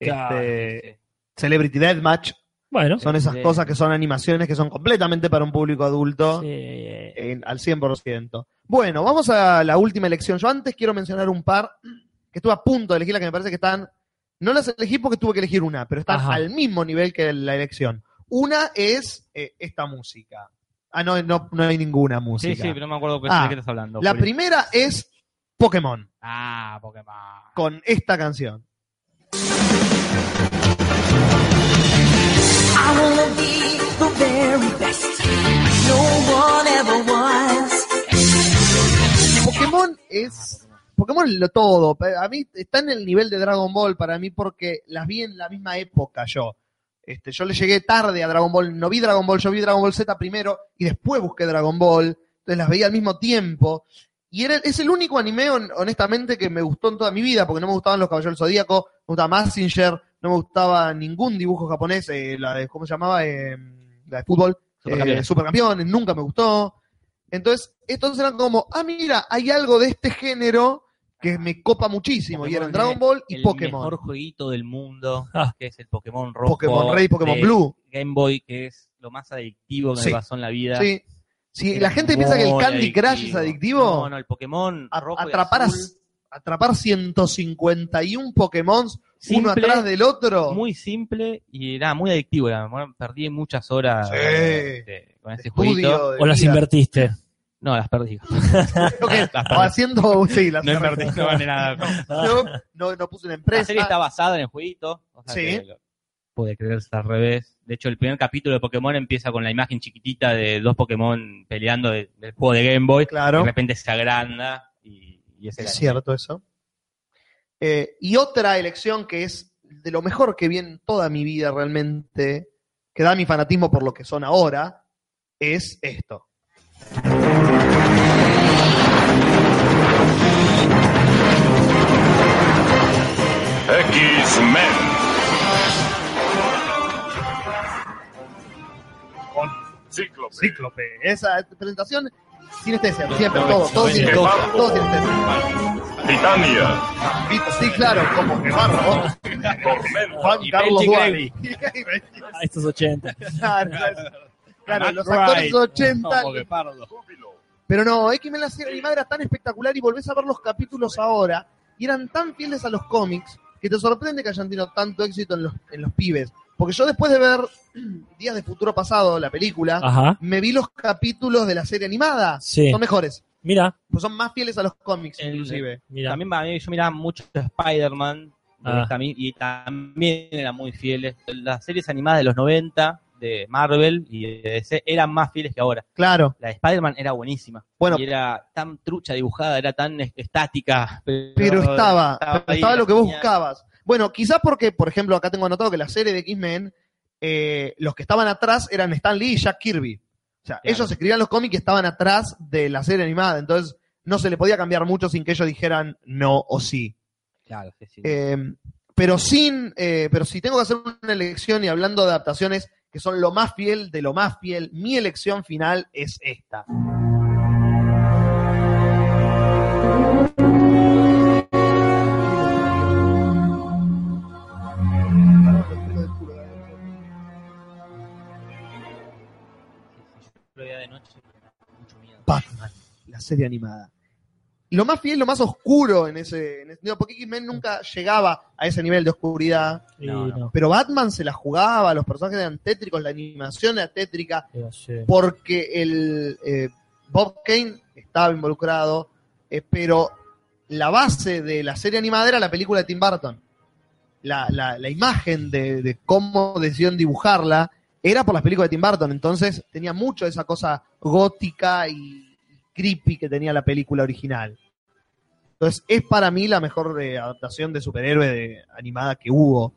B: Claro,
A: este, Celebrity Deathmatch.
B: Bueno.
A: Son esas
D: Sí.
A: cosas que son animaciones que son completamente para un público adulto
B: Sí.
A: en- al 100%. Bueno, vamos a la última elección. Yo antes quiero mencionar un par que estuve a punto de elegir, las que me parece que están... No las elegí porque tuve que elegir una, pero están
B: Ajá.
A: al mismo nivel que la elección. Una es eh, esta música. Ah, no, no, no hay ninguna
D: Sí,
A: música.
D: sí, pero no me acuerdo qué-
A: Ah,
D: de qué estás hablando.
A: la
D: Juli.
A: primera es Pokémon,
D: Ah, Pokémon.
A: con esta canción.
I: I wanna be the very best no one ever was.
A: Pokémon es. Pokémon es lo todo. A mí está en el nivel de Dragon Ball para mí porque las vi en la misma época yo. Este, yo le llegué tarde a Dragon Ball, no vi Dragon Ball, yo vi Dragon Ball Z primero y después busqué Dragon Ball. Entonces las veía al mismo tiempo. Y era, es el único anime, hon- honestamente, que me gustó en toda mi vida, porque no me gustaban los Caballeros del Zodíaco, no me gustaba Massinger, no me gustaba ningún dibujo japonés, eh, la de, ¿cómo se llamaba? Eh, la de fútbol,
D: Supercampeones.
A: eh, Supercampeones, nunca me gustó. Entonces, entonces eran como, ah, mira, hay algo de este género que me copa muchísimo. y eran
D: Pokémon
A: Dragon
D: es
A: Ball y
D: el
A: Pokémon.
D: mejor jueguito del mundo,
B: Ah.
D: que es el Pokémon Rojo.
A: Pokémon Red y Pokémon
D: de
A: Blue.
D: Game Boy, que es lo más adictivo que
A: Sí.
D: me pasó en la vida.
A: Sí. Si
D: Era
A: la gente piensa que el
D: muy
A: Candy Crush es adictivo,
D: No, no, el Pokémon
A: a-
D: rojo y
A: atrapar, a-
D: azul,
A: atrapar 151 Pokémon uno
D: Simple,
A: atrás del otro.
D: muy simple y era muy adictivo. era- bueno, perdí muchas horas
A: Sí.
D: este, con
A: de
D: ese jueguito.
A: estudio, de
B: O las
A: vida.
B: invertiste.
D: No, las perdí.
A: Creo que-
D: [LAUGHS]
A: o haciendo, sí, las
D: No invertí, no gané
A: [LAUGHS]
D: nada.
A: No, no, no puse una
D: La
A: empresa.
D: serie está basada en el jueguito. O
A: ah.
D: sea
A: Sí.
D: que lo- puede creerse al revés. De hecho, el primer capítulo de Pokémon empieza con la imagen chiquitita de dos Pokémon peleando de- del juego de Game Boy.
A: Claro.
D: De repente se agranda y, y es el
A: Es cierto eso. Eh, y otra elección que es de lo mejor que vi en toda mi vida realmente, que da mi fanatismo por lo que son ahora, es esto.
K: X-Men.
A: Con
K: Cíclope.
A: Cíclope. Esa presentación, sinestesia, siempre, todo, todo tiene
K: Todo.
A: todo sinestesia.
K: Titania.
A: Sí, claro, como que barro. Juan
D: Y
A: Carlos
D: Benji
A: [LAUGHS] Duarte.
B: A estos 80.
A: Claro, claro,
D: Matt
A: los actores
D: Wright.
A: 80,
D: Como que pardo.
A: Pero no, X-Men la serie animada era tan espectacular y volvés a ver los capítulos ahora y eran tan fieles a los cómics que te sorprende que hayan tenido tanto éxito en los, en los pibes. Porque yo después de ver Días de Futuro Pasado, la película,
D: Ah.
B: Ajá.
A: me vi los capítulos de la serie animada.
B: Sí.
A: Son mejores,
B: Mira,
A: pues son más fieles a los cómics
D: El-
A: inclusive.
B: mira.
D: También para mí, yo miraba mucho Spider-Man
B: Ah.
D: también- y también eran muy fieles. Las series animadas de los 90 de Marvel y de DC eran más fieles que ahora.
A: Claro,
D: La de Spider-Man era buenísima.
A: bueno,
D: y era tan trucha dibujada, era tan est- estática. Pero,
A: pero estaba, pero
D: ahí,
A: estaba
D: la
A: lo que vos
D: tenía.
A: buscabas. Bueno, quizás porque, por ejemplo, acá tengo anotado que la serie de X-Men, eh, los que estaban atrás eran Stan Lee y Jack Kirby. O sea,
D: Claro.
A: ellos escribían los cómics y estaban atrás de la serie animada, entonces no se le podía cambiar mucho sin que ellos dijeran no o sí.
D: Claro, sí, sí.
A: Eh, pero sin, eh, pero si tengo que hacer una elección y hablando de adaptaciones que son lo más fiel de lo más fiel, mi elección final es esta. Batman, la serie animada. Lo más fiel, lo más oscuro en ese. en ese- no, porque X-Men nunca llegaba a ese nivel de oscuridad.
B: No, no.
A: Pero Batman se la jugaba, los personajes eran tétricos, la animación era tétrica,
B: Pero sí.
A: porque el eh, Bob Kane estaba involucrado, eh, pero la base de la serie animada era la película de Tim Burton. La, la- la imagen de, de cómo decidieron dibujarla era por las películas de Tim Burton, entonces tenía mucho de esa cosa gótica y creepy que tenía la película original. Entonces es para mí la mejor eh, adaptación de superhéroe de- animada que hubo.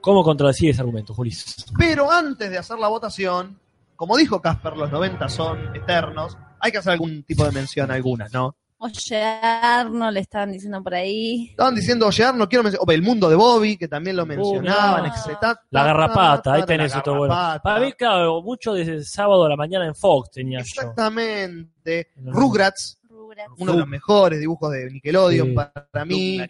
B: ¿Cómo contradecir ese argumento, Julis?
A: Pero antes de hacer la votación, como dijo Casper, los 90 son eternos. Hay que hacer algún tipo de mención a algunas, ¿no?
C: Oye, Arno le estaban diciendo por ahí.
A: Estaban diciendo, oye, no quiero mencionar. El mundo de Bobby, que también lo mencionaban.
B: mirá.
A: etcétera. Ta, ta,
B: Uh, La garrapata, ahí
A: ta,
B: tenés
A: la
B: otro bueno.
A: garrapata.
B: Para mí, claro, mucho desde el sábado a la mañana en Fox tenía yo.
A: Exactamente. Rugrats,
C: Rugrats.
A: uno de los mejores dibujos de Nickelodeon
B: Sí.
A: para mí.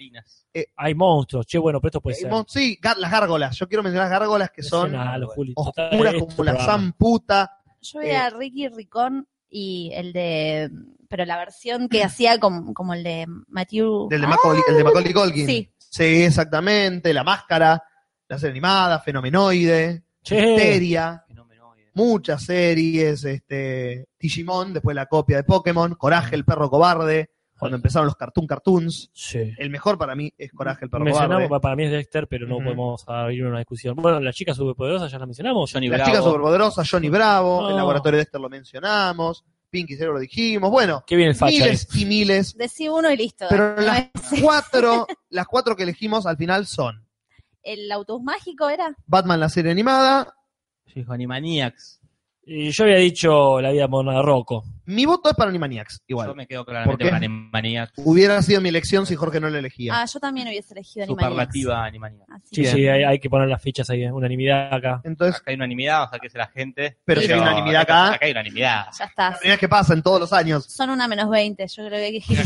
B: Hay monstruos, che, bueno, pero esto puede ser.
A: Eh, sí, gar- las gárgolas. Yo quiero mencionar las gárgolas que son
B: Suena a los Juli. Total,
A: oscuras
B: es tu
A: como la
B: programa.
A: zamputa.
C: Yo
A: eh.
C: era Ricky Ricón y el de. Pero la versión que hacía como, como el de Matthew. Ah,
A: Del de Macaulay, el de Macaulay Culkin.
C: Sí.
A: Sí, exactamente. La máscara, la serie animada, Fenomenoide,
B: Che.
A: Misteria, muchas series, este, Digimon, después la copia de Pokémon, Coraje, el perro cobarde, cuando empezaron los Cartoon Cartoons.
B: Sí.
A: El mejor para mí es Coraje, el perro
B: Mencionamos,
A: cobarde.
D: eh.
B: para mí es Dexter, pero no
A: Ujú.
B: podemos abrir una discusión. Bueno, las chicas superpoderosas ya las mencionamos.
D: Johnny
A: Las chicas superpoderosas, Johnny Bravo,
B: No.
A: el laboratorio de Dexter lo mencionamos, Pinky Cero lo dijimos, bueno,
B: Qué bien el facha,
A: miles y miles.
C: Decí uno y listo.
A: Pero
C: No
A: las
C: es-
A: cuatro, las cuatro que elegimos al final son
C: ¿El autobús mágico era?
A: Batman la serie animada,
D: Dijo Animaniacs.
B: Y yo había dicho la vida moderna de Rocco.
A: Mi voto es para Animaniacs, igual.
D: Yo me quedo claramente
A: Porque
D: con Animaniacs.
A: Hubiera sido mi elección si Jorge no la elegía.
C: Ah, yo también hubiese elegido Animaniacs.
D: Superlativa Animaniacs.
C: Así
B: Sí,
C: que-
B: sí, hay, hay que poner las fichas ahí, eh. unanimidad acá.
A: Entonces,
D: Acá hay unanimidad, o sea que es la gente.
A: Pues- Pero si hay unanimidad acá-
D: Acá hay unanimidad.
C: Ya está.
A: la primera vez que pasa en todos los años.
C: Son una menos 20, yo creo que hay que
B: Sí, sí,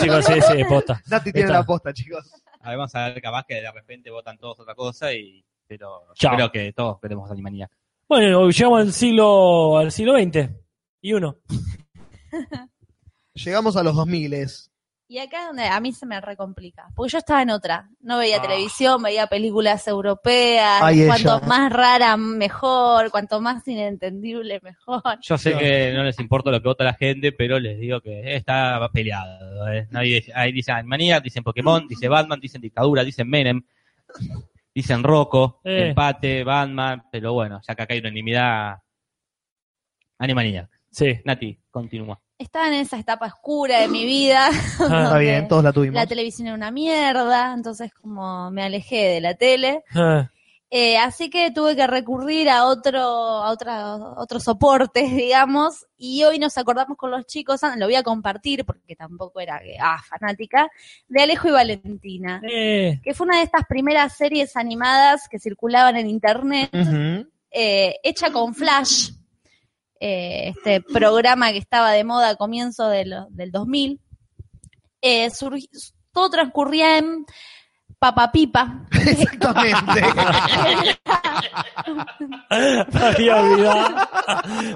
B: chicos, sí, sí, posta.
A: Nati tiene
B: Está.
A: la posta, chicos.
D: A ver, vamos a ver, capaz que de repente votan todos otra cosa y. Pero
B: Chao.
D: yo creo que todos queremos Animaniacs.
B: Bueno, llegamos al siglo, al siglo XX y uno.
A: Llegamos a los 2000.
C: Y acá es donde a mí se me recomplica, porque yo estaba en otra, no veía televisión, veía películas europeas,
A: Ay,
C: cuanto
A: ella.
C: más rara mejor, cuanto más inentendible mejor.
D: Yo sé que no les importa lo que vota la gente, pero les digo que está peleado. ¿eh? Nadie, ahí dicen Animaniacs, dicen Pokémon, dice Batman, dicen Dictadura, dicen Menem, dicen Rocco,
B: Eh.
D: Empate, Batman, pero bueno, ya que acá hay unanimidad. Animaniacs.
A: [LAUGHS]
B: Sí.
D: Nati, continúa.
C: Estaba en esa etapa oscura de mi
A: [CLEARS THROAT]
C: vida.
B: Ah,
A: Está
C: donde
A: bien, todos la tuvimos.
C: La televisión era una mierda, entonces como me alejé de la tele.
B: Ah,
C: Eh, así que tuve que recurrir a otro, a otra, otros soportes, [LAUGHS] digamos, y hoy nos acordamos con los chicos, ah, lo voy a compartir porque tampoco era que, ah, fanática, de Alejo y Valentina,
B: eh, [LAUGHS]
C: que fue una de estas primeras series animadas que circulaban en internet,
A: Ujú.
C: eh, hecha con Flash, eh, este programa que estaba de moda a comienzo de lo- del 2000. Eh, surgi- todo transcurría en Papapipa,
A: Exactamente.
B: [LAUGHS] me había olvidado.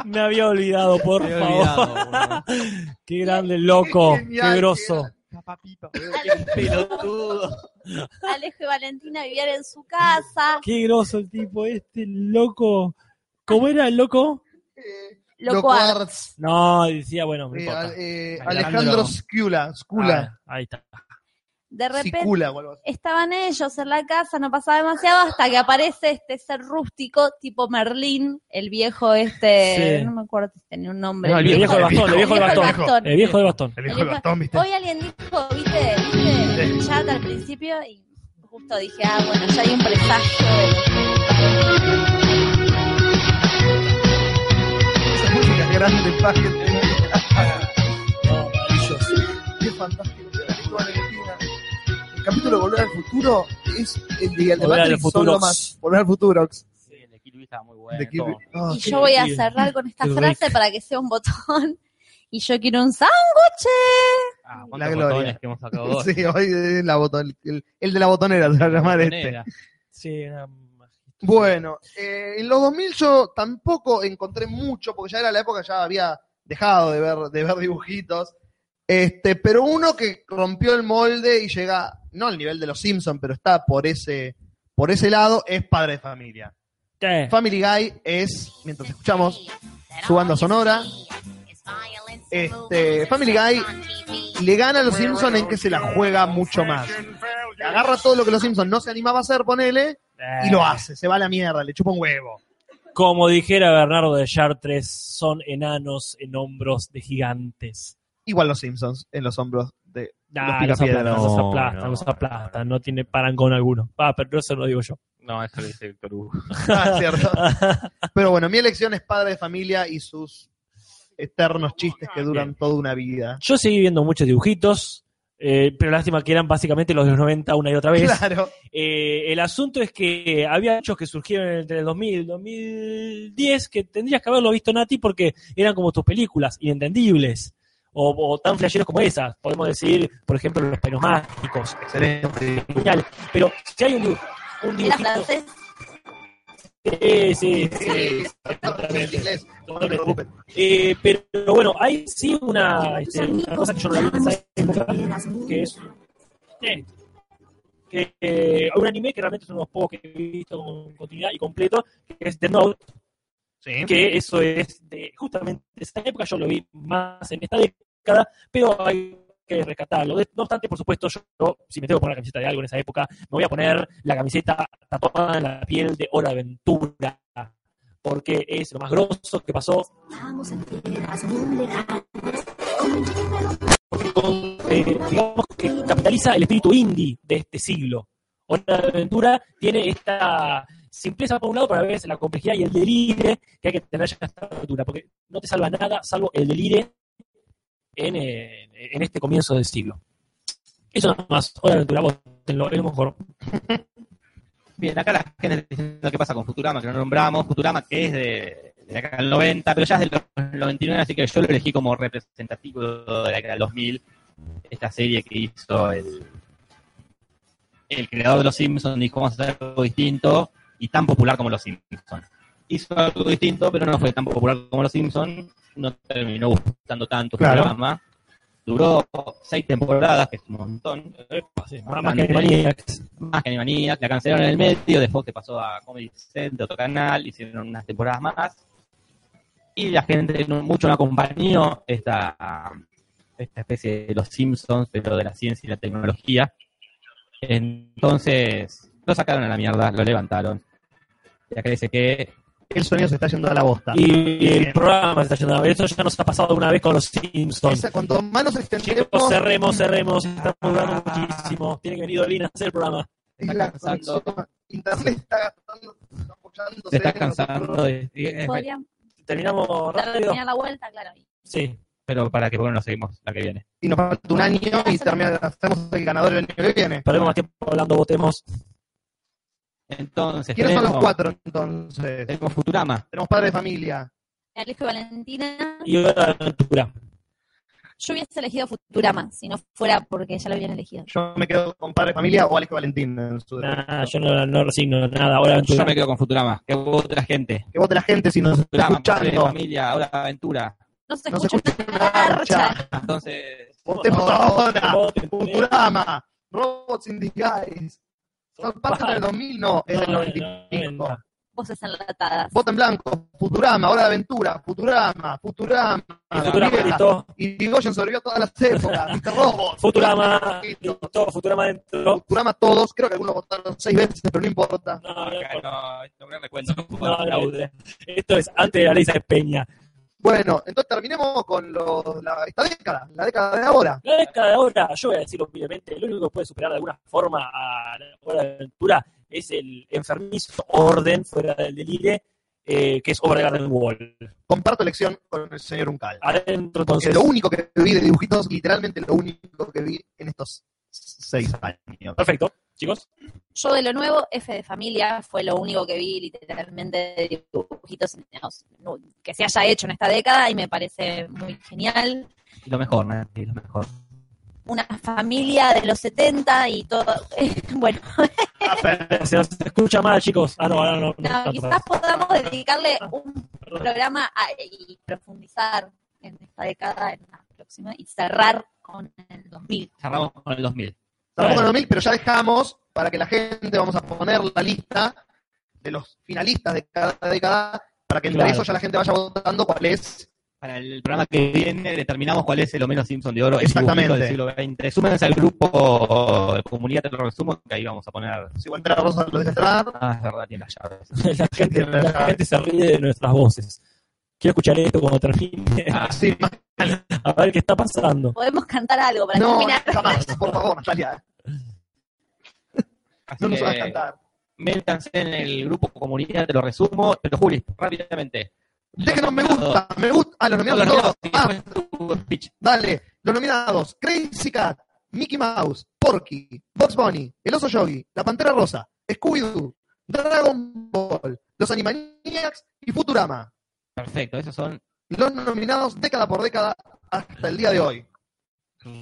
B: Me había olvidado, por
D: Me había
B: favor.
D: olvidado,
A: [LAUGHS]
B: Qué grande, loco.
A: Qué
B: Oh, Qué,
A: genial,
B: grosso.
C: [LAUGHS] Alejo y Valentina vivían en su casa.
B: Qué grosso el tipo este, loco. ¿Cómo era el loco?
C: Loco Arts.
B: No, decía, bueno, no
A: Eh,
B: importa.
A: al- eh,
B: Alejandro.
A: Alejandro Scula, Scula,
B: Ah, ahí está.
C: De repente
A: Scula o algo así.
C: estaban ellos en la casa, no pasaba demasiado hasta que aparece este ser rústico tipo Merlín, el viejo este,
B: Sí.
C: no me acuerdo si tenía un nombre.
B: No, el viejo del bastón, el viejo del
C: [LAUGHS]
B: bastón. El viejo del bastón.
A: El
C: El
A: hijo del
C: viejo-
A: bastón, ¿viste?
C: Hoy alguien dijo, viste, viste el chat al principio y justo dije, ah, bueno, ya hay un presagio de lo que-
A: Esa música grande, pa, que tenía. Maravilloso. [LAUGHS] Qué fantástico. Alejo Valentina. El capítulo de Volver al Futuro es el de el de
B: Volver al
A: Matrix, son
B: Futurox.
A: lo más. Volver al Futuro.
D: Sí, el de Kill Bill estaba muy bueno.
A: De Kill
D: todo.
A: Bill. Ah,
C: Y
A: qué
C: yo voy a
B: Rick.
C: cerrar con esta
B: Qué
C: frase
B: Rick.
C: para que sea un botón. [LAUGHS] Y yo quiero un sándwich.
D: Ah,
A: La
D: cuántos
A: gloria.
D: botones que
A: [LAUGHS]
D: hemos sacado dos.
A: Oh, Sí, hoy es la boton- el, el de la botonera, se va a llamar este.
D: Botonera.
B: Sí, era magia.
A: Bueno, eh, en los 2000 yo tampoco encontré mucho, porque ya era la época, ya había dejado de ver, de ver dibujitos. Este, pero uno que rompió el molde y llega, no al nivel de los Simpsons, pero está por ese, por ese lado, es padre de familia.
B: Sí.
A: Family Guy es, mientras escuchamos su banda sonora, este, Family Guy le gana a los Simpsons en que se la juega mucho más. Agarra todo lo que los Simpsons no se animaba a hacer, ponele, y lo hace, se va a la mierda, le chupa un huevo.
B: Eh, Como dijera Bernardo de Chartres, son enanos en hombros de gigantes.
A: Igual los Simpsons en los hombros de
B: Nah,
A: los
B: los aplastan,
A: picapiedras.
B: los aplastan, los aplastan, no tiene parangón alguno. Ah, pero eso lo digo yo.
D: No, eso lo dice Víctor Hugo.
A: [LAUGHS] Ah, cierto. Pero bueno, mi elección es padre de familia y sus eternos chistes que duran toda una vida.
B: Yo seguí viendo muchos dibujitos, eh, pero lástima que eran básicamente los de los 90 una y otra vez.
A: Claro.
B: Eh, el asunto es que había hechos que surgieron entre el 2000 y el 2010 que tendrías que haberlo visto, Nati, porque eran como tus películas, inentendibles. O, o tan flasheros como esas. Podemos decir, por ejemplo, los penos mágicos.
A: Excelente.
B: Genial. Pero si hay un, dibuj- un
C: Era
B: dibujito.
C: francés.
B: Sí, sí, sí.
A: En inglés, no te preocupes.
B: Eh, pero bueno, hay sí una, este, una cosa que yo no la vi en esa época, que es eh, que, eh, un anime que realmente son los pocos que he visto con continuidad y completo, que es The Note,
A: Sí.
B: que eso es de justamente esa época, yo lo vi más en esta década, pero hay que rescatarlo. De- No obstante, por supuesto, yo si me tengo que poner la camiseta de algo en esa época, me voy a poner la camiseta tatuada en la piel de Hora de Aventura, porque es lo más grosso que pasó
I: Vamos a tierras muy lejanas.
B: eh, digamos que capitaliza el espíritu indie de este siglo. Hora de Aventura tiene esta simpleza por un lado, pero a veces la complejidad y el delirio que hay que tener ya en esta aventura, porque no te salva nada salvo el delirio en, eh, en este comienzo del siglo. Eso nada más, Hora de Aventura, votenlo, es lo mejor.
D: Bien, acá la gente está diciendo qué pasa con Futurama, que no nombramos. Futurama que es de, de la década del 90, pero ya es del 99, así que yo lo elegí como representativo de la década del 2000. Esta serie que hizo el, el creador de Los Simpsons dijo vamos a hacer algo distinto y tan popular como Los Simpsons. Hizo algo distinto, pero no fue tan popular como Los Simpsons. No terminó gustando tanto
A: Claro.
D: Futurama. Duró seis temporadas, que es un montón.
B: eh, Más que Animaniacs.
D: más que Animaniacs, la cancelaron en el medio, después que pasó a Comedy Central, otro canal, hicieron unas temporadas más. Y la gente no- mucho no acompañó esta, esta especie de los Simpsons, pero de la ciencia y la tecnología. Entonces, lo sacaron a la mierda, lo levantaron. Ya que dice que
A: El sonido se está yendo a la bosta.
B: Y el programa se está yendo a ver, Eso ya nos ha pasado una vez con los Simpsons.
A: Esa- cuanto más nos
B: Chicos,
A: extendemos,
B: cerremos, cerremos. Estamos durando muchísimo. Tiene que venir Dolina a hacer el programa.
A: es la conexión. Internet está gastando, está apoyándose.
D: se está cansando de-
C: Podrían
B: Terminamos rápido.
C: terminar la vuelta, claro.
B: Sí.
D: Pero para que bueno, nos seguimos la que viene.
A: Y nos falta un año y termina- hacemos el ganador el año que viene.
B: Perdemos más tiempo hablando, votemos.
D: Entonces,
A: ¿Quiénes son los
D: tenemos,
A: cuatro entonces?
D: tenemos Futurama.
A: Tenemos padre de familia.
C: Alejo y Valentina.
B: Y hora de aventura.
C: Yo hubiese elegido Futurama, si no fuera porque ya lo habían elegido.
A: Yo me quedo con padre de familia o Alejo Valentín. En su
B: Nah, yo no, no resigno nada. Hora de
D: Yo
B: aventura.
D: me quedo con Futurama. Que otra gente.
A: Que vote la gente si nos está
D: Futurama, Padre de
A: escuchando.
D: familia, ahora aventura.
C: No se
A: No se
C: escucha
A: escucha
C: una marcha.
D: Entonces,
A: Votemos ahora.
B: Voten, voten.
A: Futurama. Robots in Disguise. Son pasos del 2000, no, es del
B: No,
A: 95.
B: no,
C: Voces enlatadas.
A: Vota en blanco. Futurama, hora de aventura. Futurama, Futurama.
B: Futurama
A: Ah, Mira,
B: listo.
A: Y Goyen sobrevivió todas las épocas. Mr. Robot.
B: Futurama
A: Listo.
B: listo. Futurama dentro.
A: Futurama todos, creo que algunos votaron seis veces, pero no importa.
B: No, no,
D: acá
B: no,
D: no, no me recuento.
B: no, no, no. Esto es antes de la ley de Peña.
A: Bueno, entonces terminemos con los- la- esta década, la década de ahora.
B: La década de ahora, yo voy a decirlo humildemente, lo único que puede superar de alguna forma a la obra de aventura es el enfermizo orden fuera del delirio, eh, que es obra de Garden Wall.
A: Comparto elección con el señor Uncal.
B: Adentro,
A: Porque
B: Ah, entonces.
A: lo único que vi de dibujitos, literalmente lo único que vi en estos seis años.
B: Perfecto, chicos.
C: Yo de lo nuevo, F de familia, fue lo único que vi literalmente de dibujitos animados, no, que se haya hecho en esta década y me parece muy genial.
D: Lo mejor, Nati, lo mejor.
C: Una familia de los 70 y todo. [LAUGHS] bueno,
B: Se nos escucha mal, chicos. Ah, no, ah, no, no.
C: no,
B: no, no,
C: quizás podamos dedicarle un programa a- y profundizar en esta década en la próxima y cerrar con el 2000.
D: Cerramos con el 2000.
A: Cerramos con el 2000, pero ya dejamos para que la gente, vamos a poner la lista de los finalistas de cada década, para que entre
D: Claro.
A: ellos ya la gente vaya votando cuál es.
D: Para el programa que viene determinamos cuál es el Homero Simpson de oro el
A: Exactamente.
D: dibujito del siglo XX. Súmense al grupo eh, Comunidad Te lo resumo, que ahí vamos a poner.
A: Si va a entrar Rosa, lo deja entrar.
D: [LAUGHS] Ah, es verdad, tiene las
B: [LAUGHS]
D: llaves.
B: la, gente, la gente se ríe de nuestras voces. Quiero escuchar esto cuando termine. [LAUGHS]
A: Sí,
B: A ver qué está pasando.
C: Podemos cantar algo para
A: no,
C: terminar.
A: jamás, por favor, Natalia.
D: Así
A: No nos
D: que
A: hagas cantar.
D: métanse en el grupo Comunidad Te lo resumo. Pero Juli, rápidamente.
A: Déjenos me gusta, me gusta. Ah, los nominados
D: Los
A: todos. Ah,
D: Tu speech.
A: dale. Los nominados: Crazy Cat, Mickey Mouse, Porky, Box Bunny, El Oso Yogi, La Pantera Rosa, Scooby-Doo, Dragon Ball, Los Animaniacs y Futurama.
D: Perfecto, esos son
A: Los nominados década por década hasta el día de hoy.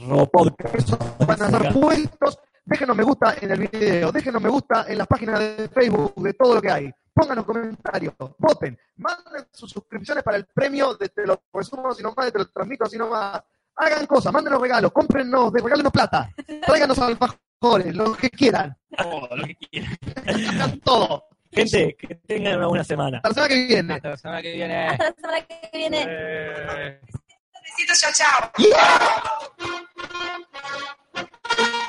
B: Robocast.
A: Van a ser puestos. Déjenos me gusta en el video, déjenos me gusta en las páginas de Facebook, de todo lo que hay. Pónganos comentarios, voten, manden sus suscripciones para el premio de Te lo resumo así nomás, Te lo transmito así nomás. Hagan cosas, mándenos regalos, cómprennos, de- regálenos plata, tráiganos alfajores, lo que quieran,
D: todo Oh, lo que quieran.
A: [LAUGHS] hagan todo.
B: Gente, que tengan una buena semana.
A: Hasta la semana que viene.
D: Hasta la semana que viene.
C: Hasta la semana que viene.
D: Eh.
N: Besitos, chao, chao.